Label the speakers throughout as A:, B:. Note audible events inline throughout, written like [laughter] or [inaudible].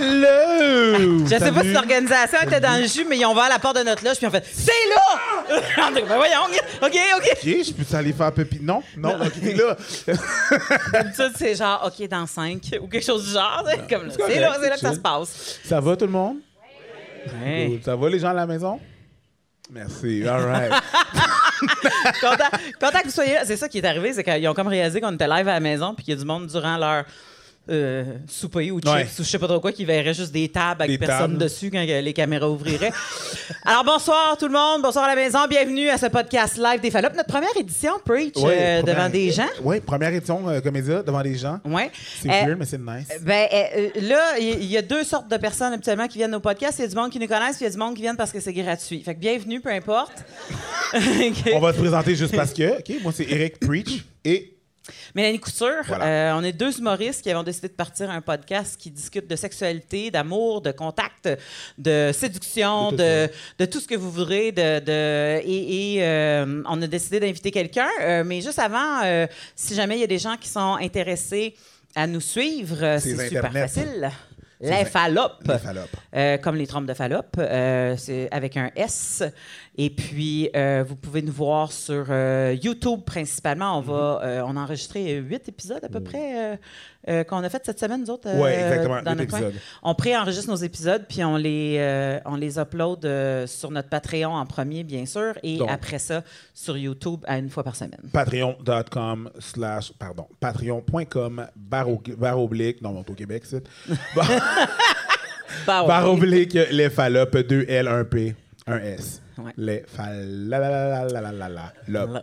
A: Hello!
B: Je sais pas si l'organisation était dans le jus, mais ils ont ouvert la porte de notre loge, puis on fait C'est là! [laughs] On dit, ben voyons, OK, OK.
A: Ok, je peux aller faire pipi. Non, non, ok, là.
B: D'habitude, c'est genre OK dans 5 ou quelque chose du genre. C'est comme là. C'est
A: correct,
B: là, c'est là que ça
A: chill.
B: se passe.
A: [laughs]
B: Hein?
A: Ça va tout le monde?
B: Hey.
A: Ça va les gens à la maison? Merci, all right.
B: [laughs] Content, content que vous soyez là. C'est ça qui est arrivé, c'est qu'ils ont comme réalisé qu'on était live à la maison, puis qu'il y a du monde durant leur. euh, souper ou chips
A: Ouais.
B: ou je sais pas trop quoi qui verrait juste des tables
A: Des
B: avec personne
A: tables.
B: dessus quand euh, les caméras ouvriraient. [laughs] Alors bonsoir tout le monde, bonsoir à la maison, bienvenue à ce podcast live des Fallops, notre première édition Preach euh, devant des gens.
A: Oui, première édition euh, comédia devant des gens.
B: Ouais.
A: C'est
B: Euh,
A: weird, mais c'est nice.
B: Ben euh, euh, là, il y, il y a deux sortes de personnes habituellement qui viennent au podcast. Il y a du monde qui nous connaissent, puis il y a du monde qui viennent parce que c'est gratuit. Fait que bienvenue, peu importe. [laughs] Ok.
A: On va te présenter juste parce que. Ok, moi c'est Eric Preach et
B: Mélanie Couture,
A: Voilà.
B: euh, on est deux humoristes qui avons décidé de partir un podcast qui discute de sexualité, d'amour, de contact, de séduction,
A: De
B: de,
A: tout
B: de, tout ce que vous voudrez. De, de- et et, euh, on a décidé d'inviter quelqu'un. Euh, mais juste avant, euh, si jamais il y a des gens qui sont intéressés à nous suivre, euh,
A: Ces
B: c'est super
A: Internet.
B: facile.
A: Ces
B: Les Fallops.
A: les Fallops.
B: Euh, comme les trompes de Fallope, euh, c'est avec un S. Et puis, euh, vous pouvez nous voir sur euh, YouTube principalement. On va,
A: Mhm.
B: euh, on a enregistré euh, huit épisodes à peu près euh, euh, qu'on a fait cette semaine, nous autres. euh,
A: Ouais, exactement,
B: dans
A: huit
B: notre coin.
A: épisodes.
B: On pré-enregistre nos épisodes, puis on les, euh, on les upload euh, sur notre Patreon en premier, bien sûr, et
A: Donc.
B: après ça, sur YouTube à une fois par semaine.
A: patreon.com slash, pardon, patreon.com barre au- barre oblique, non, on est au Québec,
B: [laughs]
A: c'est.
B: Bah, ouais.
A: Barre oblique, les fallops, 2 L, 1 P, 1 S.
B: Ouais.
A: Les fallops.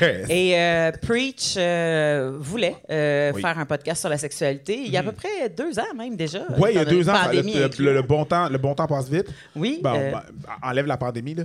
A: [laughs]
B: Et euh, Preach euh, voulait euh,
A: Oui. Hmm.
B: faire un podcast sur la sexualité il y a à peu près deux ans même déjà.
A: Ouais, il y a
B: étant donné
A: deux ans,
B: la
A: le,
B: pandémie
A: le-
B: inclus.
A: le- le bon temps, le bon temps passe vite.
B: Oui,
A: Bon,
B: euh,
A: ben, enlève la pandémie, là.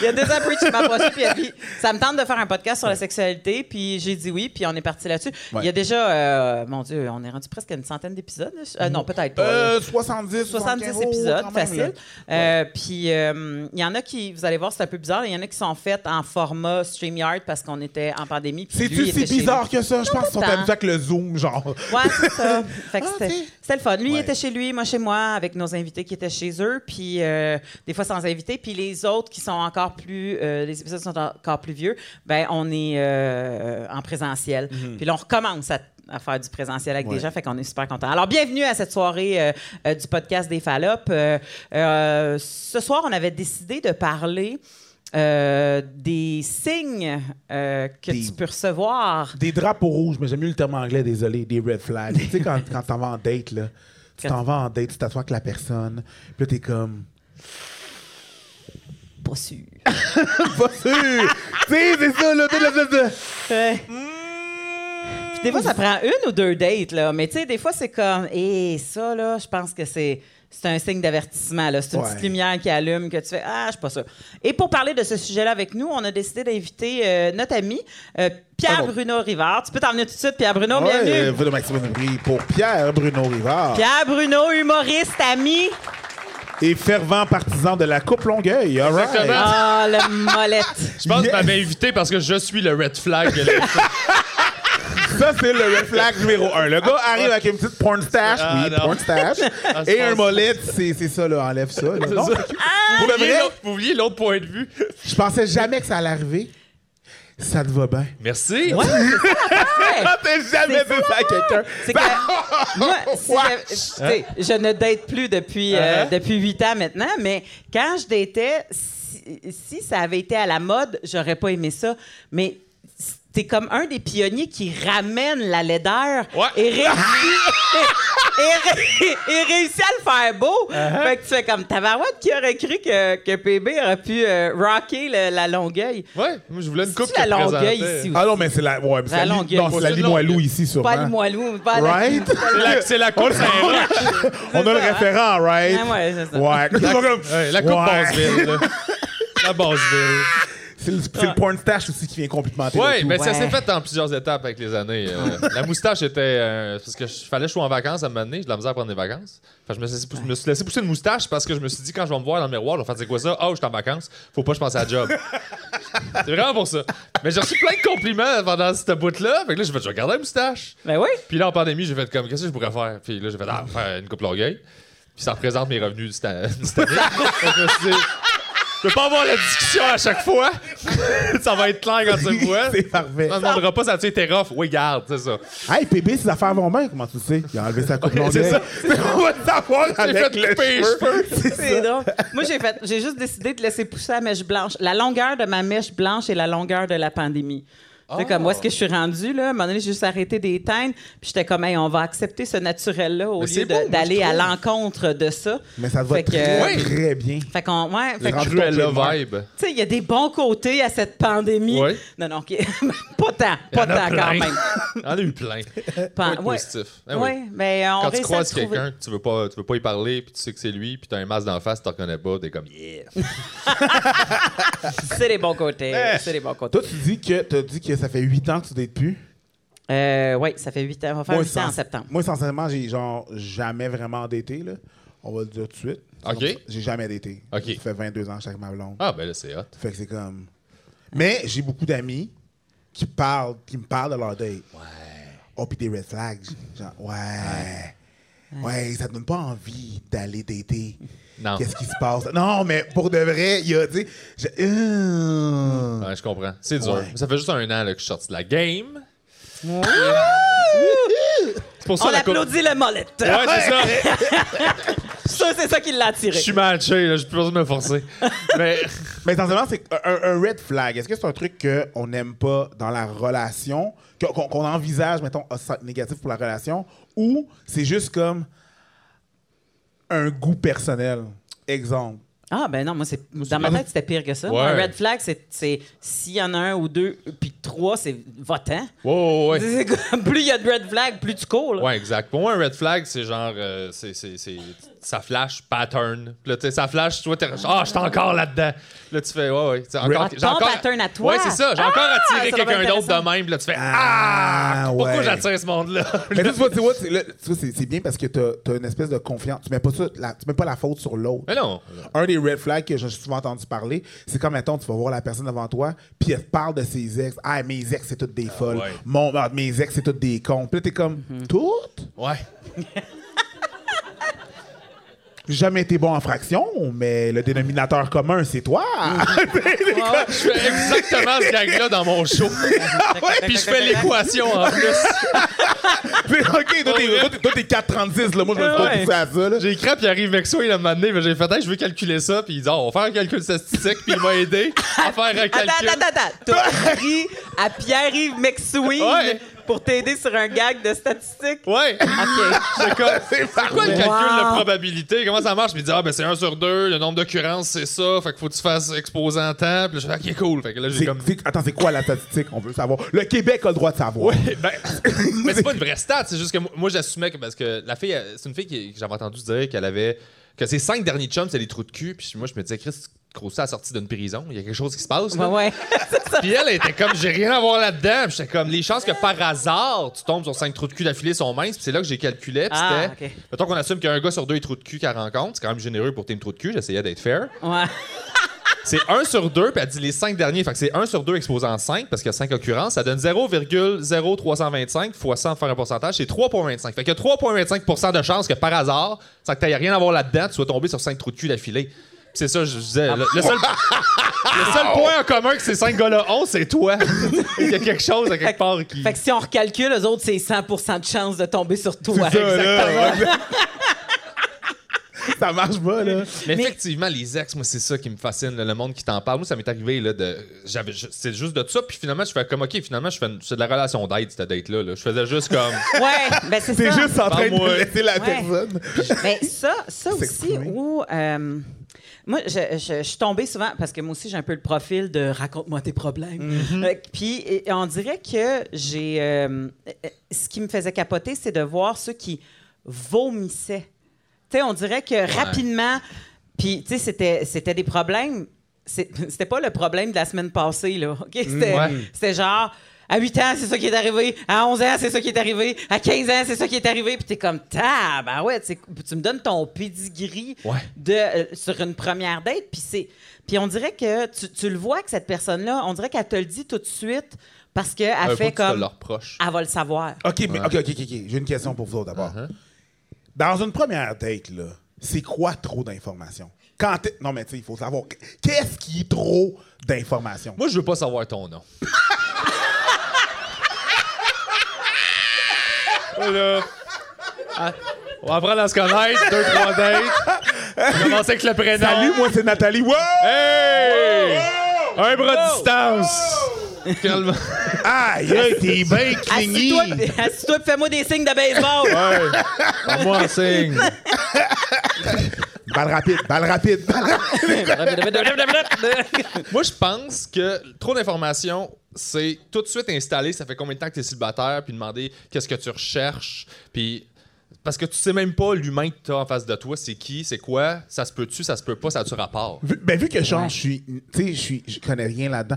B: il y a deux ans, Preach m'a approché puis il
A: [laughs]
B: a dit ça me tente de faire un podcast sur la sexualité, puis j'ai dit oui, puis on est parti là-dessus.
A: Ouais.
B: Il y a déjà, euh, mon Dieu, on est rendu presque à une centaine d'épisodes. là. Euh, non, peut-être pas.
A: Euh, 70,
B: 70
A: 75,
B: épisodes,
A: quand même, là.
B: facile. Euh, Puis euh, il y en a qui, vous allez voir, c'est un peu bizarre. Il y en a qui sont faits en format StreamYard parce qu'on était en pandémie. puis lui,
A: C'est-tu
B: il
A: si
B: était chez
A: bizarre
B: lui.
A: que ça? Je pense qu'ils sont
B: tant.
A: habitués avec le Zoom, genre.
B: Ouais, c'est ça. Fait
A: [laughs]
B: que
A: Ah,
B: c'était-
A: ok.
B: c'était le fun. Lui, il
A: Ouais.
B: était chez lui, moi chez moi, avec nos invités qui étaient chez eux, puis euh, des fois sans invités. Puis les autres qui sont encore plus. euh, les épisodes sont encore plus vieux, ben on est euh, en présentiel. Puis là, on recommence à, à faire du présentiel avec
A: Mhm. Ouais.
B: des gens, fait qu'on est super content. Alors, bienvenue à cette soirée euh, euh, du podcast des Fallops. Euh, euh, ce soir, on avait décidé de parler. euh, des signes euh, que
A: Des-
B: tu peux recevoir
A: Des drapeaux rouges, mais j'aime mieux le terme anglais, désolé, des red flags. tu sais,
B: [laughs]
A: quand, quand t'en vas en date, là, tu
B: Quand-
A: t'en vas en date, tu t'assois avec la personne, puis là, t'es comme. [laughs]
B: pas sûrs.
A: Pas sûr! [laughs] tu sais, c'est ça, là, t'es là, là, là.
B: Ouais.
A: Mmh.
B: Puis Euh, des fois, ça prend une ou deux dates, là. Mais tu sais, des fois, c'est comme, et ça, là, je pense que c'est. C'est un signe d'avertissement. là. C'est une
A: Ouais.
B: petite lumière qui allume que tu fais Ah, je suis pas sûre. Et pour parler de ce sujet-là avec nous, on a décidé d'inviter euh, notre ami euh,
A: Pardon.
B: Pierre-Bruno Rivard. Tu peux t'emmener tout de suite, Pierre-Bruno. bienvenue.
A: Ouais, euh, vous de Maxime Aubry pour Pierre Bruno Rivard
B: Pierre-Bruno, humoriste, ami.
A: et fervent partisan de la Coupe Longueuil. All right.
C: Exactement.
B: Ah, le
A: [laughs]
B: molette.
C: Je pense
A: Yes.
C: que m'avait invité parce que je suis le red flag. de la-
A: Ah, Ça, c'est le red flag numéro un. Le gars arrive avec une petite porn stash.
C: Ah,
A: oui,
C: non.
A: porn stash.
C: je
A: et un
C: pense-
A: mollet, c'est c'est ça, là. Enlève ça. là. [laughs] Non,
C: ça.
A: c'est cute.
B: Ah,
A: Pour le
C: Oubliez
A: vrai,
C: l'autre- oubliez l'autre point de vue.
A: je pensais jamais que ça allait arriver. Ça te va bien.
C: Merci.
B: Ouais.
A: T'as jamais vu ça à quelqu'un.
B: C'est que moi, si j'avais- tu sais, je ne date plus depuis, euh,
C: Uh-huh.
B: depuis 8 ans maintenant, mais quand je datais, si, si ça avait été à la mode, j'aurais pas aimé ça. Mais t'es comme un des pionniers qui ramène la laideur
C: Ouais.
B: et, réussit, et ré- et réussit à le faire beau. Fait que tu fais comme Tabarouette qui aurait cru que, que PB aurait pu euh, rocker le- la longueuil.
C: Ouais, moi, je voulais une coupe
B: C'est-tu la longueuil ici
A: Ah non, mais c'est la. Ouais, mais
B: La
A: c'est la, li-
B: Longueuil.
A: non, c'est la Limoilou ici, sûrement.
B: Pas le moelleux, pas la-
A: Right?
C: C'est la, c'est la coupe Saint-Roch.
A: On a le
B: ça, hein?
A: référent, right?
B: Ah ouais, c'est ça.
A: [laughs] Ouais. Ils sont comme-
C: Ouais, la coupe
A: Ouais.
C: Basseville. là. La Basseville.
A: C'est le, c'est le porn stash aussi qui vient complimenter.
C: Ouais,
A: le tout.
C: mais ça
B: Ouais.
C: s'est fait en plusieurs étapes avec les années. euh. la moustache était. euh, parce que je fallait que je sois en vacances à un moment donné, j'ai de la misère à prendre des vacances. Fait que je me, suis, laissé pousser- je me suis laissé pousser une moustache parce que je me suis dit, quand je Ah, vais me voir dans le miroir, je vais faire c'est quoi ça? Oh, je suis en vacances, faut pas que je pense à la job. c'est vraiment pour ça. Mais j'ai reçu plein de compliments pendant cette bout-là. Fait que là, j'ai fait, je vais garder la moustache.
B: Ben oui.
C: Puis là, en pandémie, j'ai fait comme, qu'est-ce que je pourrais faire? Puis là, j'ai fait, ah, faire une coupe longueuil. Puis ça représente mes revenus de cette [laughs] cette année. Fait que je me suis dit, je veux pas avoir la discussion à chaque fois. [laughs] ça va être clair quand tu me
A: [laughs]
C: vois.
A: c'est parfait.
C: On ne demandera pas, ça a-tu été rough? Oui, garde, c'est ça.
A: Hey, PB, ses affaires vont bien. Comment tu le sais? Il a enlevé sa coupe longue. [laughs]
C: c'est ça.
A: On va le
C: [laughs]
A: savoir
C: J'ai fait
A: avec le
C: couper les
A: cheveu. [laughs]
C: cheveux.
B: C'est drôle. Moi, j'ai fait, j'ai juste décidé de laisser pousser la mèche blanche. La longueur de ma mèche blanche et la longueur de la pandémie. C'est
C: Ah.
B: comme où est-ce que je suis rendue, là. À un moment donné, j'ai juste arrêté des teintes. Puis j'étais comme, Hey, on va accepter ce naturel-là au
C: Mais c'est
B: lieu de-
C: beau, moi, je
B: d'aller à
C: trouve.
B: l'encontre de ça.
A: Mais ça te va
B: Fait que-
A: très,
C: Oui.
A: très bien.
B: Fait qu'on, ouais, fait que-
A: rendu
C: Cruella
A: complètement.
C: vibe.
B: tu sais, il y a des bons côtés à cette pandémie.
C: Ouais.
B: Non, non, ok. [laughs] pas tant,
C: Il y en
B: pas
C: a
B: tant quand
C: plein. [laughs]
B: même.
C: Il y en a eu plein.
B: Pas-
C: Faut être
B: Ah, ouais.
C: positif. Eh
B: Oui,
C: oui.
B: mais on
C: Quand tu
B: réussit à
C: croises
B: se trouver.
C: quelqu'un que tu veux pas, tu veux pas y parler, puis tu sais que c'est lui, puis t'as un masque d'en face, tu te reconnais pas, t'es comme yeah.
B: C'est les bons côtés.
A: Eh.
B: C'est les bons côtés.
A: Toi, tu dis que, t'as dit que ça fait 8 ans que tu dates plus.
B: Euh, oui, ça fait 8 ans. On va faire 8 ans en
A: sen-
B: septembre.
A: Moi, sincèrement, j'ai genre jamais vraiment daté, là. On va le dire tout de suite.
C: OK.
A: J'ai jamais daté.
C: OK.
A: Ça fait 22 ans que je suis avec ma blonde.
C: Ah ben là c'est hot.
A: Fait que c'est comme. Mais j'ai beaucoup d'amis qui parlent, qui me parlent de leur date. Ouais. Oh, puis des red flags. Genre, ouais. Ouais, ça te donne pas envie d'aller dater.
C: Non.
A: Qu'est-ce qui se passe? Non, mais pour de vrai, il y a, tu sais, je- Euh.
C: Ouais, je comprends. C'est dur.
A: Ouais.
C: Ça fait juste un an là, que je suis sorti de la game. C'est pour ça
B: On
C: la coupe-
B: applaudit le mollet.
C: Ouais, c'est ça.
B: Ça, c'est ça qui l'a attiré.
C: Je suis matché, là, j'ai plus besoin de me forcer. Mais
A: Mais essentiellement, c'est un, un red flag. Est-ce que c'est un truc qu'on n'aime pas dans la relation, qu'on qu'on- qu'on envisage, mettons, ah, ça, négatif pour la relation, ou c'est juste comme un goût personnel? Exemple.
B: Ah, ben non, moi, c'est dans ma tête, c'était pire que ça.
C: Ouais.
B: Un red flag, c'est- c'est s'il y en a un ou deux, puis trois, c'est votant.
C: wow, ouais.
B: C'est comme- [laughs] plus il y a de red flag, plus tu cours. là.
C: Ouais, exact. Pour moi, un red flag, c'est genre. euh, c'est, c'est, c'est- ça flash pattern. Puis Là, tu sais, ça flash, tu vois, t'es. Ah, je suis encore là-dedans. Là, tu fais, ouais, ouais. tu sais, encore,
B: Ah, ton pattern à toi.
C: Ouais, c'est ça. J'ai encore
B: Ah,
C: attiré
B: ça doit
C: quelqu'un
B: être
C: d'autre de
B: intéressant.
C: même. Puis Là, tu fais,
A: Ah,
C: ah, pourquoi
A: ouais.
C: j'attire ce monde-là?
A: Mais tu vois, tu vois, c'est- là, tu vois, c'est c'est bien parce que tu as, une espèce de confiance. Tu mets pas ça- la, tu mets pas la faute sur l'autre.
C: Mais non.
A: Un des red flags que j'ai souvent entendu parler, c'est comme, mettons, tu vas voir la personne devant toi, puis elle te parle de ses ex. Ah, mes ex, c'est toutes des folles.
C: ouais.
A: Mon, ah, mes ex, c'est toutes des cons. Puis là, t'es comme,
C: Mm-hmm.
A: toutes?
C: Ouais.
A: J'ai jamais été bon en fraction, mais le dénominateur commun, c'est toi.
C: Mm-hmm.
A: [laughs]
C: Je fais exactement ce gag-là dans mon show. Puis je fais l'équation en plus.
A: Mais OK, toi, t'es- toi, t'es- toi, t'es 4,36, là. Moi, je me suis pas
B: Ouais.
A: poussé à ça, là.
C: J'ai écrit, puis il arrive avec ça, il a demandé, mais j'ai fait, Hey, je veux calculer ça. Puis il dit, Ah, on va faire un calcul statistique, puis il m'a aidé à faire un calcul.
B: Attends, attends, attends, attends. T'as écrit à Pierre-Yves McSween
C: Ouais.
B: pour t'aider sur un gag de statistiques.
C: Ouais.
B: OK.
C: C'est comme-
A: C'est
C: C'est quoi le
A: parfait.
C: calcul
B: Wow.
C: de probabilité? Comment ça marche? Puis il dit, ah, ben c'est 1 sur 2, le nombre d'occurrences, c'est ça. Fait qu'il faut que tu fasses exposer en temps. Puis là, je fais, ah, qui est cool. Fait que là, j'ai
A: C'est-
C: comme.
A: c'est- Attends, c'est quoi la statistique? On veut savoir. Le Québec a le droit de savoir.
C: Ben, mais c'est pas une vraie stat. C'est juste que moi, moi, j'assumais que parce que la fille, elle- c'est une fille qui- que j'avais entendu dire qu'elle avait. que ses cinq derniers chums, c'est des trous de cul. Puis moi, je me disais, Chris, Crousset a sorti d'une prison. Il y a quelque chose qui se passe. là.
B: Ben ouais.
C: Puis elle, elle était comme, j'ai rien à voir là-dedans. Puis j'étais comme, les chances que par hasard, tu tombes sur cinq trous de cul d'affilée sont minces. Puis c'est là que j'ai calculé. Puis
B: Ah,
C: c'était.
B: ok.
C: Mettons qu'on assume qu'il y a un gars sur deux est trous de cul qu'elle rencontre. C'est quand même généreux pour tes trous de cul. J'essayais d'être fair.
B: ouais.
C: C'est 1 sur 2, puis elle dit les 5 derniers. Fait que c'est 1 sur 2 exposant 5, parce qu'il y a 5 occurrences. Ça donne 0,0325 fois 100 pour faire un pourcentage, c'est 3,25. Fait qu'il y a 3,25 de chance que par hasard, sans que t'aies rien à voir là-dedans, tu sois tombé sur 5 trous de cul d'affilée. Puis c'est ça, je je disais. Le, le seul, le seul point en commun que ces 5 gars-là ont,
B: [laughs]
C: c'est toi. Il y a quelque chose à quelque part qui.
B: Fait que si on recalcule, eux autres, c'est 100 de chance de tomber sur toi.
A: ça, là. [laughs] ça marche pas, là.
C: Mais effectivement, les ex, moi, c'est ça qui me fascine, là, le monde qui t'en parle. Moi, ça m'est arrivé, là, de. j'avais ju- C'est juste de ça, puis finalement, je fais comme, OK, finalement, je fais une- c'est de la relation d'aide, cette date-là. là. Je faisais juste comme.
B: Ouais, ben c'est ça.
A: T'es juste en train
C: Parle-moi.
A: de laisser la
B: Ouais.
A: personne.
B: Mais ça, ça aussi,
A: S'exprimer.
B: où. euh, moi, je, je- je suis tombée souvent, parce que moi aussi, j'ai un peu le profil de raconte-moi tes problèmes. Euh, Puis, et- et on dirait que j'ai. euh, euh, ce qui me faisait capoter, c'est de voir ceux qui vomissaient. Tu sais, on dirait que rapidement. Puis, tu sais, c'était, c'était des [laughs] problèmes. C'est- C'était pas le problème de la semaine passée, là. OK? C'était,
C: ouais.
B: c'était genre. À 8 ans, c'est ça qui est arrivé. À 11 ans, c'est ça qui est arrivé. À 15 ans, c'est ça qui est arrivé. Puis t'es comme, tab, ah ouais, tu me donnes ton pedigree
C: Ouais.
B: de, euh, sur une première date. Puis c'est. Puis on dirait que tu, tu le vois que cette personne-là, on dirait qu'elle te le dit tout de suite parce qu'elle
C: Un
B: fait
C: peu, Euh, tu te
B: comme.
C: leur proche.
B: Elle va le savoir.
A: OK, mais, OK, OK, OK. ok. J'ai une question pour vous autres d'abord. Uh-huh. Dans une première date, là, c'est quoi trop d'informations? Quand t'es- Non, mais tu sais, il faut savoir. Qu'est-ce qui est trop d'informations?
C: Moi, je veux pas savoir ton [laughs] nom. là, ah, on va apprendre à se connaître, deux, trois dates. On commence avec le prénom.
A: Salut, moi, c'est Nathalie. Wow!
C: Hey! Un bras de distance. Calme.
A: Aïe, aïe, t'es Ah, bien cligny.
B: Assis-toi, [laughs] assis-toi, puis fais-moi des signes de baseball.
C: Ouais.
B: [laughs]
C: Moi, un signe.
A: Balle rapide, balle rapide, balle rapide.
C: Moi, je pense que trop d'informations, c'est tout de suite installer ça fait combien de temps que tu es célibataire, puis demander qu'est-ce que tu recherches, puis. Parce que tu sais même pas l'humain que tu as en face de toi, c'est qui, c'est quoi, ça se peut-tu, ça se peut pas, ça a-tu rapport.
A: Vu, ben, vu que genre, je suis. Tu sais, je suis- je connais rien là-dedans.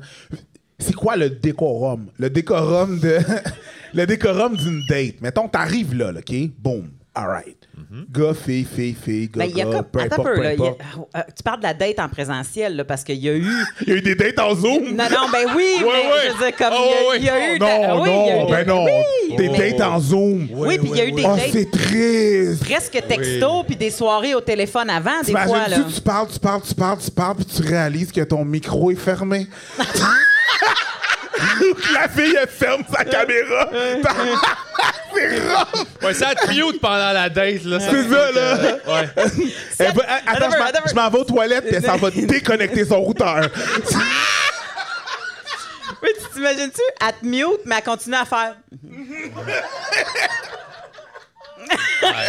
A: C'est quoi le décorum? Le décorum de. [laughs] le décorum d'une date. Mettons, t'arrives là, là, OK? Boom. All right.
B: Mhm.
A: Gars, fille, fille, fille, gars,
B: Ben, il y a
C: Euh,
A: gars,
B: comme-
A: peu
B: Attends un
A: importe,
B: peu,
A: peu
B: là, il y a-
A: importe.
B: Ah, euh, tu parles de la date en présentiel, là, parce qu'il y a
C: [laughs]
B: eu.
A: Il y a eu des dates en Zoom.
B: Non, non, ben oui,
C: Ouais,
B: mais
C: ouais.
B: je veux dire, comme
C: Ah,
B: il y a-
C: ouais,
B: il y, a eu. de-
A: Non,
B: oui, il y a eu
A: non,
B: de-
A: ben non.
B: Oui,
A: Des
B: mais-
A: dates en Zoom.
B: Oui, puis il y a eu des
A: Oh,
B: dates
A: c'est triste.
B: presque texto, puis des soirées au téléphone avant, des fois, là.
A: T'imagines-tu, tu parles, tu parles, tu parles, tu parles, puis tu réalises que ton micro est
B: [laughs]
A: fermé. La fille, elle ferme sa
B: [laughs]
A: caméra. c'est rough.
C: [laughs] Ouais, ça te mute pendant la date, là. ça- euh,
A: C'est ça, là.
C: Ouais.
A: Elle va- elle- attends,
B: Attends,
A: je m'en-
B: attends.
A: je m'en vais aux toilettes, puis elle s'en
B: [laughs]
A: va déconnecter son routeur.
B: Mais tu t'imagines-tu? Elle te mute, mais elle continue à faire.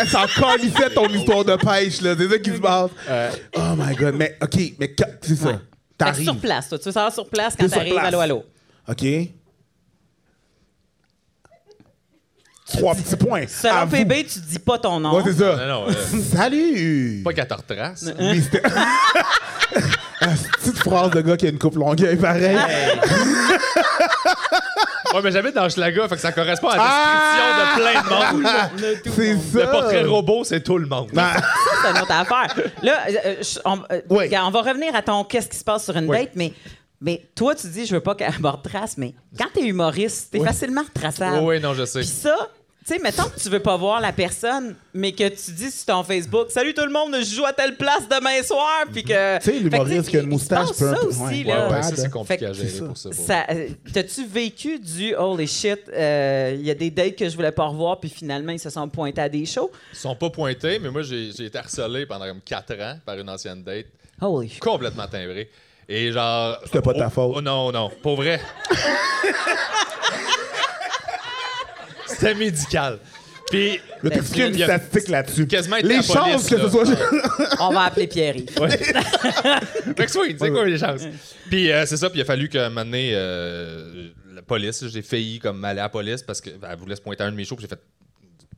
A: Elle s'en calissait ton histoire de pêche, là. C'est ça qui se passe. Oh my God. Mais, OK, mais quand- c'est ça.
B: Fait que
A: T'arrives.
B: sur place, toi. Tu veux savoir sur place
A: T'es
B: quand
A: sur
B: t'arrives,
A: place.
B: allô, allô.
A: OK? Trois petits points.
B: Selon
A: À vous.
B: PB, tu dis pas ton nom.
A: Ouais, c'est ça.
C: [laughs] Non, non, euh,
A: Salut!
C: Pas Hein? qu'elle te retrace.
A: Mystère. [laughs] Ah, c'est une petite phrase de gars qui a une coupe longueuil pareil.
C: Ouais, mais j'habite dans Schlaga, fait que ça correspond à la
A: Ah!
C: description de plein de monde.
A: c'est ça.
C: Le portrait robot, c'est tout le monde.
A: Ben,
B: Ça, c'est une autre affaire. Là, euh, euh, je- on, euh,
A: Oui.
B: regarde, on va revenir à ton qu'est-ce qui se passe sur une
C: Oui.
B: date, mais, mais toi, tu dis, je veux pas qu'elle aborde trace, mais quand t'es humoriste, t'es facilement retraçable.
C: Oui, oui, non, je sais.
B: Puis ça, tu sais, mettons que tu veux pas voir la personne, mais que tu dis sur ton Facebook, Salut tout le monde, je joue à telle place demain soir, puis que.
A: Tu sais, l'humoriste
B: Fait que, tu sais,
A: qui a une
B: il- il
A: moustache,
B: se passe
A: peu
B: ça
A: importe.
B: aussi,
A: Ouais,
B: là.
C: Ouais, ouais, ça,
A: Fait
C: c'est
A: que
C: compliqué à
B: c'est
C: gérer
A: ça.
C: pour ça. pour
B: Ça, euh, T'as-tu vécu du holy shit, euh, il y a des dates que je voulais pas revoir, puis finalement, ils se sont pointés à des shows?
C: Ils sont pas pointés, mais moi, j'ai j'ai été harcelé pendant comme 4 ans par une ancienne date,
B: Holy shit.
C: complètement timbrée. Et genre.
A: C'était pas
C: oh,
A: ta faute.
C: Oh non, non, pour vrai. C'était médical. Puis.
A: je vais t'expliquer
C: il
A: une
C: y a-
A: statistique là-dessus.
C: quasiment été
A: Les
C: la police,
A: chances que
C: là.
A: ce soit.
B: On va appeler Pierre.
C: Fait que oui, tu sais quoi, les chances. Puis euh, c'est ça, puis il a fallu qu'à un moment donné, euh, la police, j'ai failli comme aller à la police parce qu'elle voulait se pointer à un de mes shows, puis j'ai fait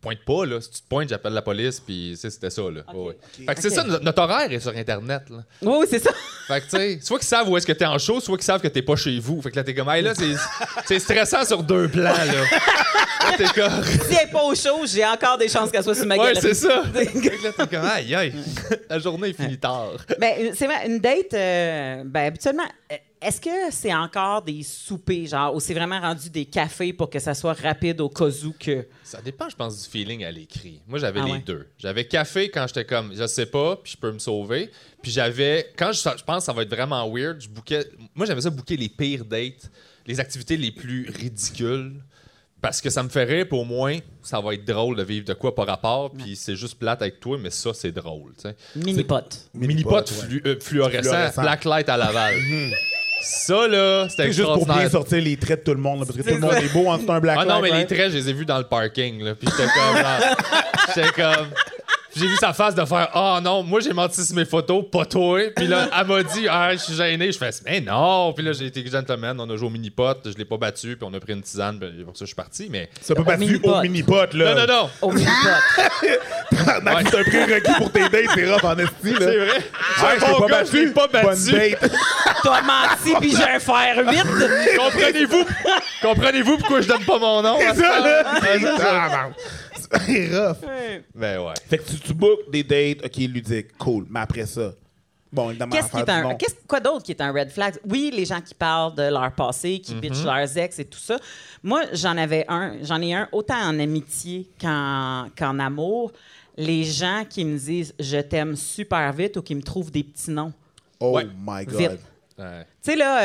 C: pointe pas, là. Si tu te pointes, j'appelle la police, puis tu sais, c'était ça, là. Ouais, ouais. Fait que c'est
B: Ok.
C: ça, no- notre horaire est sur Internet, là.
B: Oui, oui, c'est ça. [laughs]
C: Fait que, tu sais, soit qu'ils savent où est-ce que t'es en show, soit qu'ils savent que t'es pas chez vous. Fait que là, t'es comme, hey, là, c'est- c'est stressant sur deux plans, là. Là, t'es comme,
B: Si elle est pas au show, j'ai encore des chances qu'elle soit sur ma
C: ouais,
B: galerie. [laughs]
C: c'est ça. Fait que là, t'es comme, aïe, aïe, la journée finit tard.
B: Ben, c'est vrai, une date, euh, ben, habituellement, euh, est-ce que c'est encore des soupers, genre, ou c'est vraiment rendu des cafés pour que ça soit rapide au cas où que.
C: Ça dépend, je pense, du feeling à l'écrit. Moi, j'avais
B: Ah
C: les
B: ouais.
C: deux. J'avais café quand j'étais comme, je sais pas, puis je peux me sauver. Puis j'avais, quand je, je pense que ça va être vraiment weird, je bookais, moi, j'avais ça booker les pires dates, les activités les plus ridicules. Parce que ça me fait rire, puis au moins, ça va être drôle de vivre de quoi par rapport, puis c'est juste plate avec toi, mais ça, c'est drôle, tu sais.
B: Mini-pot.
C: Mini-pot
A: Mini-pot,
C: flu- euh, fluorescent,
A: Fluorescent.
C: blacklight
A: [laughs]
C: à Laval. ça, là, c'était
A: C'est juste pour bien
C: extraordinaire.
A: sortir les traits de tout le monde, là, parce que tout
B: C'est
A: le monde
B: ça.
A: est beau en faisant un black
C: Ah non, mais
A: light, [laughs]
C: les traits, je les ai vus dans le parking, là. Puis j'étais comme. genre, j'étais comme. J'ai vu sa face de faire Ah non, moi j'ai menti sur mes photos, pas toi. Puis là, elle m'a dit Ah, je suis gêné. Je fais Mais non. Puis là, j'ai été gentleman. On a joué au mini-pot. Je l'ai pas battu. Puis on a pris une tisane. Puis pour ça, je suis parti. Mais.
A: Ça peut pas battu
B: mini-pot.
A: au mini-pot, là.
C: Non, non, non.
B: Au mini
A: Tabarnak, C'est un prérequis pour tes dates, c'est rough en esti, là.
C: C'est vrai.
A: Ah,
C: J'ai
A: je t'ai
C: un bon
A: pas
C: gars, je l'ai
A: battu.
C: pas
A: Bonne
C: battu.
A: date.
C: [laughs]
B: T'as menti, puis j'ai un fer vite.
C: Comprenez-vous Comprenez-vous pourquoi je donne pas mon nom à
A: Ah, C'est ça,
C: ça?
A: là.
C: Ouais, c'est ça.
A: Tabarnak. C'est rough.
C: Ben ouais.
A: Fait que tu, tu bookes des dates, ok, ludiques, cool. Mais après ça, bon, évidemment,
B: Qu'est-ce qui est
A: affaire du
B: un,
A: monde.
B: qu'est-ce, quoi d'autre qui est un red flag? Oui, les gens qui parlent de leur passé, qui bitchent leurs ex et tout ça. Moi, j'en avais un. J'en ai un autant en amitié qu'en, qu'en amour. Les gens qui me disent je t'aime super vite ou qui me trouvent des petits noms.
A: Oh
C: Ouais.
A: my god.
B: Vite.
C: Ouais.
B: Tu sais, là,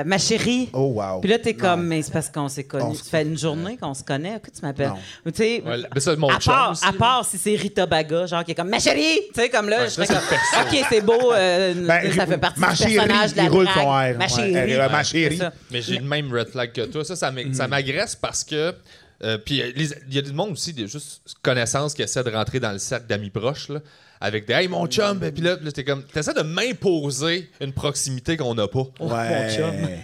B: euh, ma chérie.
A: Oh wow.
B: Puis là, t'es
A: Non.
B: comme, mais c'est parce qu'on s'est
A: On
B: connus.
A: se-
B: Ça fait une journée qu'on se connaît. Que tu m'appelles.
A: Non.
B: Ou Tu sais,
C: Ouais, mais ça, mon
B: à
C: chum
B: part,
C: aussi,
B: à
C: là.
B: part si c'est Rita Baga, genre qui est comme ma chérie, tu sais comme là,
C: Ouais,
B: je serais
C: ça,
B: comme ok c'est beau, euh,
A: Ben,
B: ça fait partie
A: ma
B: du
A: chérie,
B: personnage de la
A: il roule son
B: drague.
A: R.
B: Ma
A: Ouais,
B: chérie,
A: elle est là, ma
B: Ouais, c'est
A: chérie.
B: ça.
C: Mais j'ai le même red flag que toi. Ça, ça m'ag-
A: Mm.
C: ça m'agresse parce que. euh, puis euh, les- il y a du monde aussi, des juste connaissances qui essaient de rentrer dans le cercle d'amis proches, là, avec des Hey,
A: Mm.
C: mon chum! ben, Puis là, là, t'es comme. T'essaies de m'imposer une proximité qu'on n'a pas.
B: Oh,
A: Ouais.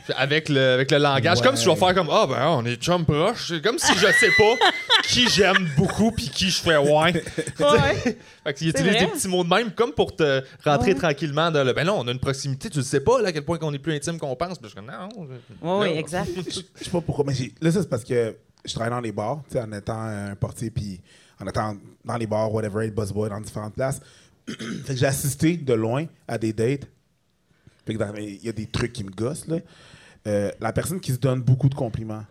C: Puis Avec le, avec le langage.
A: Ouais.
C: Comme si je vais faire comme Ah, ben, on est chum proche. C'est Comme si je sais pas
A: [laughs]
C: qui j'aime beaucoup puis qui je fais ouais.
B: Ouais.
C: Fait qu'ils utilisent
B: vrai.
C: des petits mots de même, comme pour te rentrer tranquillement dans le. Ben non, on a une proximité, tu le sais pas, là, à quel point qu'on est plus intime qu'on pense. Puis je suis comme, non.
B: Ouais,
C: non.
B: ouais, exact.
A: Je sais pas pourquoi, mais j'ai- là, ça, c'est parce que je travaille dans les bars, tu sais, en étant un portier, puis en étant dans les bars, whatever, le busboy, dans différentes places. [clears throat] fait que j'ai assisté de loin à des dates. Fait que dans- il y a des trucs qui me gossent, là. Euh, la personne qui se donne beaucoup de compliments.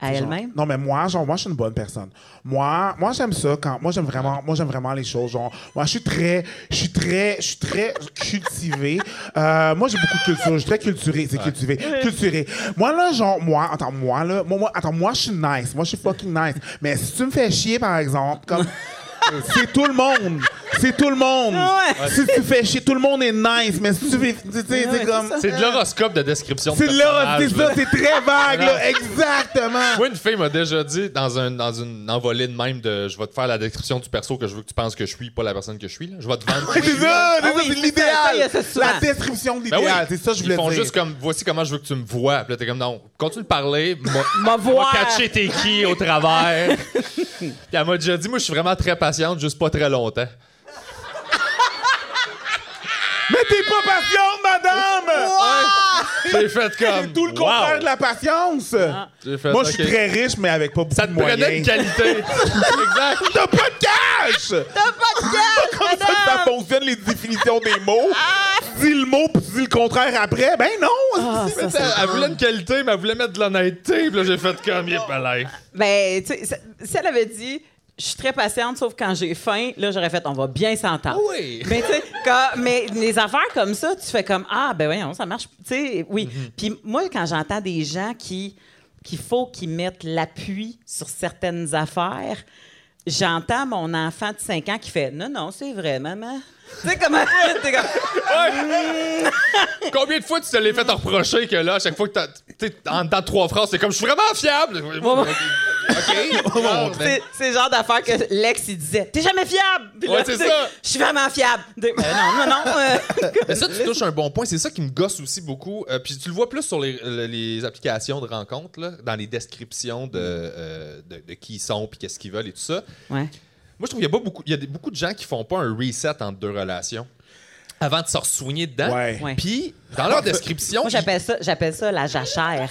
B: À
A: Genre-
B: elle-même.
A: Non, mais moi, genre, moi, je suis une bonne personne. Moi, moi, j'aime ça quand, moi, j'aime vraiment, moi, j'aime vraiment les choses. Genre, moi, je suis très, je suis très, je suis très cultivé. Euh, moi, j'ai beaucoup de culture. Je suis très culturé. C'est cultivé. Culturé. Moi, là, genre, moi, attends, moi, là, moi, moi, attends, moi, je suis nice. Moi, je suis fucking nice. Mais si tu me fais chier, par exemple,
C: [laughs]
A: comme, c'est tout le monde. C'est tout le monde.
B: Ouais.
A: Si tu fais chier, tout le monde est nice. Mais si tu fais, tu sais,
B: Ouais,
A: c'est comme,
B: c'est
C: [laughs] C'est de l'horoscope de description. de
A: c'est de l'or,
C: personnage,
A: c'est ça,
C: là.
A: c'est très vague,
C: Non. [laughs]
A: là. Exactement.
C: Moi, une fille m'a déjà dit dans, un, dans une envolée de même de je vais te faire la description du perso que je veux que tu penses que je suis, pas la personne que je suis. là. Je vais te vendre.
A: [laughs] C'est ça, c'est
B: Ah
A: ça,
B: oui,
A: c'est
B: c'est ça, ça, il y a
A: l'idéal.
B: ça souvent.
A: La description de
C: Ben oui.
A: l'idéal, c'est ça que je voulais
C: Ils font
A: dire.
C: juste comme voici comment je veux que tu me vois. Puis là, t'es comme non, continue de parler.
A: [laughs]
B: Ma
C: M'a
B: voix.
C: catcher tes qui au travers. Puis elle m'a déjà dit moi, je suis vraiment très patiente, juste pas très longtemps.
A: Mais t'es pas patiente, madame!
C: J'ai fait comme.
A: C'est [laughs] tout le
C: wow.
A: contraire de la patience!
C: J'ai fait,
A: Moi, je suis
C: OK.
A: très riche, mais avec pas beaucoup
C: Ça
A: de
C: te prenait une
A: moyens. [laughs]
C: qualité. exact.
A: T'as pas de cash!
B: T'as pas de gueule,
A: [laughs] Comme ça que ça
B: madame!
A: fonctionne, les définitions des mots. Tu dis le mot, puis tu dis le contraire après. Ben non!
B: [laughs] Ah,
A: [laughs] c'est-
B: ça,
C: Elle, elle voulait une qualité, mais elle voulait mettre de l'honnêteté. Puis là, j'ai fait comme, il est pas l'air.
B: Ben, tu sais, ça- si elle avait dit, je suis très patiente, sauf quand j'ai faim, là, j'aurais fait, on va bien
A: Ah
B: s'entendre.
C: Oui.
B: Mais tu sais, quand- mais les affaires comme ça, tu fais comme, ah, ben voyons, ça marche. Tu sais, oui.
C: Mm-hmm.
B: Puis moi, quand j'entends des gens qui qu'il faut qu'ils mettent l'appui sur certaines affaires, j'entends mon enfant de 5 ans qui fait, non, non, c'est vrai, maman. Tu sais, comment. [laughs] t'es comme-
C: Combien de fois tu te l'es fait reprocher que là, à chaque fois que t'as- tu sais, en dedans de trois phrases, c'est comme, je suis vraiment fiable. Ah,
B: ouais.
C: OK.
B: Mm. C'est- C'est le genre d'affaire que l'ex, il disait T'es jamais fiable! Puis là,
C: Ouais, c'est
B: tu sais,
C: ça.
B: Je suis vraiment fiable! De- Euh, non, non, non. euh,
C: [laughs]
B: [laughs]
C: Mais ça, tu touches un bon point. C'est ça qui me gosse aussi beaucoup. Euh, puis tu le vois plus sur les, le- les applications de rencontres, là, dans les descriptions de, euh, de, de qui ils sont, puis qu'est-ce qu'ils veulent et tout ça.
B: Ouais.
C: Moi, je trouve qu'il y a, pas beaucoup, il y a des- beaucoup de gens qui font pas un reset entre deux relations avant de se re-soigner dedans.
A: Ouais.
B: Ouais.
C: Puis, dans
A: [laughs]
C: leur description.
B: Moi,
C: ils-
B: j'appelle ça, j'appelle ça la jachère.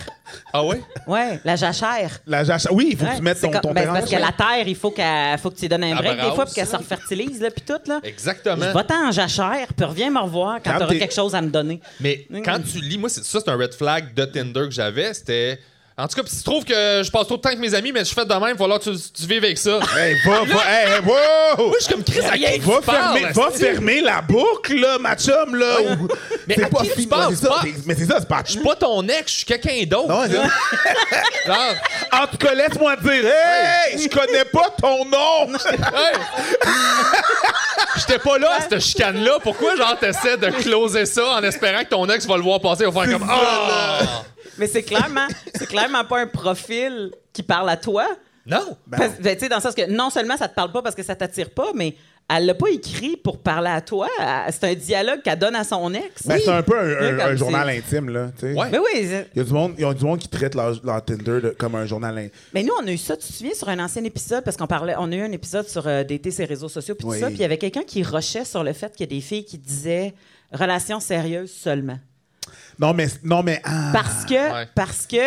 C: Ah ouais?
B: Ouais, la jachère.
A: La jacha- Oui, il faut que
B: Ouais,
A: tu mettes
B: c'est
A: ton,
B: comme-
A: ton
B: ben, c'est
A: terrain.
B: parce que la terre, il faut, qu'elle- faut que tu lui donnes un
C: Ah,
B: break
C: ben,
B: des fois
C: rase,
B: puis qu'elle se
C: ça.
B: refertilise, là, puis tout, là.
C: Exactement.
B: Je Va-t'en en jachère, puis reviens me revoir quand,
A: Quand
B: t'auras
A: t'es-
B: quelque chose à me donner.
C: Mais
B: Mm.
C: quand tu lis, moi, c'est- ça, c'est un red flag de Tinder que j'avais. C'était. En tout cas, si tu trouves que je passe trop de temps avec mes amis, mais je fais de même, il va falloir que tu, tu vives
A: [laughs]
C: avec ça. moi,
A: Hey, Ben, va, va, hey, hey, wow!
C: je suis comme Chris, à qui tu
A: Va
C: parles,
A: fermer, va
C: est-ce que-
A: fermer la boucle, là, ma chum, là! ou-
C: Mais
A: C'est
C: à qui tu
A: fini,
C: parles,
A: c'est ça,
C: pas?
A: c'est- Mais c'est ça, c'est pas...
C: Je suis pas ton ex, je suis quelqu'un d'autre.
A: Non,
C: [laughs]
A: c'est ça.
C: Genre,
A: En tout cas, laisse-moi te dire, hey, je connais pas ton [laughs] nom!
C: hey! [laughs] J'étais pas là à cette chicane-là. Pourquoi, genre, t'essaies de closer ça en espérant que ton ex va le voir passer et va faire comme.
A: ça,
C: Ah!
B: Mais c'est clairement, [laughs] c'est clairement pas un profil qui parle à toi. ben,
C: Non!
A: Ben,
B: Parce- ben, tu sais, dans le sens que non seulement ça te parle pas parce que ça t'attire pas, mais elle l'a pas écrit pour parler à toi. Elle- C'est un dialogue qu'elle donne à son ex.
A: Ben,
B: Oui.
A: c'est un peu un- un,
B: Là,
A: un
B: comme
A: journal
B: c'est-
A: intime, là. tu sais.
C: Ouais.
B: Ben oui, c'est-
A: Il y a du monde, il y a du monde qui traite leur, leur Tinder de- comme un journal intime.
B: Mais nous, on a eu ça, tu te souviens, sur un ancien épisode, parce qu'on parlait, on a eu un épisode sur euh, dater ses réseaux sociaux, puis
A: Oui.
B: tout ça, puis il y avait quelqu'un qui rushait sur le fait qu'il y a des filles qui disaient relation sérieuse seulement.
A: Non, mais. Non, mais ah.
B: Parce que,
C: Ouais.
B: parce que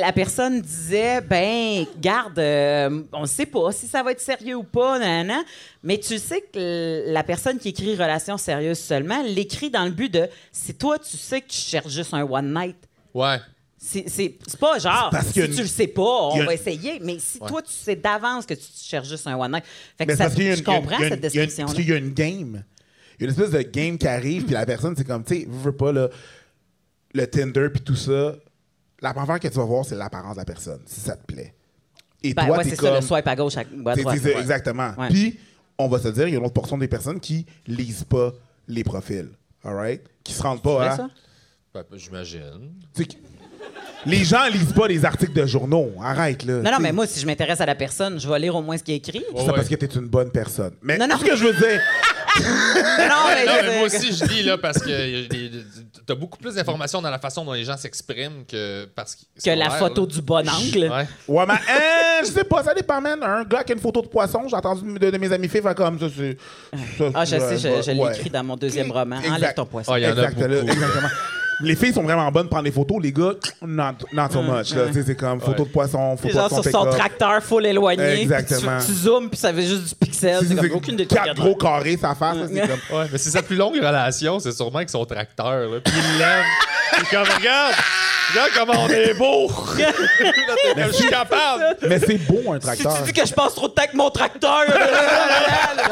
B: la personne disait, ben, garde, euh, on ne sait pas si ça va être sérieux ou pas, nanana. mais tu sais que l- la personne qui écrit relation sérieuse seulement l'écrit dans le but de, si toi, tu sais que tu cherches juste un one night.
C: Ouais.
B: C'est- C'est c'est pas genre,
A: Parce
B: si
A: qu'il y a une-
B: tu le sais pas, on
A: il y a-
B: va essayer. Mais si toi, tu sais d'avance que tu cherches juste un one-night. Fait que
A: Mais
B: ça,
A: parce qu'il y a
B: je
A: une- il y a une-
B: comprends
A: il y a une-
B: cette
A: il y a une-
B: description-là.
A: Parce qu'il y a une game. Il y a une espèce de game qui arrive, puis la personne, c'est comme, tu sais, veux veux pas, là, le Tinder, puis tout ça. La première affaire que tu vas voir, c'est l'apparence de la personne, si ça te plaît. Et
B: Ben
A: toi,
B: ouais,
A: t'es
B: c'est
A: comme...
B: ça, le swipe à gauche, à, ou à
A: C'est-
B: droite.
A: c'est-
B: Ouais.
A: Exactement.
B: Ouais.
A: Puis, on va se dire, il y a une autre portion des personnes qui lisent pas les profils. All right? Qui se rendent
B: C'est
A: pas
B: ça?
A: à.
C: Ben, J'imagine.
A: Tu sais, qui- [laughs] Les gens lisent pas les articles de journaux. Arrête, là.
B: Non, non,
A: Tu sais,
B: mais moi, si je m'intéresse à la personne, je vais lire au moins ce qui est écrit.
A: C'est
C: Ouais.
A: parce que t'es une bonne personne. Mais
B: Non, non.
A: ce que je veux dire.
B: [laughs] Non, mais
C: Non,
B: je-
C: mais moi aussi, je dis, là, parce que y a des- des- t'as beaucoup plus d'informations dans la façon dont les gens s'expriment que parce que.
B: Que la photo du bon angle.
C: Ouais.
A: Ouais, mais hein, je sais pas, ça dépend, man. Un gars qui a une photo de poisson, j'ai entendu de, de mes amis filles faire comme ça. c'est- ça,
B: Ah, je
A: ouais,
B: sais, je,
A: ouais,
B: je l'ai
A: ouais.
B: écrit dans mon deuxième roman.
A: Exact.
B: Enlève ton poisson.
C: Ah, il y en a
A: Exact, là,
C: beaucoup.
A: exactement. Les filles sont vraiment bonnes pour prendre des photos, les gars, not, not
B: Mm,
A: so much. là. Tu sais, C'est comme photo
C: Ouais.
A: de poisson,
B: C'est
A: photo
B: genre
A: de son
B: sur son
A: pick-up.
B: tracteur full éloigné.
A: Exactement.
B: Exactement. Tu, tu zoomes, puis ça fait juste du pixel. C'est
A: C'est
B: comme aucune des Mm.
A: quatre gros carrés, ça fait. ça, c'est
B: Ouais.
A: comme.
C: Ouais, mais c'est sa plus longue relation, c'est sûrement avec son tracteur. Là. Puis
B: [laughs]
C: il l'aime. Puis comme, regarde, regarde comment on est beau.
B: [laughs]
C: Là, t'es comme, je suis capable.
A: Mais c'est beau un
B: Si
A: tracteur.
B: tu dis que je passe trop de temps avec mon tracteur.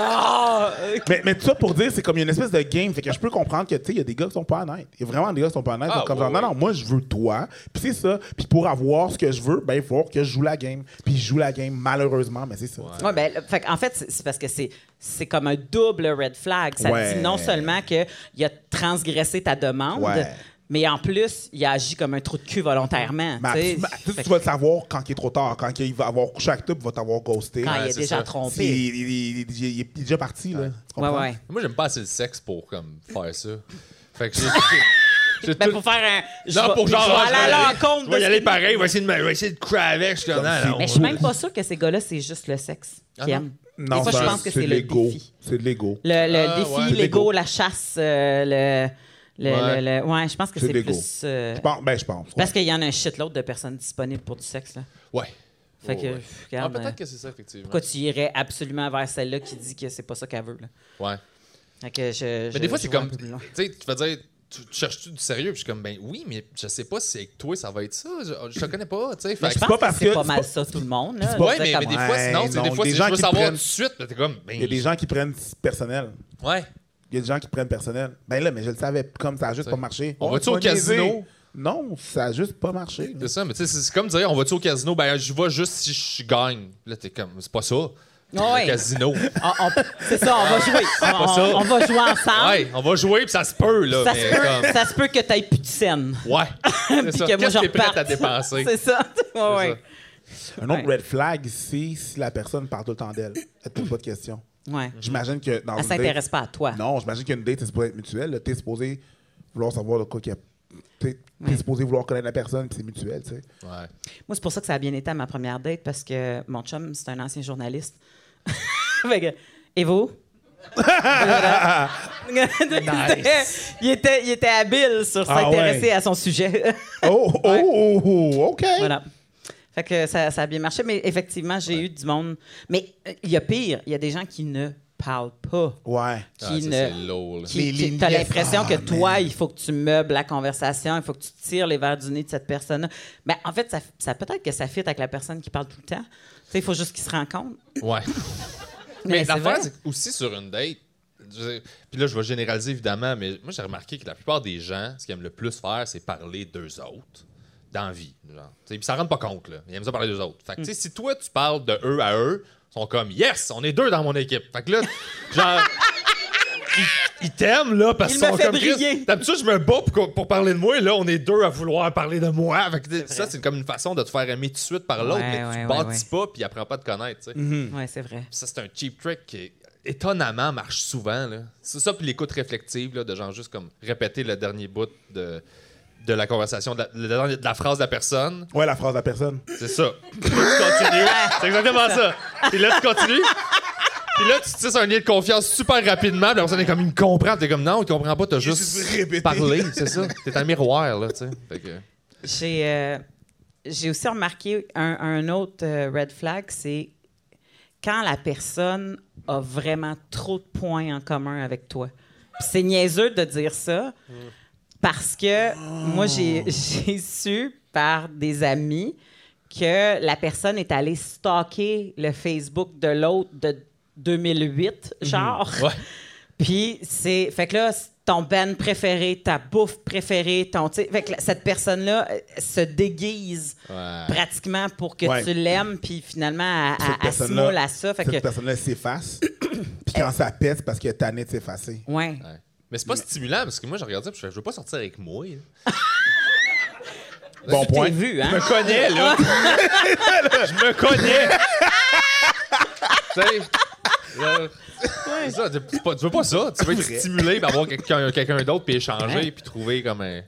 B: Ah, euh,
A: Mais, mais tout ça pour dire, c'est comme il y a une espèce de game. Fait que je peux comprendre que, tu sais, il y a des gars qui sont pas honnêtes. Il y a vraiment des gars qui sont pas honnêtes.
C: Ah,
A: Donc, comme
C: ouais,
A: genre, non, non,
C: ouais.
A: moi, je veux toi. Puis c'est ça. Puis pour avoir ce que je veux, ben, il faut que je joue la game. Puis je joue la game, malheureusement, mais c'est ça.
B: Ouais, ben, le- fait, que, en fait, c'est c'est parce que c'est c'est comme un double red flag. Ça
A: Ouais.
B: dit non seulement qu'il a transgressé ta demande,
A: Ouais.
B: mais en plus, il a agi comme un trou de cul volontairement.
A: Mais
B: Ah, tu sais.
A: absolument, Bah, tu,
B: Fait
A: tu vas le savoir quand il est trop tard, quand il va avoir couché avec toi, puis il va t'avoir ghosté.
B: que quand il est
C: c'est
B: déjà
A: Si-
C: ça.
B: trompé.
A: il, il- il- il- il- il est déjà parti, là. Tu
B: Ouais,
A: comprends?
B: ouais.
C: Moi, j'aime pas assez le sexe pour comme, faire ça. Fait
B: [laughs]
C: que j'ai. j'ai- j'ai
B: Ben,
C: tout-
B: pour faire un. je
C: Non,
B: vais-
C: pour genre.
B: Je vais
C: ah,
B: aller à l'encontre
C: Je
B: de
C: vais y
B: ce
C: aller
B: que-
C: pareil, je vais essayer de, me- je vais essayer de couler avec. Je suis comme,
A: Comme
C: non,
A: si-
C: non,
B: Mais je suis même pas sûre que ces gars-là, c'est juste le sexe
C: Ah
B: qu'ils
C: non.
B: aiment.
A: Non,
B: Des fois,
A: ça,
B: je pense que
A: c'est
B: c'est
A: de
B: le
A: l'ego.
B: défi.
A: C'est de l'ego.
B: Le, le
C: Ah,
B: défi,
C: ouais.
A: C'est l'ego.
B: l'ego, la chasse, euh, le. le-
C: Ouais.
B: le- le- ouais, je pense que
A: C'est
B: c'est
A: l'ego.
B: plus. euh,
A: Je pense- ben, je pense.
B: Parce qu'il y en a un shitload de personnes disponibles pour du sexe. Là.
C: Ouais.
B: Fait que,
C: Ouais, ouais.
B: pff, regarde,
C: Ah,
B: euh,
C: peut-être que c'est ça, effectivement.
B: Pourquoi tu irais absolument vers celle-là qui dit que c'est pas ça qu'elle veut? Là?
C: Ouais.
B: Fait que je,
C: Mais des fois, c'est comme. Tu
A: Ben,
C: sais, tu vas dire, tu tu cherches-tu du sérieux? Puis je suis comme, ben oui, mais je sais pas si avec toi, ça va être ça. Je, je te connais pas, tu sais. Fait
B: je
A: c'est
C: que-
B: pense
A: pas
B: que
A: parce
B: c'est
A: que-
B: pas
A: c'est
B: mal
A: pas-
B: ça, tout le monde. là.
A: pas-
C: Ouais,
B: Je veux
C: mais,
B: dire,
C: mais des
B: comme-
C: fois, sinon,
A: Ouais,
C: tu sais, des
A: non,
C: fois,
A: des
C: c'est
A: gens
C: je veux
A: qui
C: savoir
A: prennent-
C: tout de suite. là, T'es comme, ben.
A: Il y a des gens qui prennent personnel.
C: Ouais.
A: Il y a des gens qui prennent personnel. Ben là, mais je le savais, comme ça a juste
C: C'est-
A: pas marché.
C: On
A: Oh,
C: va-tu
A: tu
C: au
A: vas niaiser.
C: casino?
A: Non, ça a juste pas marché.
C: C'est ça, mais tu sais, c'est c'est comme dire, on va-tu au casino? Ben, je vais juste si je gagne. Là, t'es comme, c'est pas ça.
B: Ah Ouais.
C: Le
B: [laughs]
C: casino.
B: On- on- C'est ça, on
A: [laughs]
B: va jouer.
C: pas
B: On,
C: ça.
B: on- on va jouer ensemble.
C: ouais, on va jouer, puis ça se peut, là.
B: Hein? Ça,
C: mais
B: se peut,
C: comme-
B: ça se peut que t'aies plus de scène. [laughs]
C: Ouais. C'est
B: Puis
C: ça.
B: que moi,
C: Qu'est-ce
B: je
C: que t'es prête
B: reparte.
C: à dépenser?
B: [laughs] c'est ça. Ouais, ouais.
A: Un autre
B: Ouais.
A: red flag, c'est si la personne parle tout le temps d'elle. Elle te pose pas de questions.
B: Ouais.
A: J'imagine que dans
B: Elle
A: une date-
B: s'intéresse pas à toi.
A: Non, j'imagine qu'une date, c'est supposé être mutuel. là. T'es supposé vouloir savoir de quoi qu'il y a. T'es t'es
B: Ouais.
A: supposé vouloir connaître la personne, puis c'est mutuel, tu sais.
C: Ouais.
B: Moi, c'est pour ça que ça a bien été à ma première date parce que mon chum, c'est un ancien journaliste. [laughs] Fait que, et vous?
C: Nice.
B: [laughs] il, était, il était habile sur
A: Ah
B: s'intéresser
A: ouais.
B: à son sujet. [laughs]
A: Oh, oh,
B: Ouais.
A: oh, oh, OK.
B: voilà. Fait que ça, ça a bien marché, mais effectivement, j'ai eu du monde. Mais euh, il y a pire, il y a des gens qui ne parlent pas.
A: Ouais.
C: Ah,
B: Qui
C: ça,
B: ne-
C: c'est lourd, là.
A: Les
B: Qui, qui-
A: lignes-
B: t'as l'impression
A: Ah,
B: que toi,
A: man.
B: il faut que tu meubles la conversation, il faut que tu tires les verres du nez de cette personne-là. Ben, en fait, ça, ça peut-être que ça fit avec la personne qui parle tout le temps. Tu sais, il faut juste qu'ils se rencontrent.
C: Ouais.
B: Mais
C: mais
B: c'est
C: l'affaire,
B: vrai.
C: c'est que aussi sur une date. je veux dire, Puis là, je vais généraliser évidemment, mais moi, j'ai remarqué que la plupart des gens, ce qu'ils aiment le plus faire, c'est parler d'eux autres dans la vie. Genre. Tu sais, Puis ça rend pas compte, là. Ils aiment ça parler d'eux autres. Fait que, tu
B: Hmm.
C: sais, si toi, tu parles de eux à eux, ils sont comme, yes, on est deux dans mon équipe. Fait que là,
B: [laughs]
C: genre. ils- Ils t'aiment, là, parce
B: Il
C: qu'ils
B: me
C: sont
B: fait
C: comme Chris,
B: briller.
C: D'habitude, je me bats pour, qu'on- pour parler de moi, et là, on est deux à vouloir parler de moi. Fait que ça, c'est comme une façon de te faire aimer tout de suite par l'autre,
B: Ouais,
C: mais tu
B: ouais, Mm. ouais,
C: bâtis pas, puis il apprend pas à te connaître, tu sais.
B: Ouais, c'est vrai.
C: Ça, c'est un cheap trick qui est étonnamment marche souvent. là. C'est ça, puis l'écoute réflexive, là, de genre juste comme répéter le dernier bout de, de la conversation, de la, le dernier- de la phrase de la personne.
A: Ouais, la phrase de la personne.
C: C'est ça. [laughs] tu continues. C'est exactement ça. Puis là, tu continues. Puis là, tu tisses un lien de confiance super rapidement. Puis la personne est comme, il me comprend. Puis T'es comme, non, il comprend pas. T'as
A: juste
C: juste
A: répété.
C: parlé. C'est ça. T'es un miroir, là, tu sais. Fait que-
B: J'ai euh, j'ai aussi remarqué un, un autre euh, red flag, c'est quand la personne a vraiment trop de points en commun avec toi. Puis C'est niaiseux de dire ça parce que moi,
C: Oh.
B: j'ai [laughs] j'ai su par des amis que la personne est allée stalker le Facebook de l'autre de 2008, genre.
C: Mhm. Ouais.
B: [laughs] Puis c'est. Fait que là, c'est ton band préféré, ta bouffe préférée, ton. tu sais, Fait que la- cette personne-là euh, se déguise
C: Ouais.
B: pratiquement pour que
A: Ouais.
B: tu l'aimes, puis finalement, elle-
A: Cette
B: elle elle se
A: personne-là-
B: moule à ça. Fait
A: Cette
B: que.
A: personne-là s'efface. Puis quand ça pète, c'est parce que t'as de s'effacer.
B: Ouais.
C: Ouais. Mais c'est pas stimulant parce que moi, je regardais. Puis je fais, je veux pas sortir avec moi. là.
A: Bon
B: T'es
A: point.
B: vu,
C: Je
B: hein?
C: me connais, là. je me connais.
B: [laughs]
C: tu sais, là, c'est ça, tu- c'est pas- tu veux pas ça. Tu veux être stimulé par avoir quelqu'un quelqu'un d'autre, puis échanger,
B: Ouais.
C: puis trouver comme un.
B: Ouais,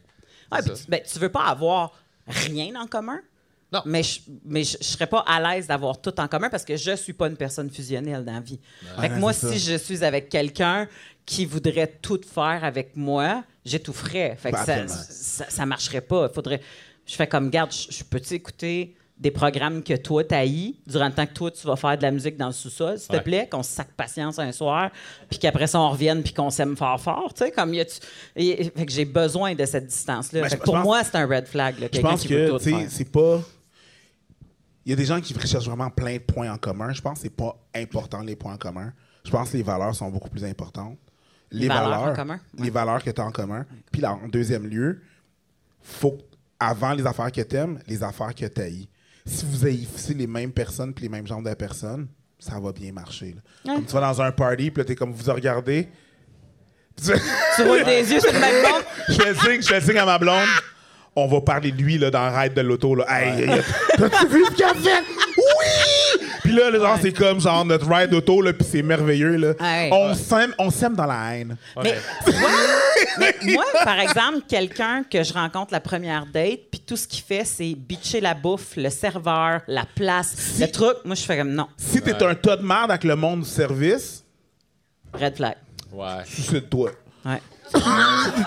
C: c'est
B: puis
C: ça.
B: tu, ben, tu veux pas avoir rien en commun?
C: Non.
B: Mais je, mais je, je serais pas à l'aise d'avoir tout en commun parce que je suis pas une personne fusionnelle dans la vie. Fait que
A: Ouais,
B: moi,
A: c'est
B: si je suis avec quelqu'un qui voudrait tout faire avec moi, j'étoufferais. Fait que
A: Ben,
B: ça,
A: absolument.
B: ça, ça marcherait pas. Faudrait, je fais comme, garde, je, je peux-tu écouter des programmes que toi t'haïs durant le temps que toi tu vas faire de la musique dans le sous-sol, s'il
C: Ouais.
B: te plaît, qu'on se sac patience un soir, puis qu'après ça on revienne puis qu'on s'aime fort fort, tu sais, comme y a-tu- et- fait que j'ai besoin de cette distance-là.
A: Ben,
B: Fait
A: je-
B: que pour
A: je pense-
B: moi, c'est un red flag, là,
A: Je
B: quelqu'un
A: pense
B: qui veut
A: que,
B: tout
A: tu sais,
B: faire.
A: c'est pas. Il y a des gens qui recherchent vraiment plein de points en commun. Je pense que c'est pas important, les points en commun. Je pense que les valeurs sont beaucoup plus importantes. Les,
B: valeurs en commun,
A: Les valeurs que tu as en commun. Puis, là, en deuxième lieu, faut, que- avant les affaires que tu aimes, les affaires que tu haïs. Si vous haïssez les mêmes personnes puis les mêmes genres de personnes, ça va bien marcher. là.
B: Ouais.
A: Comme tu vas dans un party, puis là, t'es comme vous regardez. [laughs]
B: Tu roules des yeux sur le même monde.
A: je fais le signe, je fais le signe à ma blonde. On va parler de lui là, dans le ride de l'auto. Là. Hey, hey, hey, T'as-tu vu ce qu'il a fait? Oui! Puis là, le genre, c'est comme genre notre ride d'auto, là, puis c'est merveilleux. Là.
B: Ouais.
A: On s'aime, on s'aime dans la haine.
B: Mais, tu vois, mais moi, par exemple, quelqu'un que je rencontre la première date, puis tout ce qu'il fait, c'est bitcher la bouffe, le serveur, la place, le truc. Moi, je fais comme non,
A: Si t'es un tas de merde avec le monde du service,
B: red flag. [laughs]
C: Ouais.
A: suicide-toi.
B: Ouais.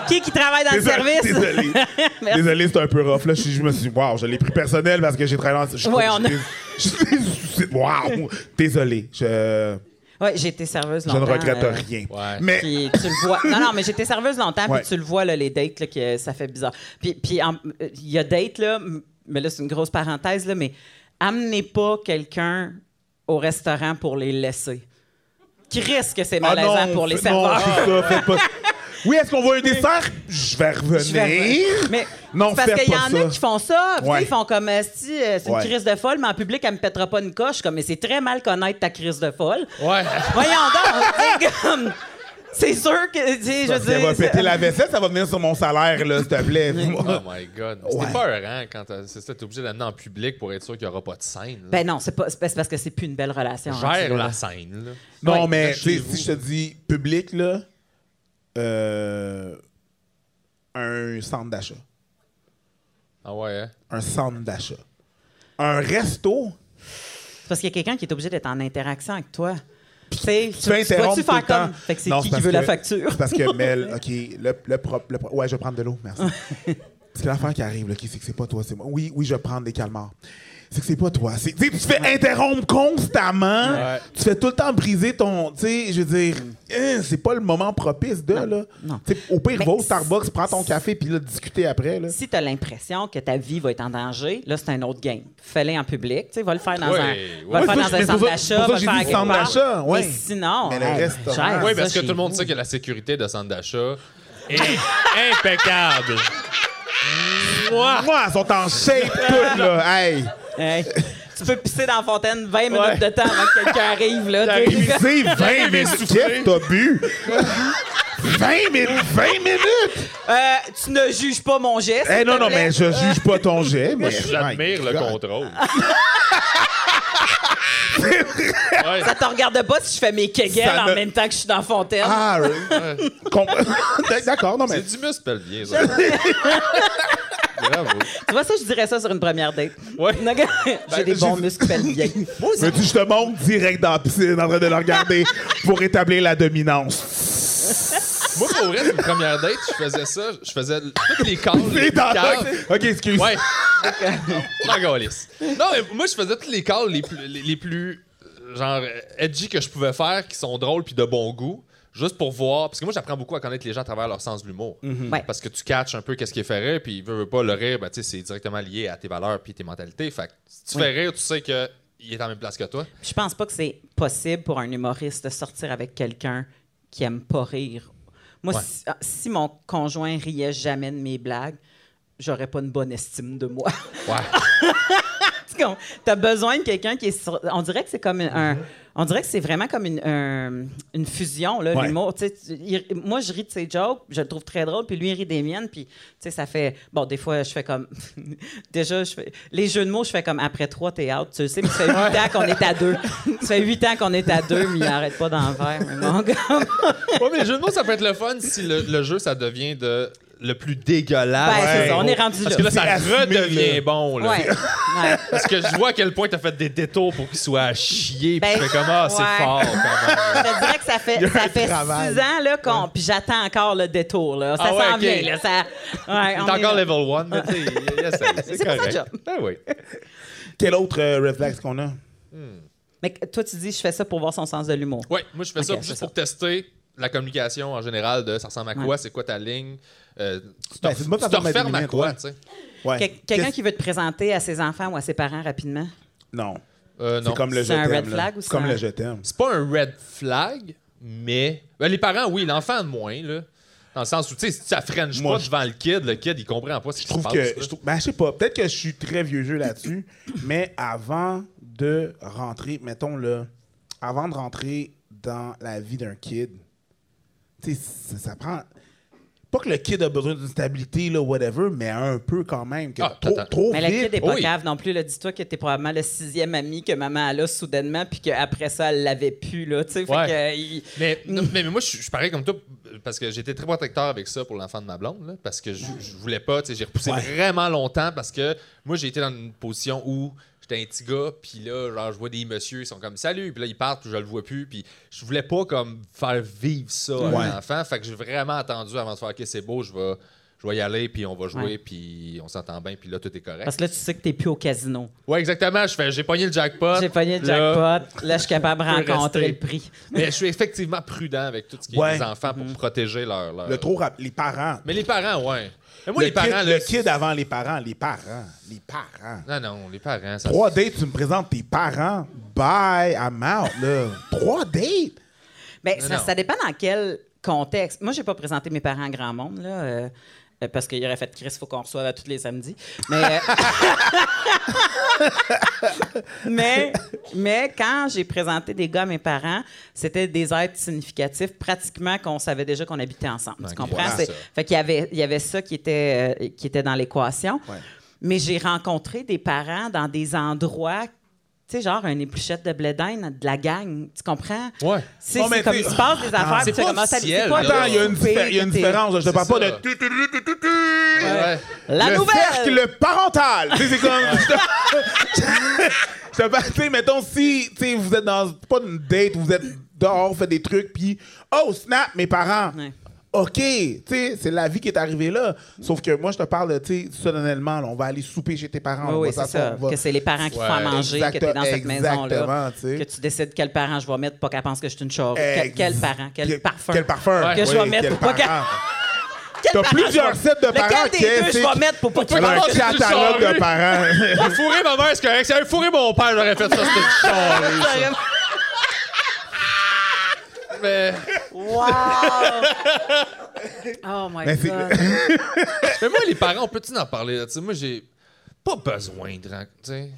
B: qui qui travaille dans le
A: Ah! Désolé,
B: service?
A: Désolé.
B: [laughs] Merci.
A: Désolé, c'est un peu rough. Là. Je, je me suis dit, wow, je l'ai pris personnel parce que j'ai travaillé dans. Je,
B: Ouais,
A: je-
B: on a-
A: je- je- je-
B: [laughs]
A: Wow! Désolé. Je,
B: Ouais, j'ai été serveuse
A: je ne
B: longtemps.
A: regrette
B: euh,
A: rien.
C: Ouais.
A: Mais.
B: Puis tu le vois. Non, non, mais j'étais serveuse longtemps,
A: Ouais.
B: puis tu le vois, là, les dates, là, que ça fait bizarre. Puis puis en- euh, il y a date, là, m- mais là, c'est une grosse parenthèse, là, mais amenez pas quelqu'un au restaurant pour les laisser. Chris, que c'est malaisant
A: Ah non,
B: pour les
A: fait- non,
B: serveurs.
A: c'est ça, faites
B: [laughs]
A: pas- Oui, est-ce qu'on voit un dessert? Je vais revenir.
B: Je vais- Mais
A: Non,
B: c'est parce
A: faites
B: qu'il y
A: pas
B: en
A: ça.
B: a qui font ça. puis
A: Ouais.
B: Ils font comme euh, si euh, c'est une
A: Ouais.
B: crise de folle, mais en public, elle me pètera pas une coche. Comme, mais c'est très mal connaître ta crise de folle.
C: Ouais.
B: Voyons donc. [laughs] c'est comme- C'est sûr que, tu sais, je
A: Parce qu'elle
B: veux
A: va
B: dire,
A: péter la vaisselle, ça va venir sur mon salaire, là, s'il te
B: [laughs]
A: plaît.
C: Oh my god.
A: Ouais.
C: C'était peurant hein, quand t'as- c'est ça, t'es obligé d'amener en public pour être sûr qu'il n'y aura pas de scène. là.
B: Ben non, c'est pas, c'est pas- c'est parce que c'est plus une belle relation. hein,
C: Gère
B: rendu là.
C: la scène. là.
A: non,
B: Ouais.
A: mais
C: Là, chez
A: tu sais,
C: vous.
A: si je te dis public, là, euh, un centre d'achat.
C: Ah ouais, hein?
A: Un centre d'achat. Un resto.
B: C'est parce qu'il y a quelqu'un qui est obligé d'être en interaction avec toi. Tu sais,
A: Tu vas
B: tu
A: interrompre
B: vas-tu
A: tout le
B: faire comme.
A: temps.
B: Fait que c'est
A: Non,
B: qui qui
A: parce
B: veut la
A: que-
B: facture?
A: c'est Parce
B: [laughs]
A: que Mel, OK, le, le propre... le pro- Ouais, je vais prendre de l'eau, merci. c'est l'affaire qui arrive, là, qui c'est que c'est pas toi, c'est moi. Oui, oui, je vais prendre des calmars. C'est que c'est pas toi. C'est- tu sais, tu te fais interrompre constamment.
C: Ouais.
A: Tu fais tout le temps briser ton... Tu sais, je veux dire, hein, c'est pas le moment propice de, là.
B: Mm. non.
A: Tu sais, Au pire,
B: Mais
A: va au
B: c'est-
A: Starbucks, prends ton café, puis là, discuter après, là.
B: Si tu as l'impression que ta vie va être en danger, là, c'est un autre game. Fais-le en public. Tu sais, va le faire dans
C: Ouais,
B: un,
C: ouais.
B: va le faire
A: Mais
B: dans
A: c'est
B: un
A: pour
B: centre
A: ça- c'est
B: d'achat,
A: pour ça
B: va
A: que
B: le
A: j'ai
B: faire
A: dit
B: quelque
A: centre
B: part.
A: d'achat, ouais.
B: Mais sinon,
A: Mais le hein.
B: hey,
A: restaurant.
B: gère
C: Oui,
B: Ah, ça
C: parce que
B: chez
C: tout le monde
B: vous. Oh
C: sait que la sécurité de centre d'achat est Eh, impeccable. Moi!
A: Moi, elles sont en
B: [laughs]
A: shape, toutes, là. Hey!
B: Hey, tu peux pisser dans la fontaine 20 minutes
C: Ouais.
B: de temps avant
A: [laughs]
B: que quelqu'un arrive là. tu sais. [laughs]
A: Épuisé, 20 minutes.
C: essoufflé.
A: Qu'est-ce que t'as bu? 20 minutes! 20 minutes!
B: Euh, tu ne juges pas mon geste.
A: Eh
B: s'il
A: non,
B: te
A: non,
B: plaît.
A: mais je juge pas ton jet, mais.
B: [laughs]
C: J'admire le
A: My God.
C: contrôle. Ouais.
B: Ça te regarde pas si je fais mes kegels
A: Ça
B: en
A: ne-
B: même temps que je suis dans la fontaine.
A: Ah, oui. Com- [laughs] D'accord, non, mais.
C: C'est du muscle pelvien, ça.
A: [laughs]
C: Bravo.
B: Tu vois ça, je dirais ça sur une première date.
C: Ouais.
B: [laughs]
C: Ben,
B: Donc, J'ai des
A: j'ai-
B: bons muscles
C: [laughs]
B: pelviens.
A: Mais tu je te montre direct dans la piscine en train de le
B: [laughs]
A: regarder pour établir la dominance.
C: Moi, pour vrai, une première date, je faisais ça. Je faisais toutes les calls.
A: [laughs] C'est
C: les
A: dans-
C: calls.
A: Ok, excuse.
C: Ouais. Non, câlisse. Non, mais moi, je faisais tous les calls les plus, les, les plus euh, genre euh, edgy que je pouvais faire, qui sont drôles puis de bon goût. Juste pour voir, parce que moi j'apprends beaucoup à connaître les gens à travers leur sens de l'humour.
A: Mhm.
B: Ouais.
C: Parce que tu catches un peu qu'est-ce qui est fait rire, puis veut, veut pas le rire, ben, tu sais, c'est directement lié à tes valeurs puis tes mentalités. Fait que si tu fais rire, tu sais que il est en même place que toi.
B: Je pense pas que c'est possible pour un humoriste de sortir avec quelqu'un qui aime pas rire. Moi,
C: Ouais.
B: si, ah, si mon conjoint riait jamais de mes blagues, j'aurais pas une bonne estime de moi.
C: Ouais.
B: [laughs] Tu com- T'as besoin de quelqu'un qui est sur- On dirait que c'est comme un.
C: Mhm.
B: un- On dirait que c'est vraiment comme une, un- une fusion, là,
A: Ouais.
B: l'humour. Tu sais, tu- il- Moi, je ris de ses jokes, je le trouve très drôle, puis lui, il rit des miennes, puis, tu sais, ça fait. Bon, des fois, je fais comme. [laughs] Déjà, je fais. Les jeux de mots, je fais comme après trois, t'es out, tu le sais, mais ça fait huit ans qu'on est à deux. Ça fait huit ans qu'on est à deux, mais il arrête pas d'en faire, mais mon gars.
C: [laughs] Ouais, mais le jeu de mots, ça peut être le fun si le, le jeu, ça devient de le plus dégueulasse.
B: Ben, c'est ça, on est rendu
C: Parce
B: là.
C: que là, ça
A: C'est assumé,
C: redevient
A: là.
C: bon. Là.
B: Ouais. ouais.
C: Parce que je vois à quel point t'as fait des détours pour qu'il soit à chier.
B: Ben,
C: puis je fais comme, ah, c'est
B: ouais.
C: fort quand même.
B: Je te dirais que ça fait, ça fait
A: travail.
B: six ans là, qu'on. Puis j'attends encore le détour. Là. Ça
C: Ah ouais,
B: s'en
C: ok.
B: vient. Là, ça, ouais, [laughs]
C: Il
B: on
C: est encore
B: là.
C: level 1, mais tu sais, il essaie.
B: [laughs] C'est pas
C: correct.
B: sa job.
C: Ben oui.
A: Quel autre euh, red flag qu'on a?
B: Mais que- toi, tu dis, je fais ça pour voir son sens de l'humour.
C: Ouais, moi, je fais ça
B: Ok,
C: juste
B: c'est
C: pour tester la communication en général de ça ressemble à quoi,
B: Ouais.
C: c'est quoi ta ligne. euh, tu te,
A: Ben, c'est une bonne
C: tu te
A: façon de
C: refermes à
A: m'adminer,
C: quoi,
A: ouais.
C: tu sais.
A: Ouais.
B: Quel- Quelqu'un
A: Qu'est-ce-
B: qui veut te présenter à ses enfants ou à ses parents rapidement.
A: Non.
C: Euh, non.
A: C'est comme le je
B: C'est un
A: t'aime.
B: red
A: là.
B: flag ou
A: C'est
B: c'est
A: comme
B: un-
A: le je t'aime.
C: C'est pas un red flag, mais. ben, les parents, oui, l'enfant, moins, là. Dans le sens où, tu sais, si tu affrenches
A: Moi,
C: pas devant le kid, le kid, il comprend pas ce qui
A: Je trouve
C: se passe.
A: que.
C: là.
A: Je, trouve- ben, je sais pas. Peut-être que je suis très vieux jeu
C: [coughs]
A: là-dessus, mais avant de rentrer, mettons le. Avant de rentrer dans la vie d'un kid, tu sais, ça, ça prend. Pas que le kid a besoin d'une stabilité, là, whatever, mais un peu quand même. Que
C: Ah,
A: trop,
C: t'attends.
A: trop
B: Mais la
A: vite.
B: kid n'est pas
C: oui.
B: cave non plus. là. Dis-toi que t'es probablement le sixième ami que maman a là soudainement, puis qu'après ça, elle l'avait plus. Là, tu sais, fait
C: Ouais.
B: que, euh, il-
C: Mais,
A: Mm.
C: non, mais, mais moi, je suis je suis pareil comme toi parce que j'étais très protecteur avec ça pour l'enfant de ma blonde, là, parce que je, je voulais pas, tu sais, j'ai repoussé
A: Ouais.
C: vraiment longtemps parce que moi, j'ai été dans une position où j'étais un petit gars, puis là, genre, je vois des messieurs, ils sont comme salut, puis là, ils partent, puis je le vois plus, puis je voulais pas comme faire vivre ça à
A: Ouais.
C: un enfant, fait que j'ai vraiment attendu avant de faire, ok, c'est beau, je vais, je vais y aller, puis on va jouer,
B: Ouais.
C: puis on s'entend bien, puis là, tout est correct.
B: Parce que là, tu sais que t'es plus au casino.
C: Ouais, exactement, je fais, j'ai pogné le jackpot.
B: J'ai pogné le
C: là,
B: jackpot. Là, je suis capable de
C: On peut
B: rencontrer
C: rester.
B: le prix.
C: Mais je suis effectivement prudent avec tout ce qui
A: Ouais. Mm-hmm.
C: est des enfants pour protéger leur. leur-
A: Le trop rap- Les parents.
C: Mais les parents, ouais. Mais moi,
A: le
C: les parents,
A: kid,
C: là,
A: le kid avant les parents. Les parents. Les parents.
C: Non, non, les parents. Ça...
A: Trois dates, tu me présentes tes parents. Bye, I'm out, là. Trois dates?
B: Ben,
C: Non,
B: ça,
C: non.
B: ça dépend dans quel contexte. Moi, j'ai pas présenté mes parents à grand monde, là, euh, euh, parce qu'il aurait fait Chris, faut qu'on reçoive à tous les samedis. Mais, euh, [laughs] mais, mais quand j'ai présenté des gars à mes parents, c'était des êtres significatifs, pratiquement qu'on savait déjà qu'on habitait ensemble.
C: Ok,
B: Tu comprends?
C: voilà
B: C'est-
C: ça.
B: Fait qu'il y avait, il y avait ça qui était, euh, qui était dans l'équation.
A: Ouais.
B: Mais j'ai rencontré des parents dans des endroits, tu sais, genre un épluchette de blé d'Inde, de la gang. Tu comprends?
C: Ouais.
B: C'est
A: Non, mais ah,
B: c'est comme
A: t'es-
B: il se passe des affaires, puis
C: c'est
B: tu
C: pas
B: commences à
C: officiel,
B: c'est pas
C: là.
A: Attends, il y a une,
B: groupé,
A: diffé- il y a une
B: t'es-
A: différence. là. Je te parle pas
C: ça.
A: de... tu- tu- tu- tu- tu-
C: Ouais. ouais.
B: La
A: le
B: nouvelle.
A: cercle parental. Tu sais, c'est comme. [laughs] Je te- je te parle, tu sais, mettons, si tu sais, vous êtes dans. Pas une date, vous êtes dehors, vous faites des trucs, puis. Oh, snap, mes parents.
B: Ouais.
A: OK, tu sais, c'est la vie qui est arrivée là. Sauf que moi, je te parle, de, tu sais, solennellement, là, on va aller souper chez tes parents.
B: Oui,
A: on
B: oui,
A: va
B: c'est
A: s'asseoir,
B: ça.
A: on va-
B: Que c'est les parents qui te font à
C: Ouais.
B: manger, que t'es dans cette
A: Exactement,
B: maison-là.
A: tu sais.
B: Que tu décides quel parent je vais mettre pour pas qu'elle pense que je suis une charrue. Quel, quel
A: Ex-
B: parent, quel, parfum.
A: Quel parfum.
C: Ouais.
B: Que je vais mettre
A: quel
B: pour pas qu'elle-
A: parent.
B: Quel
A: T'as
B: parent
A: plusieurs
B: je vais-
A: sets de parents
B: Lequel
A: que
B: des deux
A: c'est-
B: je vais mettre pour pas qu'elle
A: Elle a
B: pense
A: un
B: que je suis une
A: catalogue
C: charrue.
A: de parents.
C: Ah, fourrer ma mère, c'est correct. Si j'avais fourré mon père, j'aurais fait ça, c'était [laughs] charré, ça.
B: charrue?
C: Mais...
B: Wow! [laughs] Oh my
A: Mais c'est-
B: God.
C: mais moi, les parents, on peut-tu en parler? Là? Tu sais, Moi, j'ai pas besoin de. ren- tu sais.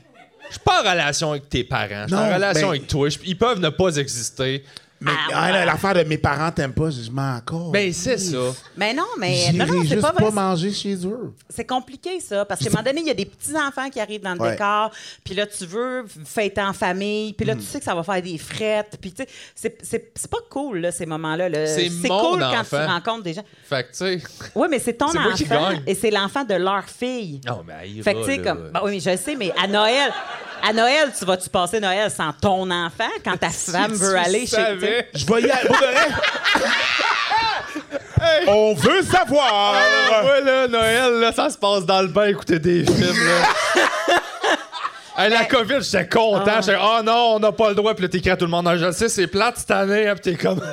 C: Je suis pas en relation avec tes parents. Je suis
A: Non,
C: en relation
A: ben-
C: avec toi. Je- Ils peuvent ne pas exister.
A: Mais
B: Ah,
A: ah,
B: voilà.
A: là, l'affaire de mes parents t'aiment pas, je je m'en encore.
C: Ben, c'est ça.
B: Mais non, mais non, non,
A: J'irai
B: c'est
A: juste
B: pas
A: pas,
B: vrai.
A: manger chez eux.
B: C'est compliqué, ça, parce qu'à un moment donné, il y a des petits-enfants qui arrivent dans le
A: Ouais.
B: décor, puis là, tu veux fêter en famille, puis là, tu sais que ça va faire des frettes, puis tu sais, c'est- c'est c'est pas cool, là, ces moments-là. là.
C: C'est
B: C'est
C: mon
B: cool quand tu
C: enfant.
B: rencontres des gens.
C: Fait que, tu sais.
B: Oui, mais c'est ton
C: C'est moi qui
B: enfant,
C: gagne.
B: et c'est l'enfant de leur fille.
C: Non, mais aïe,
B: Fait que, tu sais, comme. bah oui, mais je sais, mais à Noël, à Noël, tu vas-tu passer Noël sans ton enfant quand
C: [laughs]
B: ta femme veut aller chez. tu sais?
A: Je vais y aller. Pour de
B: [laughs]
A: vrai. On veut savoir.
C: Moi, Ah, là, Noël, là, ça se passe dans le bain, écouter des films,
B: [laughs]
C: là.
B: Ben,
C: Hey, la COVID, j'étais content.
B: ah.
C: J'étais, oh non, on n'a pas le droit. Puis là, t'écris à tout le monde, Ah, je le sais, c'est plate cette année. Hein, puis t'es comme. [laughs]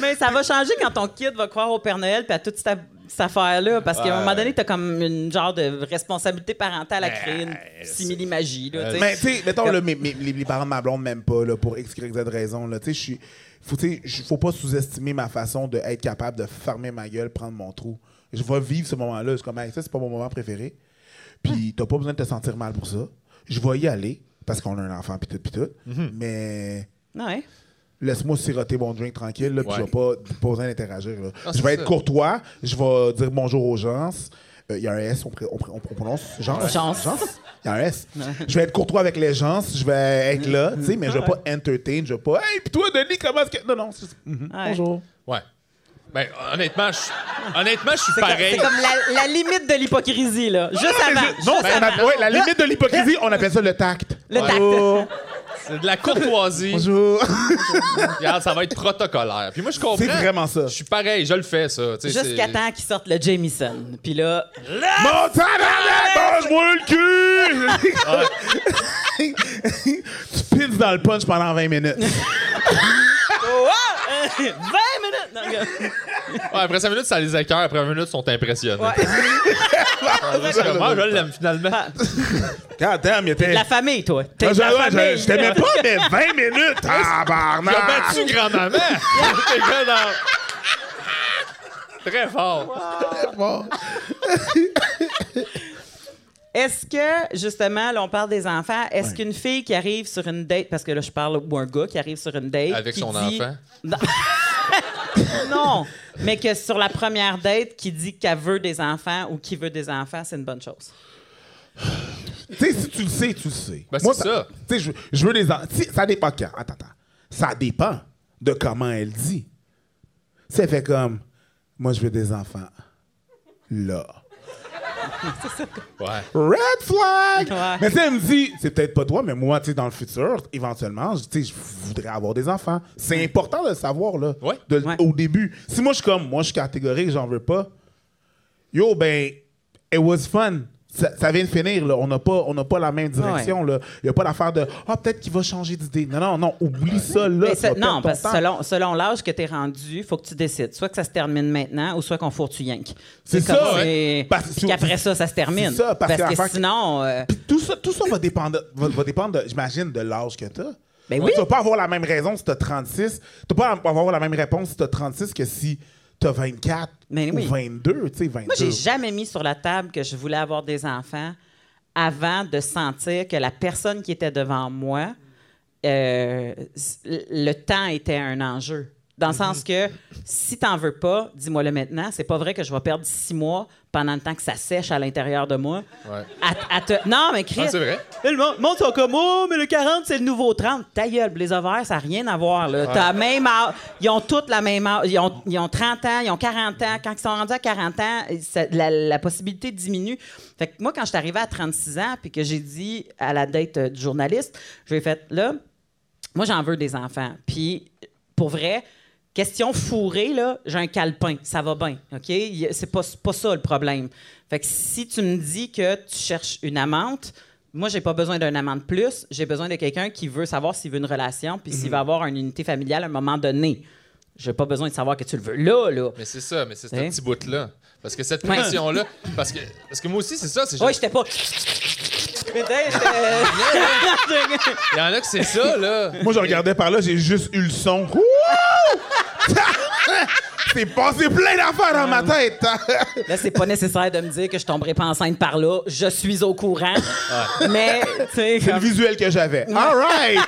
B: Mais ça va changer quand ton kid va croire au Père Noël puis à toute cette, cette affaire-là. Parce qu'à un moment donné, t'as comme une genre de responsabilité parentale à créer une
C: Ouais,
B: simili-magie. là, tu sais.
A: Mais tu sais, mettons, là, mes- mes- les, les parents de ma blonde m'aiment pas là, pour X, Y, Z raison. Là. Tu sais, je suis- Faut, tu sais, je- faut pas sous-estimer ma façon d'être capable de fermer ma gueule, prendre mon trou. Je vais vivre ce moment-là. Je suis comme, Hey, ça, c'est pas mon moment préféré. Puis t'as pas besoin de te sentir mal pour ça. Je vais y aller parce qu'on a un enfant, puis tout, puis tout.
B: Mm-hmm.
A: Mais
B: Ouais.
A: laisse-moi siroter mon drink tranquille, là, puis
C: Ouais.
A: je vais pas, pas besoin d'interagir. là.
C: Ah,
A: je
C: c'est
A: vais être
C: ça.
A: courtois, je vais dire bonjour aux gens. Euh, Il y a un S, on, pré- on pré- on pré- on prononce gens.
B: Gens.
A: Gens. Il y a un S. Je vais être courtois avec les gens, je vais être là, tu sais, mais je vais pas entertain, je vais pas. Hey, puis toi, Denis, comment est-ce que. Non, non, c'est- mhm.
B: Ouais. Bah,
A: Bonjour.
C: ouais. Ben, honnêtement, je honnêtement, je suis
B: C'est comme, c'est
C: pareil.
B: comme la, la limite de l'hypocrisie, là. Juste
A: Mais
B: avant.
A: je- non,
B: juste
A: on a-
B: avant.
A: ouais, la limite de l'hypocrisie, on appelle ça le tact.
B: Le tact.
A: Bonjour.
C: C'est de
B: [laughs]
C: la courtoisie.
A: Bonjour.
C: Regarde, ça va être protocolaire. Puis moi, je comprends.
A: C'est vraiment ça.
C: Je suis pareil, je le fais, ça. tu sais,
B: Jusqu'à
C: c'est-
B: temps qu'ils sortent le Jamison. Puis là,
A: Mon tabarnak, mange-moi le cul! tu pines dans le punch pendant 20 minutes.
B: 20 minutes! Non, regarde.
C: Ouais, après 5 minutes, ça les écœure. Après 20 minutes, ils sont impressionnés.
B: Ouais. Ah,
C: Ouais, je comprends, je l'aime finalement.
A: God damn, il était...
B: La famille, toi. T'es
A: Ah,
B: de la
A: j'avoue, je,
B: famille.
A: je t'aimais pas, mais 20 minutes!
C: Il a
A: Tabarnak!
C: battu
B: [laughs]
C: grand-maman! T'es comme dans- Très fort.
B: Est-ce que, justement, là, on parle des enfants, est-ce qu'une fille qui arrive sur une date, parce que là, je parle, ou un gars qui arrive sur une date.
C: Avec
B: qui
C: son
B: dit-
C: enfant.
B: Non. [laughs] Non, mais que sur la première date, qui dit qu'elle veut des enfants ou qui veut des enfants, c'est une bonne chose.
A: Tu sais, si tu le sais, tu le sais.
C: Ben, c'est ça.
A: Tu sais, je, je veux les... en- si- ça dépend quand. Attends, attends. Ça dépend de comment elle dit. Si elle fait comme, moi, je veux des enfants. Là.
C: Ouais.
A: Red flag!
B: Ouais.
A: Mais tu sais, elle me dit, c'est peut-être pas toi, mais moi, tu sais, dans le futur, éventuellement, je- tu sais, je voudrais avoir des enfants. C'est important de le savoir, là.
C: Ouais.
A: de le-
B: Ouais.
A: Au début. Si moi, je suis comme, moi, je suis catégorique, j'en veux pas. Yo, ben, it was fun. Ça, ça vient de finir, là. On n'a pas, on n'a pas la même direction, là. Il n'y a pas l'affaire de, ah, peut-être qu'il va changer d'idée. Non, non, non, oublie ça, là.
B: Mais
A: tu
B: ça-
A: vas perdre
B: non,
A: ton
B: parce que
A: temps.
B: selon, selon l'âge que t'es rendu, faut que tu décides. Soit que ça se termine maintenant ou soit qu'on fourre tu yank.
A: C'est
B: comme
A: ça,
B: c'est-
A: ouais. Parce-
B: Puis qu'après ça, ça se termine.
A: C'est ça, parce
B: parce,
A: qu'à
B: que,
A: faire-
B: sinon... euh,
A: Tout ça, tout ça va dépendre, va, va dépendre de- j'imagine, de l'âge que t'as.
B: Ben
A: Tu
B: oui.
A: vas pas avoir la même raison si t'as 36. Tu vas pas avoir la même réponse si t'as 36 que si t'as 24
B: Ben
A: ou
B: oui.
A: 22, tu sais, 22.
B: Moi, j'ai jamais mis sur la table que je voulais avoir des enfants avant de sentir que la personne qui était devant moi, euh, s- le temps était un enjeu. Dans le
C: Mhm.
B: sens que si t'en veux pas, dis-moi le maintenant. C'est pas vrai que je vais perdre six mois pendant le temps que ça sèche à l'intérieur de moi.
C: Ouais.
B: À- à te- Non, mais Chris.
C: Ah, c'est vrai.
B: Là, Le monde, le monde sont comme, oh, mais le 40, c'est le nouveau 30. Ta gueule, les ovaires, ça n'a rien à voir. Là. T'as la même âge. Ils ont toutes la même âge. Ils ont, ils ont 30 ans, ils ont 40 ans. Quand ils sont rendus à 40 ans, ça- la, la possibilité diminue. Fait que moi, quand je suis arrivée à 36 ans, puis que j'ai dit à la date euh, du journaliste, je lui ai fait, là, moi, j'en veux des enfants. Puis, pour vrai, question fourrée, là, j'ai un calepin. Ça va bien, OK? Y- C'est pas, c'est pas ça, le problème. Fait que si tu me dis que tu cherches une amante, moi, j'ai pas besoin d'un amant de plus. J'ai besoin de quelqu'un qui veut savoir s'il veut une relation puis s'il va avoir une unité familiale à un moment donné. J'ai pas besoin de savoir que tu le veux là, là.
C: Mais c'est ça, mais c'est ce
B: Hein?
C: petit bout-là. Parce que cette
B: Ouais.
C: pression-là. Parce, que, parce que moi aussi, c'est ça. c'est
B: Ouais,
C: genre-
B: Oh, j'étais pas... [laughs] Mais t'sais, j'étais-
C: Il y en a que
B: [laughs]
C: c'est ça, là.
A: Moi, je regardais par là, j'ai juste eu le son. Wouh! [laughs] C'est passé plein d'affaires dans ma
B: Ah.
A: tête. [laughs]
B: Là, c'est pas nécessaire de me dire que je tomberai pas enceinte par là. Je suis au courant. Mais, tu sais,
A: C'est le
B: comme-
A: visuel que j'avais. All
B: [laughs]
A: right!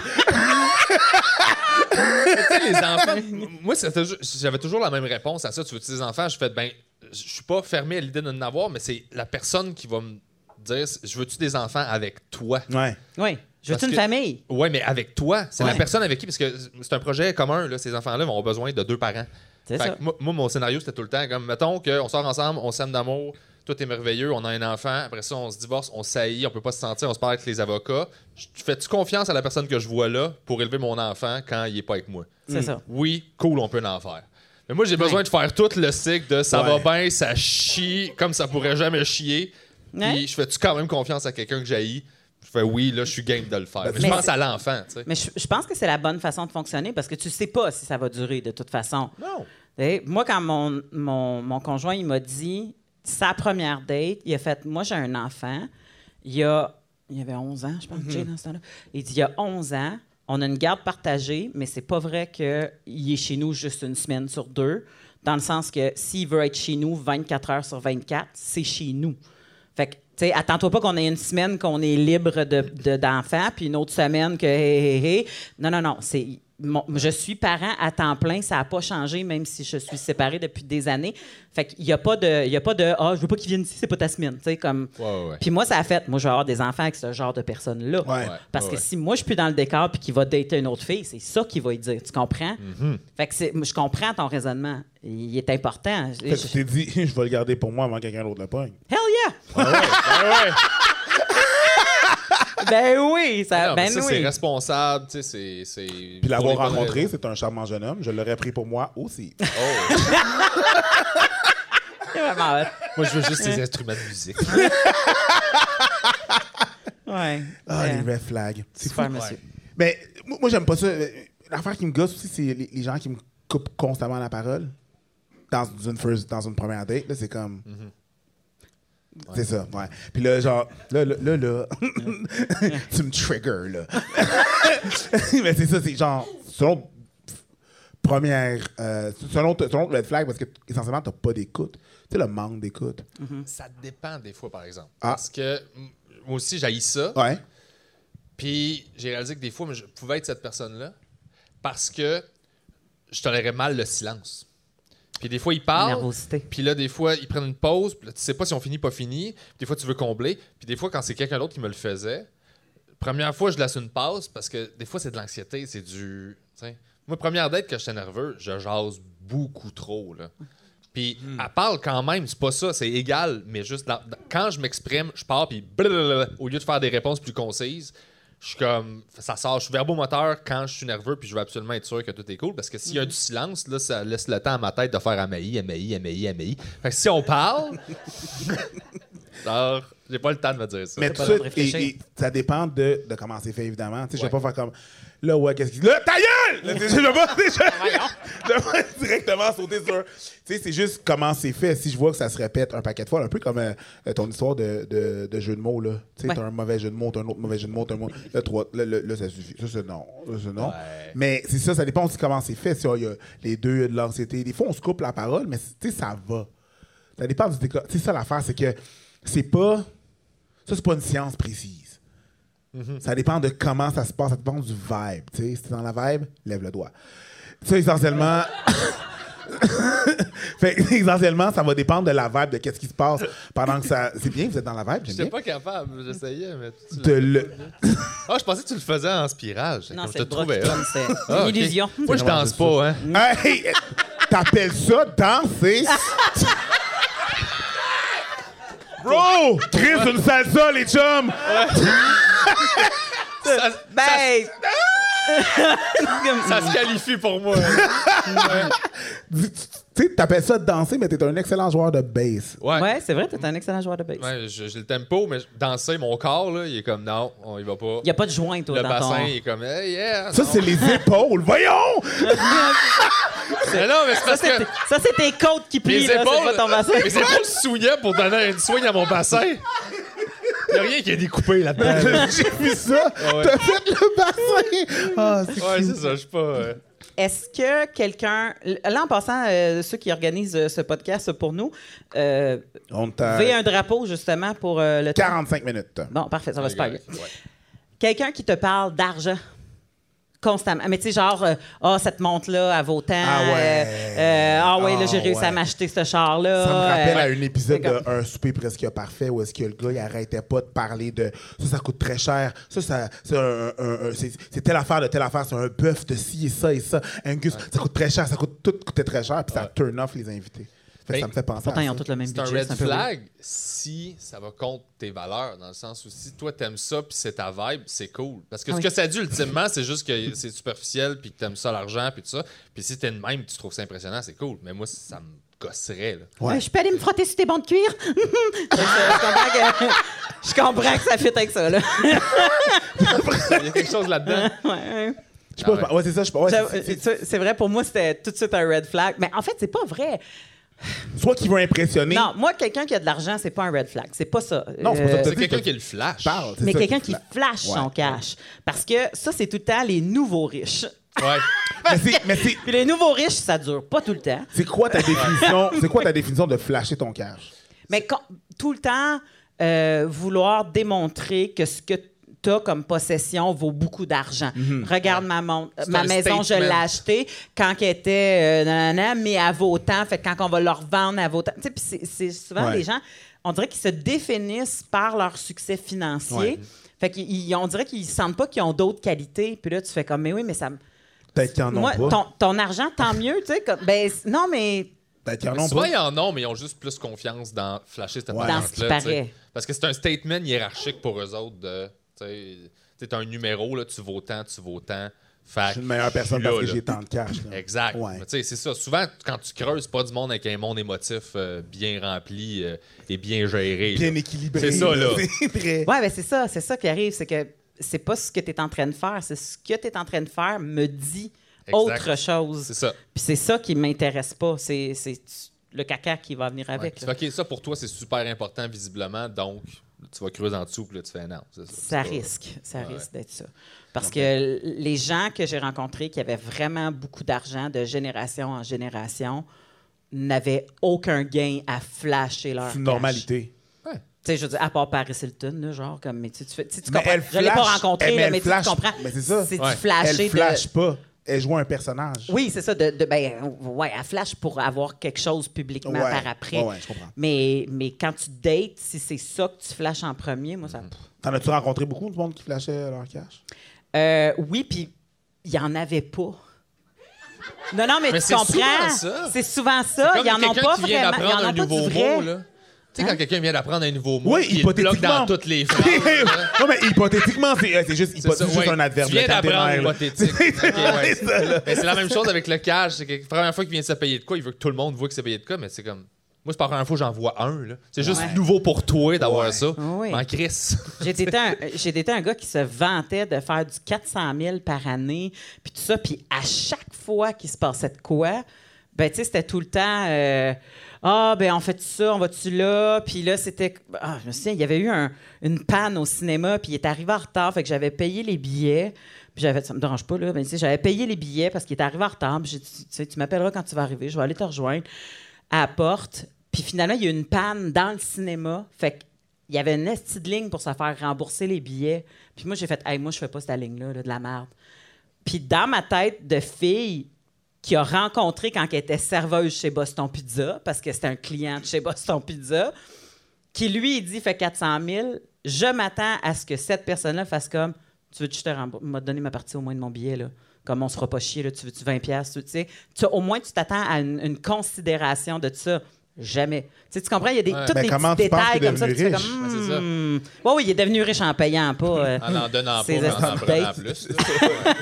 C: Tu sais, les enfants. m- Moi, c'était ju- j'avais toujours la même réponse à ça. Tu veux des enfants? Je fais, ben, je suis pas fermé à l'idée de n'en avoir, mais c'est la personne qui va me dire, je veux-tu des enfants avec toi?
A: Ouais.
B: oui. Je veux
C: Parce
B: une
C: que-
B: famille.
C: Ouais, mais avec toi. C'est la
B: Ouais.
C: personne avec qui, parce que c'est un projet commun, là, ces enfants-là vont avoir besoin de deux parents.
B: C'est
C: Fait
B: ça.
C: que moi, moi, mon scénario, c'était tout le temps comme, mettons qu'on sort ensemble, on s'aime d'amour, tout est merveilleux, on a un enfant, après ça, on se divorce, on saillit, on peut pas se sentir, on se parle avec les avocats. Je- Fais-tu confiance à la personne que je vois là pour élever mon enfant quand il est pas avec moi?
B: C'est
A: Mm.
B: ça.
C: Oui, cool, on peut en faire. Mais moi, j'ai besoin de faire tout le cycle de ça
A: Ouais.
C: va bien, ça chie, comme ça pourrait jamais chier.
B: Ouais.
C: Puis je fais-tu quand même confiance à quelqu'un que j'haïs? Je fais oui, là, je suis game de le faire. Mais je
B: Mais
C: pense
B: c'est-
C: à l'enfant, tu sais.
B: Mais je, je pense que c'est la bonne façon de fonctionner parce que tu sais pas si ça va durer de toute façon.
C: Non.
B: Et moi, quand mon, mon, mon conjoint il m'a dit sa première date, il a fait Moi, j'ai un enfant. Il y a. Il avait 11 ans, je
C: Mm-hmm.
B: pense, Jay, dans ce temps-là. Il dit Il y a 11 ans, on a une garde partagée, mais c'est pas vrai qu'il est chez nous juste une semaine sur deux. Dans le sens que s'il veut être chez nous 24 heures sur 24, c'est chez nous. Fait que, tu sais, attends-toi pas qu'on ait une semaine qu'on est libre de, de- d'enfants, puis une autre semaine que hé, hé, hé. Non, non, non. C'est, mon- je suis parent à temps plein, ça n'a pas changé, même si je suis séparée depuis des années. Fait qu'il n'y a pas de, il y a pas de, ah, je veux pas qu'ils viennent ici, c'est pas ta semaine, tu sais, comme.
C: Ouais, ouais, ouais.
B: Puis moi, ça a fait, moi, je vais avoir des enfants avec ce genre de personnes-là.
A: Ouais.
B: Parce
C: Ouais,
B: que
C: ouais.
B: si moi, je suis plus dans le décor puis qu'il va dater une autre fille, c'est ça qu'il va lui dire, tu comprends?
C: Mm-hmm.
B: Fait que c'est, je comprends ton raisonnement. Il est important. Je-
A: Fait que tu
B: je-
A: t'es dit, [laughs] je vais le garder pour moi avant que quelqu'un d'autre le pogne.
B: Hell yeah!
C: Ah
B: [laughs] Ben oui, ça,
C: Ah Non, mais
B: ben
C: ça,
B: oui.
C: c'est responsable, tu sais, c'est- c'est. Puis
A: Puis l'avoir rencontré, c'est un charmant jeune homme. Je l'aurais pris pour moi
B: [laughs]
A: aussi.
B: C'est vraiment hot.
C: Moi, je veux juste des instruments de musique.
B: Ouais.
A: Ah,
B: Ouais.
A: les red flags. C'est fou.
B: Super, monsieur.
A: Mais moi, moi, j'aime pas ça. Euh, L'affaire qui me gosse aussi, c'est les, les gens qui me coupent constamment la parole dans une, first- dans une première date. Là, c'est comme. C'est ça, Mm-hmm. ouais. Puis là, genre, là, là, là, là, [laughs] tu me triggers, là. [laughs] Mais c'est ça, c'est genre, selon première, euh, selon, selon red flag, parce que essentiellement, t'as pas d'écoute. Tu sais, le manque d'écoute.
C: ça dépend des fois, par exemple.
A: Ah.
C: Parce que mm, moi aussi, j'haïs ça.
A: Ouais.
C: Puis j'ai réalisé que des fois, je pouvais être cette personne-là parce que je tolérais mal le silence. Puis des fois, ils parlent.
B: Nervosité.
C: Puis là, des fois, ils prennent une pause. Puis là, tu sais pas si on finit, pas fini. Puis des fois, tu veux combler. Puis des fois, quand c'est quelqu'un d'autre qui me le faisait, première fois, je laisse une pause parce que des fois, c'est de l'anxiété. C'est du. tu sais. Moi, première date, quand j'étais nerveux, je jase beaucoup trop. Là. Puis elle parle quand même, c'est pas ça, c'est égal, mais juste dans- dans- quand je m'exprime, je pars, puis blablabla, au lieu de faire des réponses plus concises, je suis comme, ça sort, je suis verbomoteur quand je suis nerveux, puis je veux absolument être sûr que tout est cool, parce que s'il y a du silence, là, ça laisse le temps à ma tête de faire AMI, AMI, AMI, AMI. Fait que si on parle, [laughs] alors, j'ai pas le temps de me dire ça.
A: Mais
B: T'as
A: tout
B: pas
A: ça,
B: le droit de réfléchir.
A: et- et ça dépend de, de comment c'est fait, évidemment. Tu sais, je vais
C: Ouais.
A: pas faire comme. Là, ouais, qu'est-ce qu'il. Là, ta gueule! Là, tu sais, je vais pas. [laughs] tu sais, Je je vais pas directement sauter sur. Tu sais, c'est juste comment c'est fait. Si je vois que ça se répète un paquet de fois, un peu comme euh, euh, ton histoire de, de, de jeu de mots, là. Tu sais,
B: Ouais.
A: t'as un mauvais jeu de mots, t'as un autre mauvais jeu de mots, t'as un mot. Là, trois, là, là, là, ça suffit. Ça, c'est non. Ça, c'est non. Mais c'est ça, ça dépend aussi comment c'est fait. Si oh, il y a les deux, il y a de l'anxiété. Des fois, on se coupe la parole, mais tu sais, ça va. Ça dépend du décor. C'est ça l'affaire, c'est que c'est pas. Ça, c'est pas une science précise.
C: Mhm.
A: Ça dépend de comment ça se passe, ça dépend du vibe. tu sais. Si t'es dans la vibe, lève le doigt. Ça, essentiellement. [laughs] fait que, essentiellement, ça va dépendre de la vibe, de qu'est-ce qui se passe pendant que ça. C'est bien, vous êtes dans la vibe, j'aime
C: J'étais
A: bien.
C: pas capable, j'essayais, mais. tu-
A: De le-
C: Ah, je pensais que tu le faisais en spirale.
B: Non,
C: comme
B: c'est
C: je
B: le
C: te
B: bras qui
C: trouvais.
B: tourne, c'est
C: Ah,
B: une
C: ok.
B: illusion.
C: Moi, je danse pas, hein.
A: Hey! T'appelles ça danser? Bro! Chris, une salsa, les chums!
C: hein. Ça,
B: Ben!
C: [laughs] ça se qualifie pour moi.
A: Tu tu sais, t'appelles ça danser, mais t'es un excellent joueur de bass.
B: ouais, c'est vrai, t'es un excellent joueur de base. Il
C: Ouais, je- j'ai le tempo, mais danser, mon corps, là, il est comme non, on y va pas.
B: n'y a pas de joint, toi,
C: le
B: dans
C: bassin,
B: ton...
C: il est comme hey, yeah.
A: Ça,
C: non.
A: c'est les épaules. Voyons!
C: Mais non, mais c'est parce
B: Ça,
C: que.
B: c'est- Ça, c'est tes côtes qui plient,
C: Mes
B: là, c'est
C: épaules,
B: pas ton bassin.
C: mes épaules soignaient pour donner une soigne à mon bassin. Il a rien qui est découpé là-dedans.
A: J'ai vu ça.
C: ouais.
A: T'as fait le bassin. Ah, c'est
C: ouais,
A: cute.
C: c'est ça, je suis pas. euh,
B: Est-ce que quelqu'un. Là, en passant, euh, ceux qui organisent euh, ce podcast pour nous, euh,
A: On t'a
B: vez un drapeau justement pour euh, le temps.
A: 45 minutes.
B: Bon, parfait, ça va super bien.
C: Ouais.
B: Quelqu'un qui te parle d'argent constamment. Mais tu sais, genre, euh, ah, cette montre-là, elle vaut tant.
A: Ah ouais.
B: euh, euh, ah ouais, là, j'ai
A: Ah
B: réussi à
A: ouais.
B: m'acheter ce char-là.
A: Ça me rappelle
B: euh,
A: à un épisode
B: c'est comme-
A: d'un souper presque parfait où est-ce que le gars, il arrêtait pas de parler de ça, ça coûte très cher, ça, ça c'est un- un- un- c'est- c'est telle affaire de telle affaire, c'est un bœuf de ci et ça et ça. Angus, ça coûte très cher, ça coûte tout coûtait très cher, puis ça turn off les invités. Fait que
C: Mais-
A: ça me fait penser
B: Pourtant,
A: à
B: ils ont
A: ça.
B: tous le même
C: C'est un
B: budget.
C: red
B: peu weird.
C: flag si ça va contre tes valeurs, dans le sens où si toi t'aimes ça puis c'est ta vibe, c'est cool. Parce que
B: Ah
C: ce
B: oui.
C: que ça dit ultimement, c'est juste que c'est superficiel puis que t'aimes ça l'argent puis tout ça. Puis si t'es de même, tu trouves ça impressionnant, c'est cool. Mais moi, ça me gosserait. Là.
A: Ouais.
B: Euh, je peux aller me frotter sur tes bancs de cuir? [laughs] Fait que, euh, je, comprends que, [laughs] je comprends que ça fit
A: [laughs]
B: avec ça, là.
C: Il y a quelque chose là-dedans.
B: Ouais, ouais.
A: Je sais pas,
C: Ah
A: ouais, c'est ça, je sais pas. ouais,
B: J'avoue,
A: c'est- c'est-
B: ça, euh, C'est vrai, pour moi, c'était tout de suite un red flag. Mais en fait, c'est pas vrai.
A: soit qu'il veut impressionner,
B: Non, moi, quelqu'un qui a de l'argent, c'est pas un red flag. C'est pas ça. Euh,
A: Non, c'est pour ça que
C: C'est quelqu'un qui est le flash.
A: parle. c'est
B: mais
A: ça
B: quelqu'un qui
A: fla-
B: flash son
A: Ouais.
B: cash. Parce que ça, c'est tout le temps les nouveaux riches.
C: Ouais.
A: Mais c'est- Mais c'est
B: Puis les nouveaux riches, ça dure pas tout le temps.
A: c'est quoi ta
C: [laughs]
A: définition C'est quoi ta définition de flasher ton cash
B: Mais quand- tout le temps, euh, vouloir démontrer que ce que tu as comme possession vaut beaucoup d'argent.
A: Mhm.
B: Regarde ma montre.
C: C'est
B: Ma
C: un
B: maison, je l'ai
C: statement.
B: achetée quand elle était euh, nanana, mais elle vaut autant. Fait que quand on va leur revendre, elle vaut autant. Tu sais, puis c'est- c'est souvent
A: Ouais.
B: des gens, on dirait qu'ils se définissent par leur succès financier.
A: Ouais.
B: Fait qu'ils- ils- on dirait qu'ils sentent pas qu'ils ont d'autres qualités. Puis là, tu fais comme, mais oui, mais ça... me-
A: Peut-être qu'ils en ont
B: Moi,
A: pas.
B: ton, ton argent, tant mieux, tu sais. comme- Ben, c- non, mais
A: Peut-être qu'ils en
C: Mais
A: ont
C: souvent,
A: pas.
C: ils en ont, mais ils ont juste plus confiance dans flasher cette
A: Ouais.
C: patente-là.
B: Dans ce qui
C: tu sais.
B: paraît.
C: Parce que c'est un statement hiérarchique pour eux autres de. Tu sais, t'es un numéro, là, tu vaux tant, tu vaux tant. Fait
A: Je suis une meilleure personne
C: là,
A: parce que
C: là.
A: j'ai tant de cash. là.
C: Exact.
A: Ouais.
C: Mais tu sais, C'est ça. Souvent, quand tu creuses, c'est pas du monde avec un monde émotif euh, bien rempli euh, et bien géré.
A: Bien
C: là.
A: équilibré.
C: C'est ça, là.
A: [laughs] C'est vrai.
B: Ouais, ben c'est ça, c'est ça qui arrive, c'est que c'est pas ce que tu es en train de faire, c'est ce que tu es en train de faire me dit
C: Exact.
B: autre chose.
C: C'est ça.
B: Puis c'est ça qui m'intéresse pas, c'est c'est le caca qui va venir
C: Ouais.
B: avec.
C: Tu
B: là.
C: fais, OK, ça pour toi, c'est super important visiblement, donc tu vas creuser en dessous, puis là, tu fais non. c'est c'est
B: Ça
C: pas-
B: risque, ça
C: Ouais.
B: risque d'être ça. Parce que l- les gens que j'ai rencontrés qui avaient vraiment beaucoup d'argent de génération en génération n'avaient aucun gain à flasher leur
A: C'est une
B: cash.
A: normalité.
B: Tu sais, je veux dire, à part Paris Hilton, là, genre, comme, mais tu, tu fais- tu sais, tu
A: Mais
B: comprends.
A: elle
B: je l'ai pas
A: flash.
B: rencontré,
A: Eh, mais
B: là,
A: elle
B: mais tu-
A: flash.
B: tu comprends.
A: Mais c'est ça.
B: C'est du
C: Ouais.
B: flasher
A: Elle
B: de-
A: flash pas. Elle joue un personnage.
B: Oui, c'est ça. De, de- ben, ouais, à flash pour avoir quelque chose publiquement
A: Ouais,
B: par après.
A: ouais, ouais, je comprends.
B: Mais, mais quand tu dates, si c'est ça que tu flashes en premier, moi, ça.
C: Mhm.
A: T'en as-tu rencontré beaucoup de monde qui flashait leur cash?
B: Euh, oui, puis il n'y en avait pas. Non, non, mais,
C: Mais
B: tu
C: c'est
B: comprends.
C: souvent ça.
B: C'est souvent ça.
C: Comme
B: Il n'y en a
C: quelqu'un
B: pas
C: qui vient
B: vraiment. Il n'y en
C: d'apprendre
B: a
C: un
B: pas
C: nouveau
B: du vrai. Hein?
C: mot, là. Tu sais, quand quelqu'un vient d'apprendre un nouveau mot,
A: Oui,
C: il le bloque
A: hypothétiquement.
C: dans
A: [laughs]
C: toutes les phrases. là.
A: non, mais hypothétiquement, c'est euh, c'est juste, hypo-
C: C'est ça,
A: c'est juste
C: ouais.
A: un adverbe.
C: Tu viens
A: le temps des
C: d'apprendre
A: mères, là.
C: hypothétique.
A: [laughs]
C: Ok, ouais.
A: C'est ça, là.
C: Mais c'est la même chose avec le cash. C'est que la première fois qu'il vient de se payer de quoi, il veut que tout le monde voit qu'il s'est payé de quoi, mais c'est comme. Moi, c'est pas la première fois que j'en vois un. là. C'est juste
B: Ouais.
C: nouveau pour toi d'avoir
A: Ouais.
C: ça.
B: oui.
C: Mais En Chris.
B: J'ai été, un, j'ai été un gars qui se vantait de faire du 400 000 par année, puis tout ça. Puis à chaque fois qu'il se passait de quoi, ben, tu sais, c'était tout le temps euh, Ah, ben, on fait ça, on va-tu là? Puis là, c'était. Ah, je me souviens, il y avait eu un- une panne au cinéma, puis il est arrivé en retard, fait que j'avais payé les billets. Puis j'avais ça me dérange pas, là. Mais tu sais, j'avais payé les billets parce qu'il est arrivé en retard. Puis j'ai dit, tu sais, tu m'appelleras quand tu vas arriver, je vais aller te rejoindre à la porte. Puis finalement, il y a eu une panne dans le cinéma. Fait que il y avait une esti de ligne pour se faire rembourser les billets. Puis moi, j'ai fait, hey, moi, je fais pas cette ligne-là, là, de la merde. Puis dans ma tête de fille qui a rencontré quand elle était serveuse chez Boston Pizza, parce que c'était un client de chez Boston Pizza, qui lui, il dit, fait 400 000, je m'attends à ce que cette personne-là fasse comme, tu veux que je te rembourse, m'a donné ma partie au moins de mon billet, là. Comme on se fera pas chier, là, tu veux-tu 20 pièces, tu sais. Tu- Au moins, tu t'attends à une, une considération de ça. Jamais. Tu, sais, tu comprends, il y a des,
C: Ouais.
B: tous
A: Mais
B: des
A: comment
B: petits
A: tu penses
B: détails
A: qu'il est
B: comme ça. que Tu fais
A: devenu
B: comme,
C: riche? Ouais, c'est ça.
B: hmm. Ouais, oui, il est devenu riche en payant, pas... euh,
C: [laughs] En
B: [laughs]
C: en donnant pas,
B: Ces
C: mais en en
B: escrocs.
C: prenant plus. là.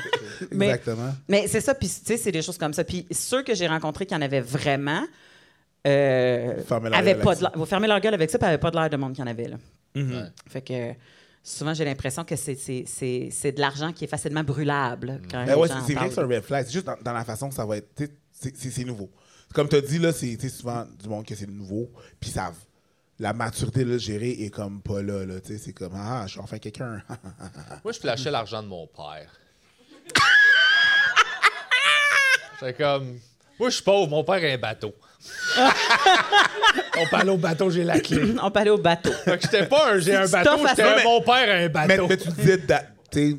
B: mais-
A: Exactement.
B: Mais c'est ça, puis tu sais, c'est des choses comme ça. Puis ceux que j'ai rencontrés qui en avaient vraiment, euh,
A: Fermaient leur
B: avaient
A: gueule
B: pas
A: avec
B: de l'air. Vous fermez leur gueule avec ça, puis avaient pas de l'air de monde qui en avait. Là.
C: Ouais.
B: Fait que souvent, j'ai l'impression que c'est- c'est c'est- c'est de l'argent qui est facilement brûlable.
C: Mhm.
B: Quand
A: Ben
B: les
A: ouais,
B: gens
A: c'est-
B: en
A: c'est vrai que c'est un
B: parlent.
A: red flag. C'est juste dans, dans la façon que ça va être. tu sais, c'est- C'est c'est nouveau. Comme tu as dit, là, c'est tu sais, souvent du monde que c'est nouveau, puis ça. La maturité de le gérer est comme pas là. là tu sais, c'est comme, ah, je suis enfin quelqu'un.
C: [laughs]
B: [laughs]
C: Moi, je flashais l'argent de mon père. C'est comme. Moi, je suis pauvre, mon père a
B: [laughs]
C: un bateau.
D: On parle au bateau, j'ai la clé.
B: [laughs] On parlait au bateau.
C: Fait que j'étais pas un.
D: J'ai un
B: Tu
D: bateau,
B: t'offres à
D: j'étais
B: ça.
D: un-
B: Mais-
D: mon père a un
A: Mais,
D: bateau.
A: mais tu disais da- t'sais,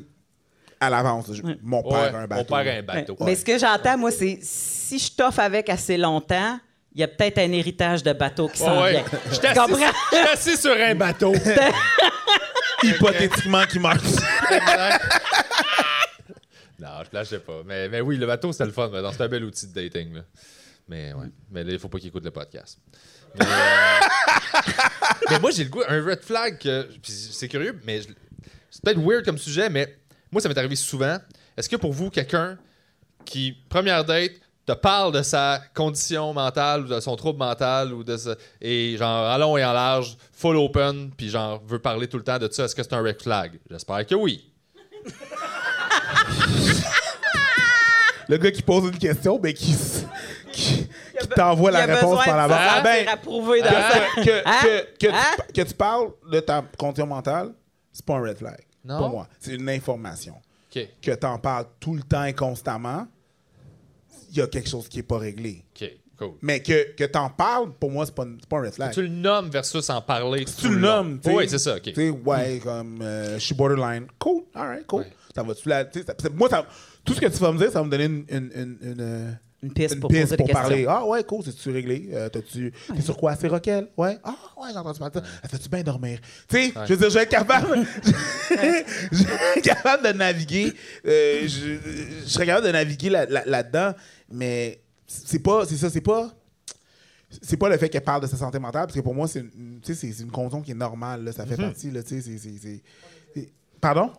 A: à l'avance, je- mon père
C: Ouais,
A: a un
C: Mon
A: bateau.
C: père a un [laughs] bateau.
B: Ben, Mais ce que j'entends, moi, c'est si je t'offre avec assez longtemps, il y a peut-être un héritage de bateau qui s'en
C: Ouais, ouais.
B: vient.
C: J'étais
B: Tu
C: assis-
B: comprends?
C: [laughs] j'étais assis sur un [laughs]
D: Un bateau.
A: Hypothétiquement qui meurt.
C: Non, je lâchais pas. Mais, mais oui, le bateau, c'était le fun. mais non, C'était un bel outil de dating. là. Mais ouais. Mais là, il faut pas qu'il écoute le podcast. Mais, euh, mais moi, j'ai le goût. Un red flag, que- puis c'est curieux, mais je- c'est peut-être weird comme sujet, mais moi, ça m'est arrivé souvent. Est-ce que pour vous, quelqu'un qui, première date, te parle de sa condition mentale ou de son trouble mental ou de sa- et genre en long et en large, full open, puis genre veut parler tout le temps de ça, est-ce que c'est un red flag? J'espère que oui.
A: le gars qui pose une question, mais qui, s- qui, qui t'envoie
B: Il y
A: la
B: a
A: réponse
B: besoin
A: par
B: de
A: la barre.
B: se
A: Ah ben,
B: sentir approuvé dans
A: que-
B: ça.
A: que,
B: Hein?
A: que- que tu
B: Hein?
A: pa- que tu parles de ta condition mentale, c'est pas un red flag.
C: Non.
A: Pour moi, c'est une information.
C: OK.
A: Que t'en parles tout le temps et constamment, il y a quelque chose qui est pas réglé.
C: OK, cool.
A: Mais que, que t'en parles, pour moi, c'est pas, une- c'est pas un red flag.
C: Tu le nommes versus en parler.
A: tu le nommes, tu sais.
C: Oui, c'est ça, OK.
A: Tu sais, ouais, comme euh, je suis borderline. Cool, alright, cool.
C: Ouais.
A: Ça va, tu la. tu sais, ça- c'est- moi, ça- tout ce que tu vas me dire, ça va me donner une. une, une, une, euh,
B: Une piste
A: une
B: pour
A: piste
B: poser
A: pour
B: des
A: parler.
B: questions.
A: Ah ouais, cool, c'est-tu réglé? Euh, T'as-tu. T'es sur quoi? C'est Roquel? Ouais. Ah ouais, j'ai entendu parler de ça. Ah, Fais-tu bien dormir? Tu sais, je veux dire, je vais être
B: [laughs]
A: capable. [laughs] je vais être capable de naviguer. euh, je, je serais capable de naviguer là- là- là-dedans, mais c'est pas. C'est ça, c'est pas c'est pas le fait qu'elle parle de sa santé mentale, parce que pour moi, c'est une, tu sais, c'est- c'est une condition qui est normale. là, ça
B: Mhm.
A: fait partie. Là, tu sais, c'est- c'est- c'est- c'est- Pardon?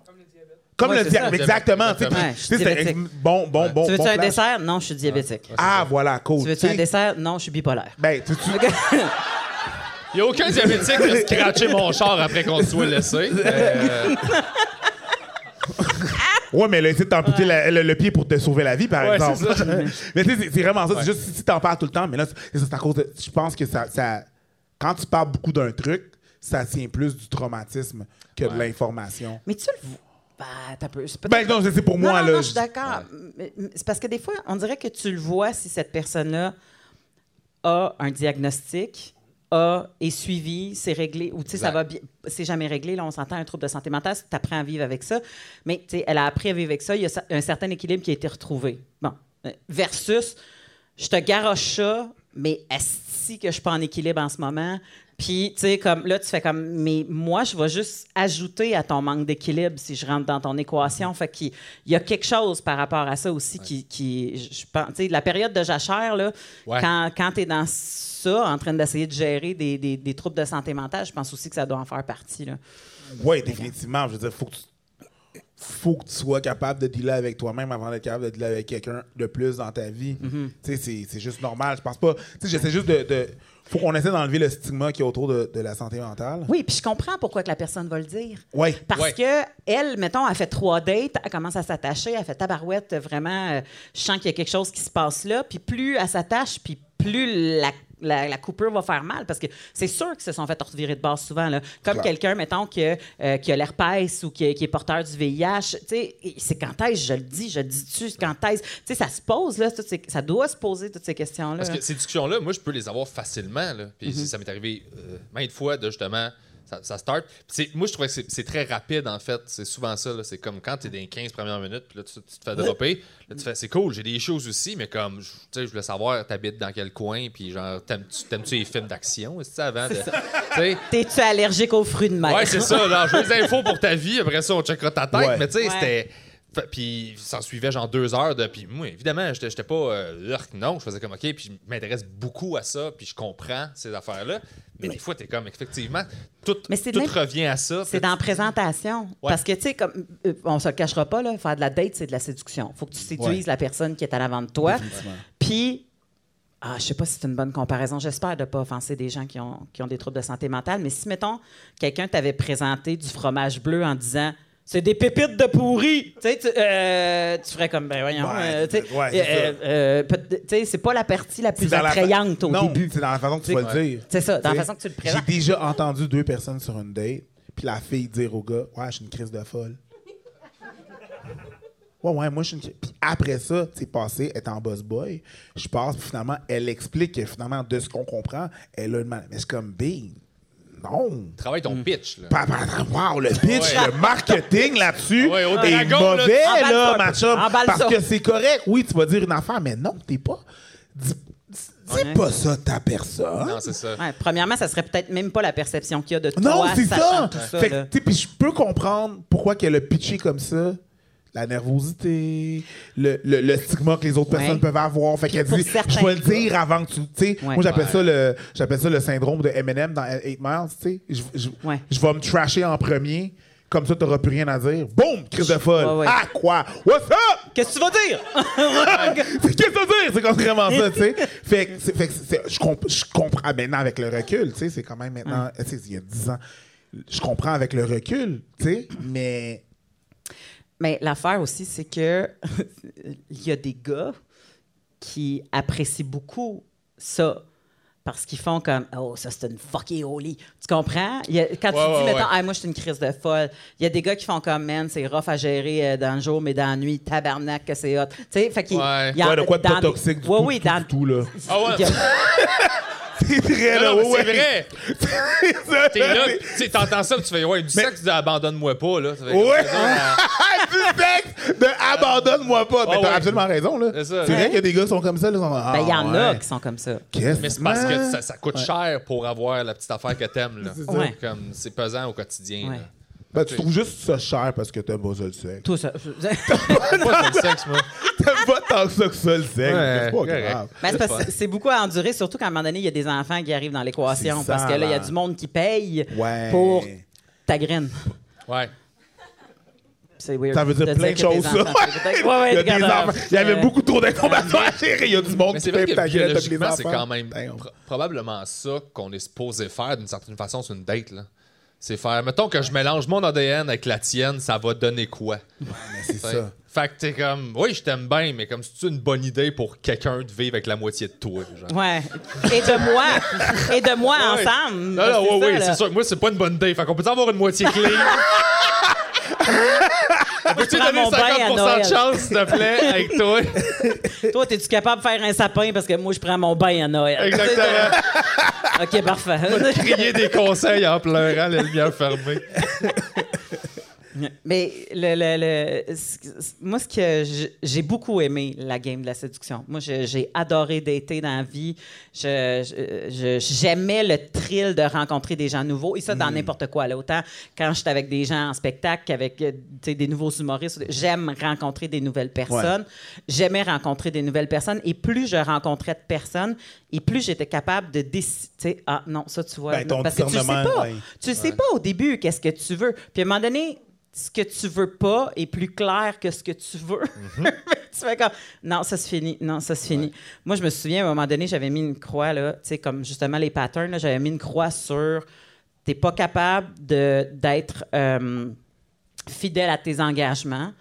A: Comme
B: Ouais,
A: le
B: c'est
A: diabète.
B: ça.
A: exactement. tu sais,
C: Exactement.
A: puis,
B: Ouais,
A: tu sais,
B: je suis
A: c'est-
B: diabétique.
A: Bon, bon, bon.
B: Tu veux-tu
A: bon
B: un
A: flash.
B: dessert? Non, je suis diabétique.
A: Ah, voilà, cool.
B: Tu veux-tu
A: Tu
B: un
A: sais,
B: dessert? Non, je suis bipolaire.
A: Ben, tu- tu-
C: Il n'y a aucun diabétique qui a scratché mon char après qu'on se
A: [laughs]
C: soit laissé. Euh,
A: Ouais, mais là, tu sais, t'amputer la- le, le pied pour te sauver la vie, par
C: Ouais,
A: exemple.
C: c'est ça.
A: [laughs] mais tu sais, c'est- c'est vraiment ça. C'est juste si- si t'en parles tout le temps, mais là, c'est- c'est à cause de. Je pense que ça, ça- Quand tu parles beaucoup d'un truc, ça tient plus du traumatisme que de l'information.
B: Mais tu le vois. Ben, t'as peu. c'est
A: Ben
B: peut-être-
A: non, c'est c'est pour moi,
B: non,
A: là.
B: non, je suis d'accord. Mais- mais C'est parce que des fois, on dirait que tu le vois si cette personne-là a un diagnostic, a, est suivie, c'est réglé, ou tu sais, ça
C: Exact.
B: va bien. C'est jamais réglé, là, on s'entend, un trouble de santé mentale, tu apprends à vivre avec ça. Mais tu sais, elle a appris à vivre avec ça, il y a ça- un certain équilibre qui a été retrouvé. Bon. Euh, Versus, je te garoche ça, mais est-ce que je suis pas en équilibre en ce moment? Puis, tu sais, comme là, tu fais comme, mais moi, je vais juste ajouter à ton manque d'équilibre si je rentre dans ton équation.
C: Mm-hmm.
B: Fait qu'il il y a quelque chose par rapport à ça aussi qui, qui- je pense, tu sais, la période de jachère, là,
C: Ouais.
B: quand, tu es dans ça, en train d'essayer de gérer des, des- des troubles de santé mentale, je pense aussi que ça doit en faire partie, là.
A: Oui, définitivement. Je veux dire, faut que tu faut que tu sois capable de dealer avec toi-même avant d'être capable de dealer avec quelqu'un de plus dans ta vie. Tu sais, c'est- c'est juste normal. Je pense pas. Tu sais, j'essaie juste de, de- Faut qu'on essaie d'enlever le stigma qui est autour de, de la santé mentale.
B: Oui, puis je comprends pourquoi que la personne va le dire.
A: Oui.
B: Parce
C: Ouais.
B: que elle, mettons, a fait trois dates, elle commence à s'attacher, elle fait tabarouette, vraiment, euh, je sens qu'il y a quelque chose qui se passe là. Puis plus elle s'attache, puis plus la, la- la coupure va faire mal. Parce que c'est sûr qu'ils se sont fait revirer de base souvent. là. Comme
A: Clair.
B: quelqu'un, mettons, qui, a- euh, qui a l'herpès ou qui, qui est porteur du VIH. Tu sais, c'est quand est-ce, je le dis, je le dis tu quand est-ce. Tu sais, ça se pose, là, toutes ces- ça doit se poser, toutes ces questions-là.
C: Parce que ces discussions-là, moi, je peux les avoir facilement. Là. Puis
A: Mm-hmm.
C: ça m'est arrivé euh, maintes fois de justement. Ça, ça start. Puis c'est- moi, je trouvais que c'est c'est très rapide, en fait. C'est souvent ça. là. C'est comme quand t'es dans les 15 premières minutes, puis là, tu, tu te fais dropper. Là, tu fais, c'est cool, j'ai des choses aussi, mais comme, je- tu sais, je voulais savoir, t'habites dans quel coin, puis genre, t'aimes-tu t'aimes-tu les films d'action, est-ce que tu sais, avant? de- [laughs] Tu sais,
B: T'es-tu allergique aux fruits de mer?
C: Ouais, c'est ça. Là, je veux des infos pour ta vie. Après ça, on checkera ta tête.
A: Ouais.
C: Mais tu sais,
B: Ouais.
C: c'était. Fait- Puis ça en suivait genre deux heures. De, puis moi, évidemment, j'étais j'étais pas. euh, Urk, non, je faisais comme OK. Puis je m'intéresse beaucoup à ça. Puis je comprends ces affaires-là. Mais, des fois, t'es comme, effectivement, tout,
B: Mais c'est de
C: tout
B: même-
C: revient à ça.
B: C'est
C: Puis-
B: dans la présentation. Parce que, tu sais, comme euh, on se le cachera pas, là, faire de la date, c'est de la séduction. faut que tu séduises
A: Ouais.
B: la personne qui est à l'avant de toi.
A: Définitivement.
B: Puis, ah, je sais pas si c'est une bonne comparaison. J'espère de pas offenser des gens qui ont, qui ont des troubles de santé mentale. Mais si, mettons, quelqu'un t'avait présenté du fromage bleu en disant. C'est des pépites de pourri! Tu sais, tu, euh, tu ferais comme, ben voyons.
A: Ouais,
B: euh, tu sais,
A: ouais, c'est
B: euh,
A: ça.
B: euh, peut- tu sais, c'est pas la partie la plus
A: dans la fa-
B: attrayante au
A: non,
B: début.
A: C'est dans la façon que tu vas le dire.
B: C'est ça, dans la
A: Tu sais,
B: façon que tu le présentes.
A: J'ai déjà entendu deux personnes sur une date, puis la fille dire au gars Ouais, je suis une crise de folle. Ouais, ouais, moi, je suis une. Puis après ça, tu sais, passé, elle est en boss boy. Je passe, puis finalement, elle explique que finalement, de ce qu'on comprend, elle a une mal. Mais c'est comme B. Non.
C: Travaille ton
B: Mm.
C: pitch,
B: Hein?
C: là.
A: Pa- pa- Wow, le pitch,
C: Ouais.
A: le marketing là-dessus
C: Ouais, au
A: est
C: dragon, là,
A: mauvais,
B: emballe
A: là,
B: ça.
A: ma chum.
B: Emballe
A: Parce
B: ça.
A: que c'est correct. Oui, tu vas dire une affaire, mais non, t'es pas. Dis, dis- dis
B: Ouais.
A: pas ça à ta personne.
C: Non, c'est ça.
B: Ouais, premièrement, ça serait peut-être même pas la perception qu'il y a de toi.
A: Non, c'est
B: sachant
A: ça.
B: tout ça,
A: Fait que,
B: là.
A: tu sais, puis je peux comprendre pourquoi qu'elle a pitché comme ça. La nervosité, le, le- le stigma que les autres
B: Ouais.
A: personnes peuvent avoir. Fait qu'elle
B: pour
A: dit,
B: certains
A: je vais le
B: cas.
A: dire avant que tu. tu sais,
B: Ouais.
A: Moi, j'appelle ça le j'appelle ça le syndrome de Eminem dans 8 Miles. tu sais. Je, je,
B: Ouais.
A: je vais me trasher en premier. Comme ça, t'auras plus rien à dire. Boum, crise de folle.
B: Ouais, ouais.
A: Ah, quoi? What's up?
B: Qu'est-ce que tu vas dire?
A: Qu'est-ce que ça veut dire? [laughs] C'est contrairement ça, tu sais. Fait que, c'est- fait que c'est- je, comp- je comprends maintenant avec le recul, tu sais, c'est quand même
B: Mm.
A: maintenant, tu sais, il y a 10 ans. Je comprends avec le recul, tu sais, mais
B: [laughs] Mais l'affaire aussi, c'est que [laughs] il y a des gars qui apprécient beaucoup ça. Parce qu'ils font comme Oh, ça, c'est une fucking holy. Tu comprends? Il y a- quand
C: Ouais,
B: tu dis,
C: ouais,
B: mettons,
C: ouais.
B: Ah, moi, je suis une crise de folle, il y a des gars qui font comme Man, c'est rough à gérer euh, dans le jour, mais dans la nuit, tabarnak, que c'est hot. Tu sais, fait qu'il.
C: Ouais.
B: il y en-
A: ouais, de quoi de
B: dans
A: pas
B: des-
A: toxique du
B: Ouais,
A: tout,
B: oui,
A: du tout,
B: dans-
A: du tout, là.
C: Ah ouais.
B: il y a-
A: [laughs] C'est vrai,
C: Non,
A: là,
C: non, mais
A: ouais.
C: c'est
A: [laughs]
C: vrai.
A: vrai.
C: T'es là, tu sais, t'entends ça, puis tu fais, ouais, du sexe, tu dis, abandonne-moi pas, là. Ça fait-
A: Ouais! [laughs] du texte de abandonne-moi pas. Mais
C: Ah
A: t'as
C: ouais.
A: absolument raison, là.
C: C'est
A: C'est
C: ça.
A: vrai
C: Ouais.
A: qu'il y a des gars qui sont comme ça, là. ils sont comme, Ah,
B: Ben, il y en a
A: ouais.
B: qui sont comme ça.
A: Qu'est-ce
C: Mais c'est parce que
A: man?
C: ça, ça coûte cher pour avoir la petite affaire que t'aimes, là.
A: ça.
B: Ouais.
C: Comme, c'est pesant au quotidien,
B: Ouais.
C: là.
A: Ben, tu trouves juste ça cher parce que t'as pas ça le sexe. [laughs]
B: Tout ça.
C: Moi, c'est le sexe, moi.
A: T'aimes pas tant que ça que ça le sexe.
C: Ouais,
A: C'est pas
C: correct.
A: grave.
B: Ben, c'est parce que c'est beaucoup à endurer, surtout qu'à un moment donné, il y a des enfants qui arrivent dans l'équation.
A: C'est ça,
B: Parce que là, il y
A: là.
B: a du monde qui paye
A: Ouais.
B: pour ta graine.
C: Ouais.
B: C'est weird.
A: Ça veut dire
B: de
A: plein de
B: que tes
A: choses, ça.
B: enfants payent. Ouais, ouais,
A: il y a des
B: regarde,
A: enfants.
B: euh,
A: Il y avait beaucoup trop d'informations à gérer. Il y a du monde
C: Mais
A: qui
C: c'est vrai
A: pète
C: que
A: ta gueule avec les
C: biologiquement,
A: enfants. Ben,
C: c'est quand même
A: Damn.
C: pro- probablement ça qu'on est supposé faire d'une certaine façon sur une date, là. C'est faire, mettons que je mélange mon ADN avec la tienne, ça va donner quoi?
A: Mais c'est
C: Fait-
A: ça.
C: Fait que t'es comme, oui, je t'aime bien, mais comme c'est une bonne idée pour quelqu'un de vivre avec la moitié de toi. Genre.
B: Ouais. Et de moi. Et de moi
C: Ouais.
B: ensemble. Ben,
C: Non, non, oui,
B: ça,
C: oui,
B: là.
C: c'est sûr. Moi, c'est pas une bonne idée. Fait qu'on peut avoir une moitié
B: [laughs]
C: clé. Peux-tu
B: prends
C: donner
B: mon bain à
C: 50% de
B: Noël.
C: chance, s'il te plaît, avec
B: [laughs]
C: toi?
B: Toi, es-tu capable de faire un sapin parce que moi, je prends mon bain à Noël?
C: Exactement.
B: [laughs] OK, parfait.
C: Crier des conseils en pleurant, les lumières fermées.
B: Mais le, le- le- ce- ce- moi, ce que je- j'ai beaucoup aimé la game de la séduction. Moi, je- j'ai adoré dater dans la vie. Je- je- je- J'aimais le thrill de rencontrer des gens nouveaux. Et ça,
A: Mm.
B: dans n'importe quoi. Là. Autant quand j'étais avec des gens en spectacle qu'avec euh, tu sais, des nouveaux humoristes. J'aime rencontrer des nouvelles personnes. J'aimais rencontrer des nouvelles personnes. Et plus je rencontrais de personnes, et plus j'étais capable de décider. tu sais, Ah non, ça, tu vois.
A: Ben,
B: non.
A: ton
B: Parce que tu sais
A: discernement,
B: pas.
A: ouais.
B: Tu sais pas au début qu'est-ce que tu veux. Puis à un moment donné, ce que tu veux pas est plus clair que ce que tu veux.
A: Mhm.
B: [laughs] tu fais comme non, ça se finit, non, ça se finit. Moi, je me souviens à un moment donné, j'avais mis une croix là, tu sais comme justement les patterns, là, j'avais mis une croix sur t'es pas capable de d'être euh, fidèle à tes engagements.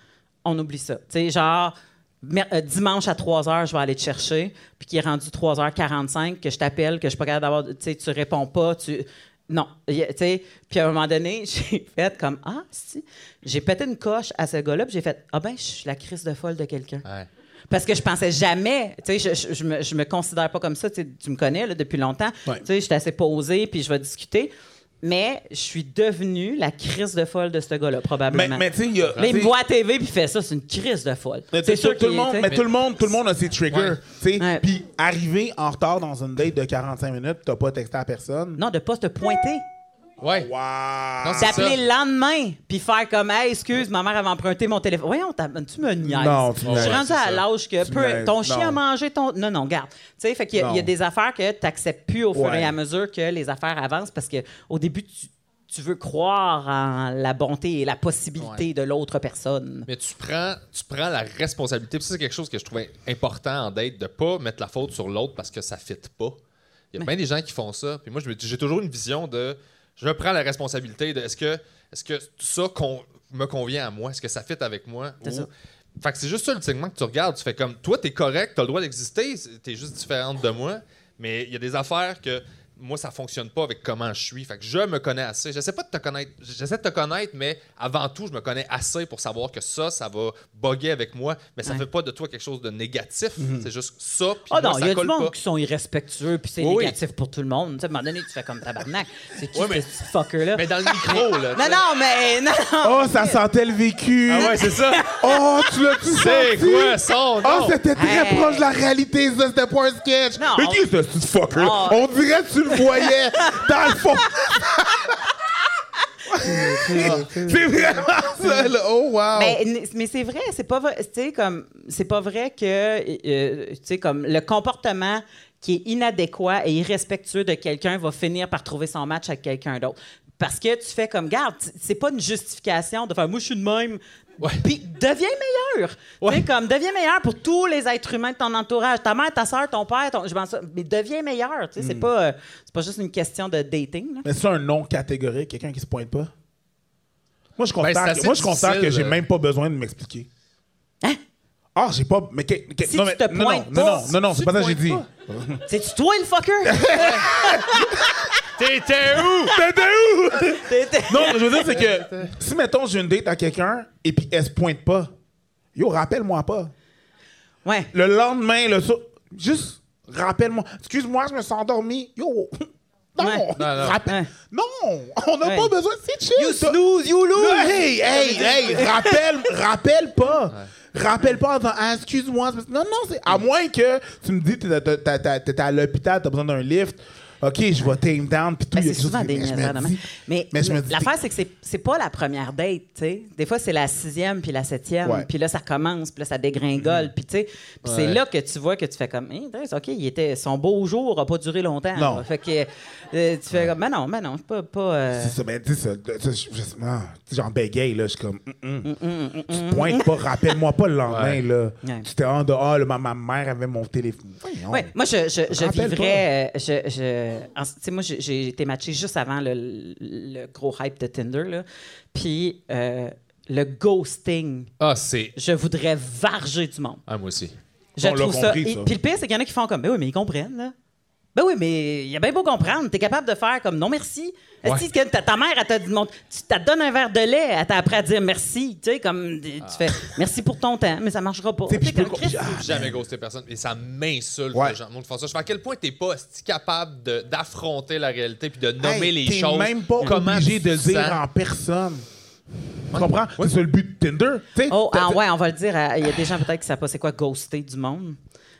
B: On oublie ça. Tu sais genre mer- euh, dimanche à 3 h, je vais aller te chercher, puis qui est rendu 3h45, que je t'appelle, que je suis pas capable d'avoir. Tu sais, tu réponds pas, tu. Non. Il y a- Tu sais, puis à un moment donné, [laughs] j'ai fait comme Ah, si. J'ai pété une coche à ce gars-là, puis j'ai fait Ah, ben, je suis la crise de folle de quelqu'un.
C: Ouais.
B: Parce que je pensais jamais, tu sais, je, je, je me, je me considère pas comme ça, tu sais, tu me connais là, depuis longtemps,
A: Ouais.
B: tu sais, je suis assez posée, puis je vais discuter, mais je suis devenue la crise de folle de ce gars-là,
A: Mais,
B: probablement.
A: mais tu sais, il y a.
B: Là, il
A: tu
B: me
A: sais,
B: voit à TV puis il fait ça, c'est une crise de folle.
A: mais tu sais, tout, tout
B: qu'il
A: le monde,
B: est,
A: mais
B: tu sais.
A: tout le monde, tout le monde a ses triggers.
C: Ouais.
A: tu sais.
B: Ouais.
A: Puis arriver en retard dans une date de 45 minutes, t'as pas texté à personne.
B: Non, de pas te pointer.
C: Ouais.
A: Wow.
C: Non, c'est ça.
B: D'appeler le lendemain, puis faire comme, hey, excuse, ma mère avait emprunté mon téléphone. Voyons, t'as- tu me niaises.
A: Non, tu me
B: Je suis
A: niaises,
B: rendue
C: c'est
B: à
C: ça.
B: l'âge que
A: Tu
B: peu-
A: me niaises,
B: ton chien
A: non.
B: a mangé ton. Non, non, garde. Tu sais, fait qu'il y, a-
A: Non.
B: il y a des affaires que t'acceptes plus au fur
A: Ouais.
B: et à mesure que les affaires avancent parce que au début, tu, tu veux croire en la bonté et la possibilité de l'autre personne.
C: Mais tu prends, tu prends la responsabilité. Puis ça, c'est quelque chose que je trouvais important en date, de pas mettre la faute sur l'autre parce que ça fit pas. Il y a bien des gens qui font ça. Puis moi, je me dis- j'ai toujours une vision de je prends la responsabilité de est-ce que, est que ça con- me convient à moi? Est-ce que ça fit avec moi?
B: C'est
C: Ou-
B: ça.
C: Fait que c'est juste ça, ultimement, que tu regardes. Tu fais comme, toi, t'es correct, t'as le droit d'exister, c'est- t'es juste différente de moi. Mais il y a des affaires que moi, ça fonctionne pas avec comment je suis. Fait que je me connais assez. J'essaie pas de te connaître. J'essaie de te connaître, mais avant tout, je me connais assez pour savoir que ça, ça va bugger avec moi. Mais ça
B: Ouais. Mhm.
C: fait pas de toi quelque chose de négatif. C'est juste ça. Puis
B: Ah
C: moi,
B: non,
C: ça
B: il y a du
C: colle
B: monde
C: pas.
B: qui sont irrespectueux, puis c'est
C: Oui, oui.
B: négatif pour tout le monde. Tu sais, à un moment donné, tu fais comme tabarnak. C'est qui
C: Ouais, mais-
B: ce petit fucker-là? [laughs]
C: Mais dans le micro, là. tu
B: Non,
C: sais.
B: non, mais non!
A: Oh, ça sentait le vécu.
C: Ah ouais, c'est ça.
B: [laughs]
A: Oh, tu l'as tout
C: C'est
A: senti?
C: quoi ça?
B: Ah,
A: Oh, c'était très
B: Hey.
A: proche de la réalité, ça. C'était pas un sketch.
B: Non,
A: Mais
B: on-
A: qui est ce petit fucker?
B: Oh.
A: On dirait que tu le voyais dans le fond. c'est vraiment ça, là. Oh, wow.
B: Mais, Ben, n- mais c'est vrai, c'est pas vrai, tu sais, comme c'est pas vrai que euh, tu sais comme le comportement qui est inadéquat et irrespectueux de quelqu'un va finir par trouver son match avec quelqu'un d'autre. Parce que tu fais comme garde, t- c'est pas une justification de faire moi je suis de même. Puis deviens meilleur. Tu sais, comme deviens meilleur pour tous les êtres humains de ton entourage, ta mère, ta soeur, ton père, ton je pense mais deviens meilleur, tu sais, c'est pas euh, c'est pas juste une question de dating là.
A: Mais c'est un nom catégorique, quelqu'un qui se pointe pas. Moi, je considère,
C: Ben, c'est
A: que,
C: assez
A: moi, je considère que
C: difficile,
A: j'ai
C: euh.
A: même pas besoin de m'expliquer.
B: Hein?
A: Ah, j'ai pas. Mais, que- que-
B: Si
A: non,
B: tu
A: mais-
B: te
A: non, non,
B: pointes
A: non,
B: pas,
A: non, non, non,
C: si
A: c'est
C: tu
A: pas ça que
C: te
A: j'ai dit.
C: pointes
A: [laughs]
B: C'est tu toi le fucker.
C: T'étais où?
A: T'étais où?
B: T'es- t'es-
A: Non, mais je veux dire, c'est
B: [laughs]
A: que si, mettons, j'ai une date à quelqu'un et puis elle se pointe pas, yo, rappelle-moi pas.
B: ouais.
A: Le lendemain, le soir, juste rappelle-moi. Excuse-moi, je me suis endormi. Yo, [laughs] non, non,
B: Ouais.
C: Non, non.
B: Ouais.
A: non, on n'a
B: Ouais.
A: pas besoin. C'est chill.
B: You
A: ça.
B: snooze, you lose.
A: Là, hey, hey, hey, rappelle, rappelle pas. Rappelle pas en disant, ah, excuse-moi. c'est parce- Non, non, c'est. À moins que tu me dis, t'es- t'es- t'es t'es- t'es à l'hôpital, t'as besoin d'un lift. OK, je vais tame down. Puis tout,
B: Ben,
A: il y a quelque chose
B: c'est souvent
A: qui-
B: des
A: mais je me
B: niaiseurs de même.
A: dis-
B: Mais,
A: mais je me dis-
B: l'affaire, c'est que c'est, c'est pas la première date, tu sais. Des fois, c'est la sixième, puis la septième,
A: Ouais. Mm-hmm.
B: puis là, ça commence, puis là, ça dégringole, puis tu sais. Puis c'est là que tu vois que tu fais comme, Hein, Dress, OK, il était, son beau jour a pas duré longtemps.
A: Non.
B: là. Fait que euh, tu fais comme, ben non, ben non, c'est pas. pas euh,
A: C'est ça, ben, tu sais, ça, ça, je- je- ah, tu sais, j'en bégaye, là, je suis comme, Mm-mm. tu te pointes pas, rappelle-moi pas le lendemain,
C: Ouais.
A: là.
B: Ouais.
A: Tu t'es en dehors, là, ma, ma mère avait mon téléphone. Voyons.
B: Ouais, moi, je, je, je
A: Rappelle
B: vivrais. euh, je, je, en- tu sais, moi, j'ai- j'ai été matchée juste avant le, le gros hype de Tinder, là. Puis euh, le ghosting,
C: Ah, c'est.
B: je voudrais varger du monde.
C: Ah, moi aussi.
B: Je
A: On l'a
B: trouve ça.
A: compris,
B: et-
A: ça.
B: Puis le pire, c'est qu'il y en a qui font comme, ben oui, mais ils comprennent, là. Ben oui, mais il y a bien beau comprendre. T'es capable de faire comme, non, merci. Est-ce que ta, ta mère, elle t'a dit, mon- tu t'as donné un verre de lait, elle t'a appris à dire merci. Tu sais, comme, tu fais, merci pour ton temps, mais ça marchera pas.
A: Tu sais, Ah. puis
B: Tu sais,
A: je peux
B: comme,
A: co-
B: Christ,
A: Ah,
C: Jamais ghosté personne. Et ça m'insulte,
A: Ouais.
C: les gens. Moi, de faire ça. Je fais à quel point t'es pas esti capable de- d'affronter la réalité puis de nommer
A: Hey,
C: les choses.
A: T'es même pas
C: Comment
A: obligé
C: tu
A: de
C: te
A: dire
C: sens.
A: en personne. Tu comprends? C'est ça le but de Tinder. tu sais.
B: Oh,
A: T'as-
B: ah
A: t'as-
B: ouais, on va le dire. à- Il y a des gens peut-être qui savent pas c'est quoi ghoster du monde.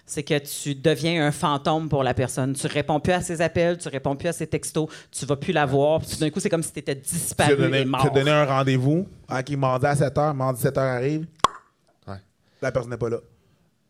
B: C'est que tu deviens un fantôme pour la personne. Tu réponds plus à ses appels, tu réponds plus à ses textos, tu vas plus la voir. Puis tout d'un coup, c'est comme si tu étais
A: Tu as
B: disparu
A: donné,
B: et mort.
A: tu as donné un rendez-vous. OK, mardi à 7h, mardi 7h arrive.
C: Ouais.
A: La personne n'est pas là.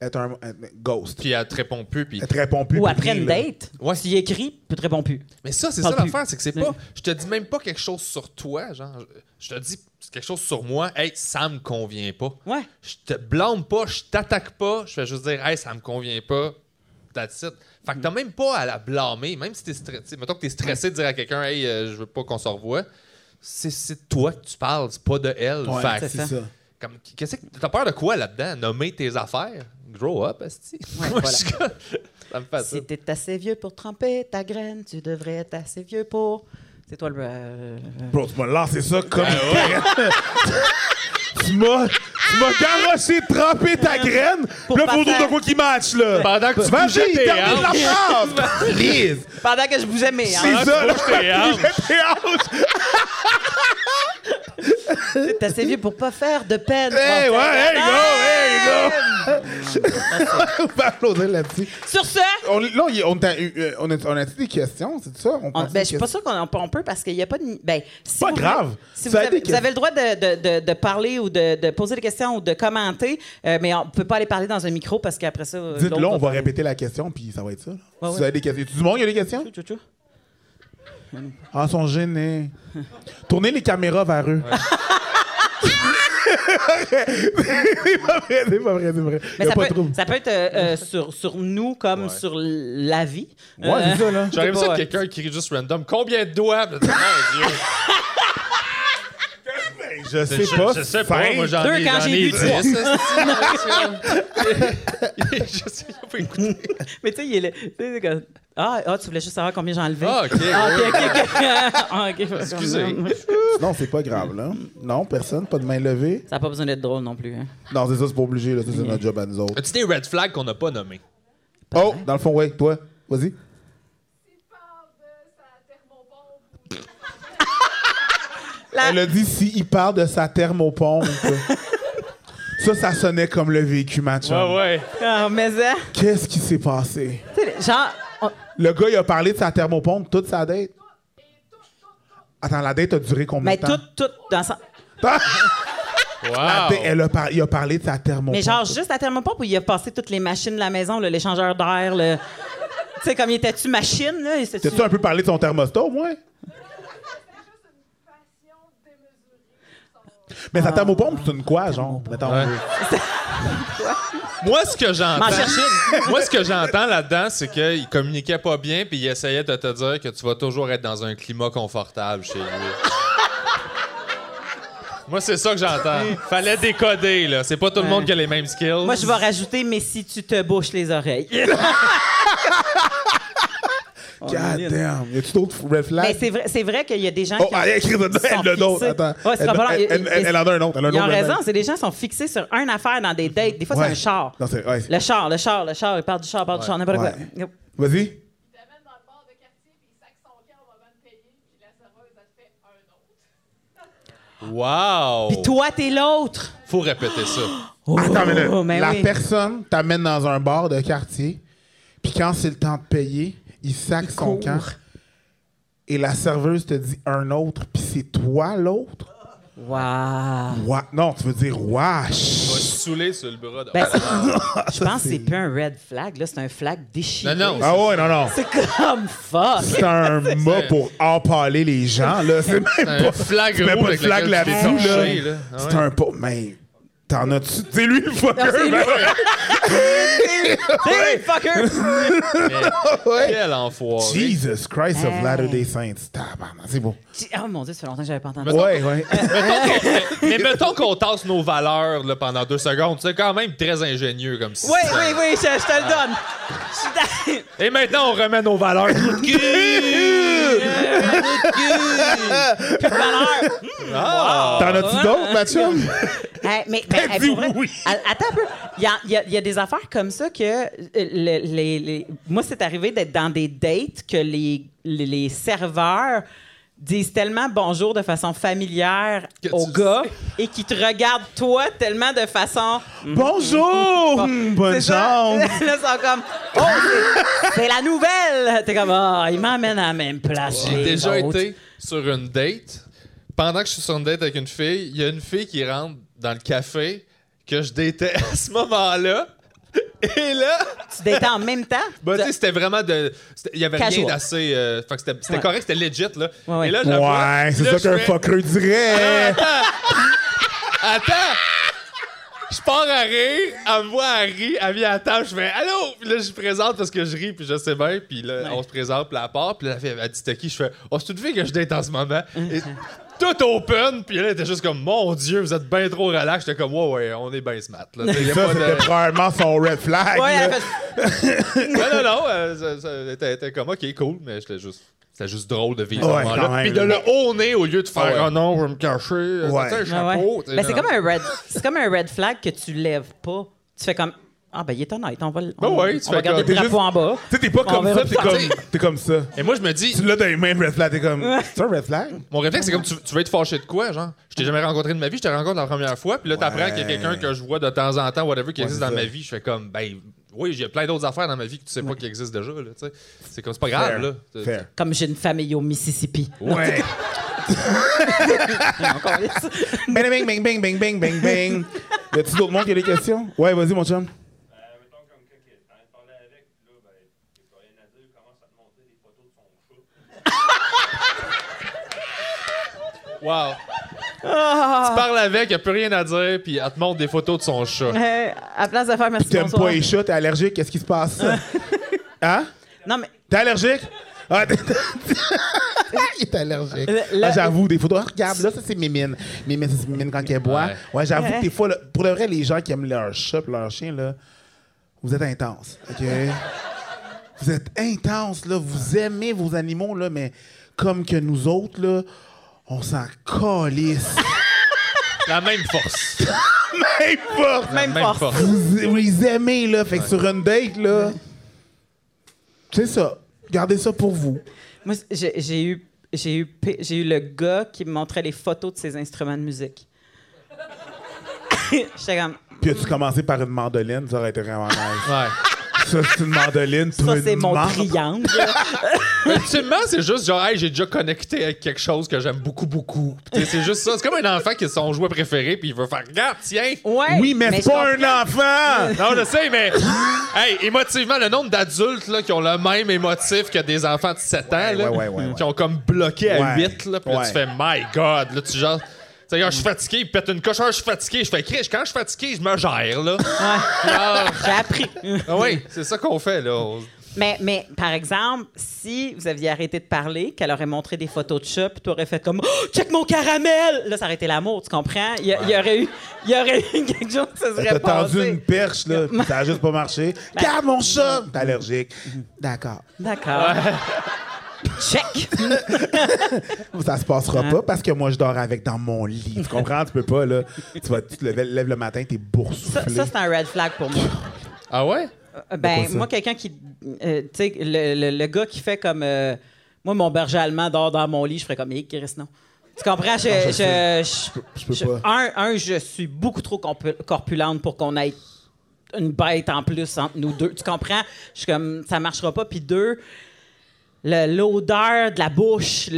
A: Elle est un elle- ghost.
C: Puis elle te répond plus. Puis...
A: Elle te répond plus.
B: Ou
A: puis
B: après
A: prie,
B: une
A: là.
B: date,
C: Ouais.
B: tu y écris, puis tu réponds plus.
C: Mais ça, c'est ça
B: Parle plus.
C: l'affaire. C'est que c'est
B: Ouais.
C: pas. Je te dis même pas quelque chose sur toi. Genre, je je te dis quelque chose sur moi. Hey, ça me convient pas.
B: Ouais.
C: Je te blâme pas. Je t'attaque pas. Je vais juste dire, hey, ça me convient pas. That's it. Fait que
B: Mm.
C: t'as même pas à la blâmer. Même si t'es stressé. Mettons que t'es stressé de dire à quelqu'un, hey, euh, je veux pas qu'on se revoie. C'est- C'est de toi que tu parles. C'est pas de elle.
A: Ouais,
C: Fait que
A: c'est ça.
B: ça.
C: comme, qu'est-ce que t'as peur de quoi là-dedans? Nommer tes affaires? Grow up, esti.
B: Ouais,
C: [laughs] Moi,
B: voilà.
C: je suis comme- ça me fait ça.
B: Si t'es assez vieux pour tremper ta graine, tu devrais être assez vieux pour. C'est toi le. euh, euh,
A: Bro, tu m'as lancé ça comme. [laughs] tu m'as. Tu m'as garoché, trempé ta graine.
B: Pour
A: Puis là, faut
B: pas
A: autour de
B: faire-
A: quoi qui match, là.
C: Pendant que tu bougeais
A: Vas-y,
C: tes
A: termine la phrase. Please.
B: Pendant que je hein. bougeais mes hanches,
A: C'est ça, là.
C: tes
A: [laughs]
C: hanches.
A: Bougeais tes hanches.
B: [laughs] t'es assez vieux pour pas faire de peine.
A: Hey,
B: Bon,
A: Eh, ouais, hey,
B: t'as-
A: go, hey, go! On va applaudir là-dessus.
B: Sur ce,
A: On, là, on, t'a eu- euh, on a, on a-tu des questions, c'est ça? On
B: On-
A: pense
B: ben, je suis pas sûre qu'on en- on peut parce qu'il n'y a pas de. Ben, si
A: Pas
B: vous-
A: grave.
B: Si vous,
A: Ça a
B: avez,
A: des
B: vous avez le droit de, de- de- de parler ou de, de poser des questions ou de commenter, euh, mais on ne peut pas aller parler dans un micro parce qu'après ça. euh,
A: Dites-le,
B: l'autre
A: on va
B: parler.
A: répéter la question, puis ça va être ça. là.
B: Ouais,
A: Si
B: ouais.
A: vous avez des questions. Tout le monde, il y a des questions?
B: Tchou, tchou, tchou.
A: Ah, ils sont gênés. Tournez les caméras vers eux. [laughs] c'est pas vrai, c'est pas vrai, c'est vrai.
B: Mais
A: Il y a
B: ça
A: pas de
B: peut,
A: trouble.
B: ça peut être euh, euh, [laughs] sur, sur nous comme
C: Ouais.
B: sur l- la vie.
A: Ouais,
B: Euh,
A: c'est ça, là.
C: J'arrive ça
B: Ouais.
C: que quelqu'un qui rit juste random. Combien de doigts? Mon Dieu.
A: Je sais pas.
C: Je, je sais
A: cinq.
C: pas. Moi, j'en
B: Deux
C: ai,
B: quand
C: j'en
B: j'ai
C: ai
B: vu trois.
C: 10, là, c'est- je sais, il a pas écouté.
E: [laughs]
B: [laughs] Mais tu sais, il est là. tu sais, c'est comme- Ah, ah, tu voulais juste savoir combien j'enlevais.
E: Ah, ok.
B: ok,
E: [laughs]
B: ok, ok. Ah, ok.
E: Excusez.
A: Non, c'est pas grave, là. Non, personne, pas de main levée.
B: Ça n'a pas besoin d'être drôle non plus. hein.
A: Non, c'est ça, c'est pas obligé, là. Ça, c'est notre job à nous autres.
E: As-tu des red flags qu'on n'a pas nommés?
A: Oh, dans le fond, ouais, toi, vas-y.
B: La-
A: Elle a dit s'il parle de sa thermopompe. ça, ça sonnait comme le vécu, match.
E: ouais.
B: Ah, mais ça,
A: Qu'est-ce qui s'est passé?
B: tu sais, genre, on-
A: Le gars, il a parlé de sa thermopompe toute sa date. Attends, la date a duré combien
B: mais
A: de temps?
B: tout, tout dans sa-
A: La date,
E: Wow.
A: elle a par- Il a parlé de sa thermopompe.
B: Mais genre, juste à thermopompe où il a passé toutes les machines de la maison, là, l'échangeur d'air, le... Tu sais, comme il était-tu machine, là? il était-tu-
A: T'as-tu un peu parlé de son thermostat, au moins? Mais
B: Ah.
A: sa thermopompe, c'est une quoi, genre? Mettons.
E: Ouais. Moi, ce que j'entends,
B: M'en chercher
E: moi, ce que j'entends là-dedans, c'est qu'il communiquait pas bien, puis il essayait de te dire que tu vas toujours être dans un climat confortable chez lui.
C: [laughs]
E: moi, c'est ça que j'entends. Fallait décoder, là. C'est pas tout le monde qui a les mêmes skills.
B: Moi, je vais rajouter, mais si tu te bouches les oreilles.
A: God damn. Y a-tu d'autres red flags?
B: Mais c'est vrai, c'est vrai qu'il y a des gens
A: Oh,
B: qui. ont-
A: elle a écrit de
B: qui sont
A: elle le d'autre.
B: fixés.
A: Attends.
B: Ouais, c'est
A: Elle-
B: pas long.
A: elle-
B: Et-
A: elle-
B: et-
A: elle en a un autre. Elle en a un
B: Ils ont
A: autre red
B: raison,
A: flag.
B: c'est des gens qui sont fixés sur une affaire dans des dates. Des fois,
A: Ouais.
B: c'est un char.
A: Non, c'est- ouais.
B: Le char, le char, le char, il parle du char, il parle du char, n'importe
A: Ouais.
B: quoi. Yep.
A: Vas-y.
D: t'amène dans le bar de quartier, puis il sac son camp au moment de payer, puis la serveuse, elle te fait un autre.
E: Wow!
B: Puis
A: Oh.
B: toi, t'es l'autre.
E: Faut répéter ça.
A: Attends une minute.
B: Oh, mais
A: la
B: oui.
A: personne t'amène dans un bar de quartier, puis quand c'est le temps de payer, il sac son
B: court.
A: camp. Et la serveuse te dit un autre, puis c'est toi l'autre?
B: Wow.
A: Wa- Non, tu veux dire wesh.
E: Va se saouler sur le bras. de-
B: Ben, c'est- je
A: Ça,
B: pense
A: c'est-
B: que c'est plus un red flag, là, c'est un flag déchiré.
E: Non, non.
A: Ah ouais, non, non.
B: C'est [laughs]
A: [laughs]
B: comme fuck.
A: C'est un mot pour empaler les gens, là. C'est même
E: un
A: pas.
E: flag
A: c'est même
E: rouge
A: pas de
E: avec
A: flag
E: lequel tu t'es
A: là-dessus, là.
E: touché, là. Ah
A: C'est
E: ouais.
A: un pas. Mais t'en as-tu. C'est lui, le fucker.
B: Non, c'est lui.
A: ben
B: Hey, fucker! [laughs]
A: ouais.
E: Quel enfoiré.
A: Jesus Christ of
B: Hey.
A: Latter-day Saints. Tabarnak, c'est beau.
B: Tu- Oh mon dieu, ça fait longtemps que j'avais pas entendu. ça.
A: Ouais,
B: [laughs]
A: ouais.
E: Mais mettons qu'on tasse nos valeurs là, pendant deux secondes. C'est quand même très ingénieux comme système.
B: Oui, oui, oui, je, je te le donne. Je suis d'accord.
E: Et maintenant, on remet nos valeurs. Coup de cul!
B: valeur.
E: Ah!
A: T'en as-tu d'autres, Mathieu?
E: Eh,
B: Hey, mais ben, hey,
A: dit
B: pour vrai,
A: oui.
B: a- attends un peu. Il y a, il y a- il y a des affaires comme ça que euh, le- les, les- moi c'est arrivé d'être dans des dates que les, les, les serveurs disent tellement bonjour de façon familière
E: Que
B: au
E: tu
B: gars et qui te regardent toi tellement de façon
A: Bonjour! hmm, Bonne
B: Mm-hmm. C'est ça.
A: chance!
B: [laughs] Là, ils sont comme oh c'est- c'est la nouvelle. T'es comme ah il m'emmène à la même place.
E: J'ai
B: les
E: déjà
B: autres.
E: été sur une date. Pendant que je suis sur une date avec une fille, il y a une fille qui rentre dans le café que je déteste à ce moment-là. Et là,
B: Tu datais en même temps.
E: bah, tu sais, c'était vraiment de. c'était- Il y avait rien
B: Casual.
E: d'assez. euh, fait que c'était c'était
B: Ouais.
E: correct, c'était legit, là.
B: Ouais, ouais.
E: Et là, je la vois,
A: Ouais, c'est
E: là,
A: ça
E: je
A: qu'un
E: fais-
A: fucker
B: Ah,
A: dirait.
E: Attends! Je pars à rire, elle me voit, elle rit, elle vient à la table, je fais Allô! Puis là, je présente parce que je ris, puis je sais bien, puis là, on se présente, puis là, elle part, puis là, elle, fait, elle dit T'as qui? Je fais Oh, c'est une fille que je date en ce moment.
A: [laughs]
E: Et tout open, puis là, elle était juste comme Mon Dieu, vous êtes bien trop relax. J'étais comme Ouais, ouais, on est bien smart. Là. Il y a
A: Ça,
E: pas de-
A: c'était probablement son red flag.
B: Ouais,
A: là.
B: elle a fait-
E: Non, non, non, euh, ça- ça- elle était- elle était comme Ok, cool, mais j'étais juste. C'était juste drôle de vivre
A: Ouais,
E: ce
A: quand
E: moment-là.
A: même,
E: Puis de le
A: là.
E: honner au lieu de faire
A: Ah ouais.
E: Oh non, je vais me cacher.
A: Ouais.
E: Tu sais, un
B: Ah ouais.
E: chapeau. tu sais,
B: Ben, c'est
E: non.
B: comme un red, c'est comme un red flag que tu lèves pas. Tu fais comme ah ben il est honnête, on va le-
E: Ben
B: on,
E: ouais, tu
B: on va
E: fais
B: garder
E: comme-
B: le drapeau
A: t'es
B: en bas.
A: Tu sais, t'es pas
B: On
A: comme
B: verra
A: ça,
B: plus
A: t'es
B: tard.
A: comme,
E: Tu
A: t'es comme ça.
E: Et moi, je me dis,
A: Tu l'as dans les mêmes red flags, t'es comme, c'est un red flag?
E: Mon réflexe, c'est comme tu, tu veux être fâché de quoi, genre? Je t'ai jamais rencontré de ma vie, je te rencontre la première fois, puis là, t'apprends
A: Ouais.
E: qu'il y a quelqu'un que je vois de temps en temps, whatever, qui
A: Ouais,
E: existe
A: c'est
E: dans
A: ça.
E: ma vie. Je fais comme, ben, oui, j'ai plein d'autres affaires dans ma vie que tu sais pas qui existent déjà, là, tu sais. C'est comme, c'est pas grave,
A: Fair.
E: Ah, là. C'est-
A: Fair.
B: Comme j'ai une famille au Mississippi.
A: Ouais.
B: [laughs]
A: Bang, bang, bang, bang, bang, bang, bang, bang. Y a-tu d'autres monde qui a des questions? Ouais, vas-y, mon chum.
F: Ben, mettons comme quelqu'un qui t'arrêtes de parler avec, puis là, ben, il n'y a plus rien à dire, il commence à te montrer des photos de son chat.
E: Wow. Tu parles avec, y a plus rien à dire, puis elle te montre des photos de son chat.
B: Euh, à place de faire merci
A: T'aimes
B: bonsoir.
A: pas les chats, t'es allergique, qu'est-ce qui se passe? Hein?
B: Non mais
A: T'es allergique? Ah,
B: [laughs]
A: t'es- [laughs] Il est allergique.
B: Le- le-
A: Ah, j'avoue, des photos. Ah, regarde, là, ça, c'est Mimine. Mimine, ça, c'est Mimine quand elle boit.
E: Ouais.
A: Ouais, j'avoue que
B: Ouais.
A: des fois, là, pour le vrai, les gens qui aiment leur chat pis leur chien, là, vous êtes intenses. OK? Vous êtes intense, là. Vous aimez vos animaux, là, mais comme que nous autres, là, on s'en [laughs] calisse.
E: La même force.
A: Même pas!
E: La
B: Même force.
A: Vous, vous les aimez, là. Fait que sur une date, là, c'est ça. Gardez ça pour vous.
B: Moi, c'est- j'ai j'ai eu, j'ai eu, p- j'ai eu le gars qui me montrait les photos de ses instruments de musique. [laughs] J'étais comme,
A: Puis as-tu commencé par une mandoline? Ça aurait été vraiment nice.
E: [laughs]
A: ça,
E: Ouais.
A: c'est une mandoline. toi,
B: ça, c'est
A: une
B: mon
A: marde.
B: triangle.
E: Ultimement, c'est juste genre, hey, j'ai déjà connecté avec quelque chose que j'aime beaucoup, beaucoup. Puis, tu sais, C'est juste ça. C'est comme un enfant qui a son jouet préféré, puis il veut faire, regarde, tiens.
B: Ouais,
A: Oui, mais,
B: je
A: c'est pas
B: comprends.
A: un enfant!
E: Non, je sais, mais. Hey, émotivement, le nombre d'adultes là, qui ont le même émotif que des enfants de 7 ans, là,
A: ouais, ouais, ouais,
E: qui ont comme bloqué à
A: Ouais.
E: 8, là, puis là,
A: Ouais.
E: tu fais My God, là, tu genre. Tu sais, quand je suis fatigué, il pète une coche, Ah, je suis fatigué, je fais criche. Quand je suis fatigué, je me gère, là. Ah,
B: J'ai appris.
E: ah oui, c'est ça qu'on fait, là. On-
B: mais, mais, par exemple, si vous aviez arrêté de parler, qu'elle aurait montré des photos de chat, puis tu aurais fait comme oh, Check mon caramel! Là, ça aurait été l'amour, tu comprends? Il y, a- il y aurait eu, il y aurait eu [laughs] quelque chose qui se
A: T'as tendu
B: serait passé. Ben,
A: une perche, là, pis ça a juste pas marché. Garde mon chat! T'es allergique. D'accord.
B: D'accord. Check!
A: Ça se passera
B: Hein?
A: pas parce que moi, je dors avec dans mon lit. Tu comprends? tu peux pas, là. Tu vas, tu te lèves, lèves le matin, t'es
B: Ça,
A: boursouflé.
B: ça, c'est un red flag pour moi.
E: Ah ouais?
B: Euh, Ben,
A: quoi ça?
B: moi, quelqu'un qui. euh, tu sais, le, le- le gars qui fait comme. euh, moi, mon berger allemand dort dans mon lit, je ferais comme. Hé, Chris, non. Tu comprends? Je,
A: je
B: je,
A: sais.
B: je-
A: je peux
B: je-
A: pas.
B: Un, un, je suis beaucoup trop corpu- corpulente pour qu'on ait une bête en plus entre nous deux. Tu comprends? Je suis comme. Ça marchera pas. Puis deux. le- L'odeur de la bouche, le,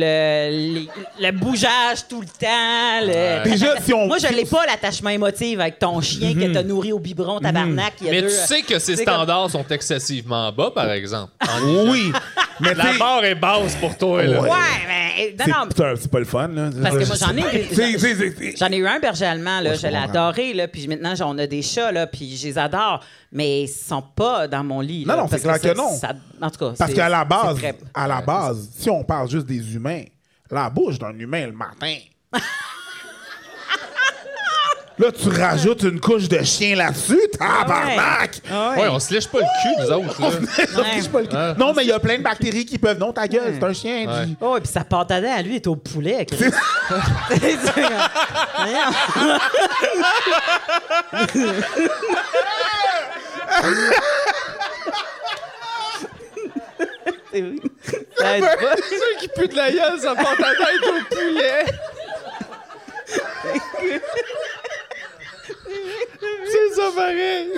B: les- le bougeage tout le temps. le-
E: Ouais.
A: Déjà, si on-
B: Moi, je l'ai pas, l'attachement émotif avec ton chien
A: Mhm.
B: que t'as nourri au biberon, tabarnak. il y a
E: Mais
B: deux-
E: tu sais que ces
B: c'est comme-
E: standards sont excessivement bas, par exemple.
A: Oui! Mais
E: La
A: t'sais-
E: barre est basse pour toi, là.
A: Ouais.
B: Ouais, mais non,
A: Euh, C'est-
B: non,
A: c'est un- c'est pas le fun, là.
B: Parce que moi, j'en ai-
A: Tu sais, tu sais, tu sais,
B: J'en ai eu un berger allemand, là,
A: Ouais,
B: je
A: je
B: l'ai
A: comprends.
B: adoré, là, puis maintenant j'en- on a des chats, là, puis je les adore, mais ils sont pas dans mon lit. là,
A: Non, non,
B: parce
A: c'est clair
B: ça-
A: que non.
B: ça- en tout cas,
A: Parce
B: c'est-
A: qu'à la
B: c'est
A: base,
B: très-
A: à la base, si on parle juste des humains, la bouche d'un humain le
B: [laughs]
A: matin. Là, tu rajoutes une couche de chien là-dessus, tabarnak!
B: Ah ouais.
E: Ouais, on se lèche pas le cul, nous autres, là.
A: Je sais pas le-
E: Ouais.
A: [laughs] Non, mais il y a plein de bactéries qui peuvent. Non, ta gueule, c'est un chien.
E: Ouais.
A: dis.
B: Oh, et puis sa pâte à dents, à lui, est au poulet. Chris. [laughs]
A: [laughs]
B: C'est comme- Voyons. [laughs] C'est vrai. Ça aide pas.
E: Ceux qui puent de la gueule, ça porte la tête au poulet. C'est ça pareil.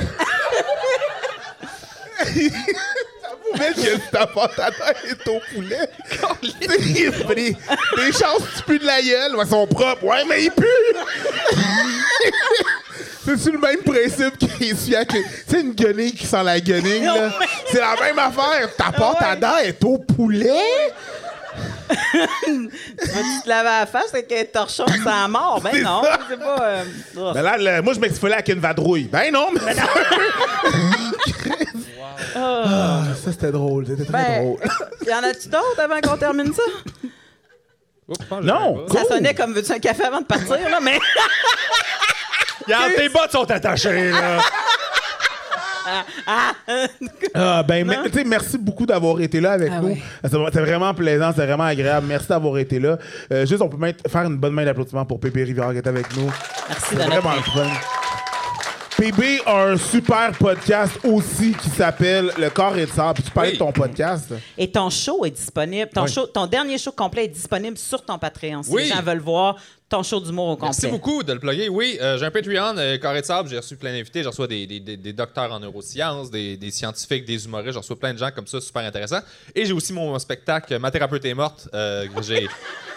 A: Mec, que ta pâte à dents est au poulet. Il fait des, des chances que tu pues de la gueule. Ouais, Ils sont propres. Ouais, mais ils puent. C'est-tu le même principe qui suit avec les... Tu sais, une guenille qui sent la guenille, là? C'est la même affaire. Ta pâte à dents est au poulet?
B: Tu te laver la face avec un torchon sans mort. Ben non, c'est pas. euh, oh.
A: Mais là, le- moi, je m'exfoliais avec une vadrouille. Ben non, mais...
B: [laughs]
A: Ah, ça, c'était drôle. C'était très
B: Ben, y en a-tu d'autres avant qu'on termine ça?
A: Non!
B: Ça sonnait comme veux-tu un café avant de partir, là, mais. [laughs]
E: Regarde, tes bottes sont attachées, là.
B: ah.
A: Ah, ben, me- tu sais, merci beaucoup d'avoir été là avec
B: Ah
A: nous.
B: ouais.
A: C'est c'est vraiment plaisant, c'est vraiment agréable. Merci d'avoir été là. Euh, juste, on peut mettre- faire une bonne main d'applaudissements pour Pépé Rivière qui est avec nous.
B: Merci
A: C'est
B: de
A: vraiment le fun. PB a un super podcast aussi qui s'appelle Le corps et de sable. Puis tu parlais
E: Oui.
A: de ton podcast.
B: Et ton show est disponible. Ton,
A: Oui.
B: show, ton dernier show complet est disponible sur ton Patreon. Si
E: Oui.
B: les gens veulent voir ton show d'humour au complet.
E: Merci beaucoup de le plugger. Oui, euh, j'ai un Patreon, euh, Carré de Sable, j'ai reçu plein d'invités. J'en reçois des, des- des- des docteurs en neurosciences, des, des scientifiques, des humoristes. J'en reçois plein de gens comme ça, super intéressant. Et j'ai aussi mon spectacle euh, Ma thérapeute est morte, euh, que j'ai.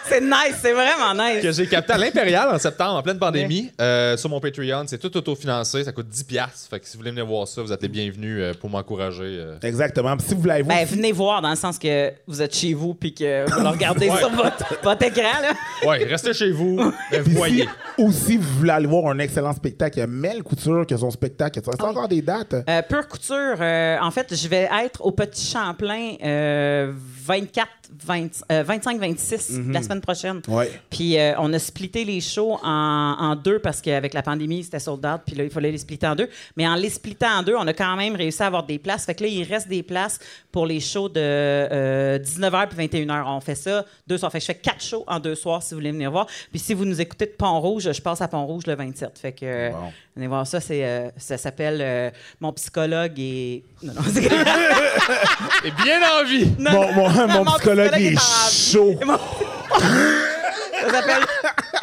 B: C'est nice, c'est vraiment nice.
E: que j'ai capté à l'Impérial en septembre, en pleine pandémie, euh, sur mon Patreon. C'est tout autofinancé, ça coûte 10$. piastres. Fait que si vous voulez venir voir ça, vous êtes les bienvenus euh, pour m'encourager. euh.
A: Exactement. Puis si vous voulez aller voir.
B: Ben, venez voir dans le sens que vous êtes chez vous puis que vous le regardez sur votre, votre écran. Là.
E: Ouais, restez chez vous, mais
A: Puis si-
E: voyez.
A: ou si vous voulez aller voir un excellent spectacle, il y a Mel Couture qui a son spectacle. Tu as encore des dates?
B: Euh, Pure Couture, euh, en fait, je vais être au Petit Champlain euh, 24, 20, euh, 25, 26 la semaine prochaine.
A: Ouais.
B: Puis euh, on a splitté les shows en, en deux parce qu'avec la pandémie, c'était sold out. Puis là, il fallait les splitter en deux. Mais en les splittant en deux, on a quand même réussi à avoir des places. Fait que là, il reste des places pour les shows de 19h puis 21h. On fait ça deux soirs. Fait que je fais quatre shows en deux soirs si vous voulez venir voir. Puis si vous nous écoutez de Pont-Rouge, je passe à Pont-Rouge le 27. Fait que euh,
A: Wow.
B: venez voir ça. C'est, euh, ça s'appelle euh, Mon psychologue et. Non, non,
C: [laughs]
B: c'est-
C: Et bien envie!
B: Non,
A: Mon- mon- mon
B: [laughs]
A: psychologue est
B: en-
A: chaud.
B: Mon- Ça s'appelle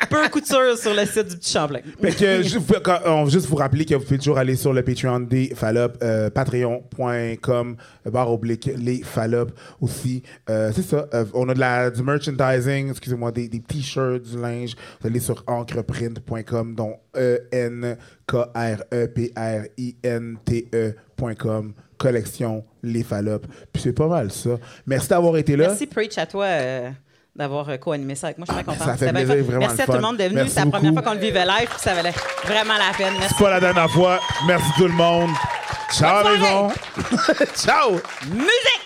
B: Peu Couture sur le site du Petit Champlain.
A: Fait que, juste, vous- quand- on veut juste vous rappeler que vous pouvez toujours aller sur le Patreon des Fallops, euh, patreon.com, euh, barre oblique, les Fallops aussi. Euh, c'est ça. Euh, on a de la, du merchandising, excusez-moi, des, des t-shirts, du linge. Vous allez sur encreprint.com, dont E E-N-K-R-E-P-R-I-N-T-E.com, E collection les Fallops. Puis c'est pas mal ça. Merci d'avoir été là.
B: Merci, Preach, à toi. euh, d'avoir euh, co-animé ça avec moi. Je suis très
A: ben,
B: contente.
A: ça fait
B: C'était bien
A: plaisir,
B: fun.
A: vraiment
B: Merci
A: le
B: à tout le
A: fun.
B: monde de venir.
A: Merci
B: C'est la première
A: beaucoup.
B: fois qu'on le vivait live, puis ça valait vraiment la peine. Merci.
A: C'est pas la dernière fois. Merci tout le monde. Ciao,
B: Bonne
A: maison. [laughs] Ciao.
B: Musique!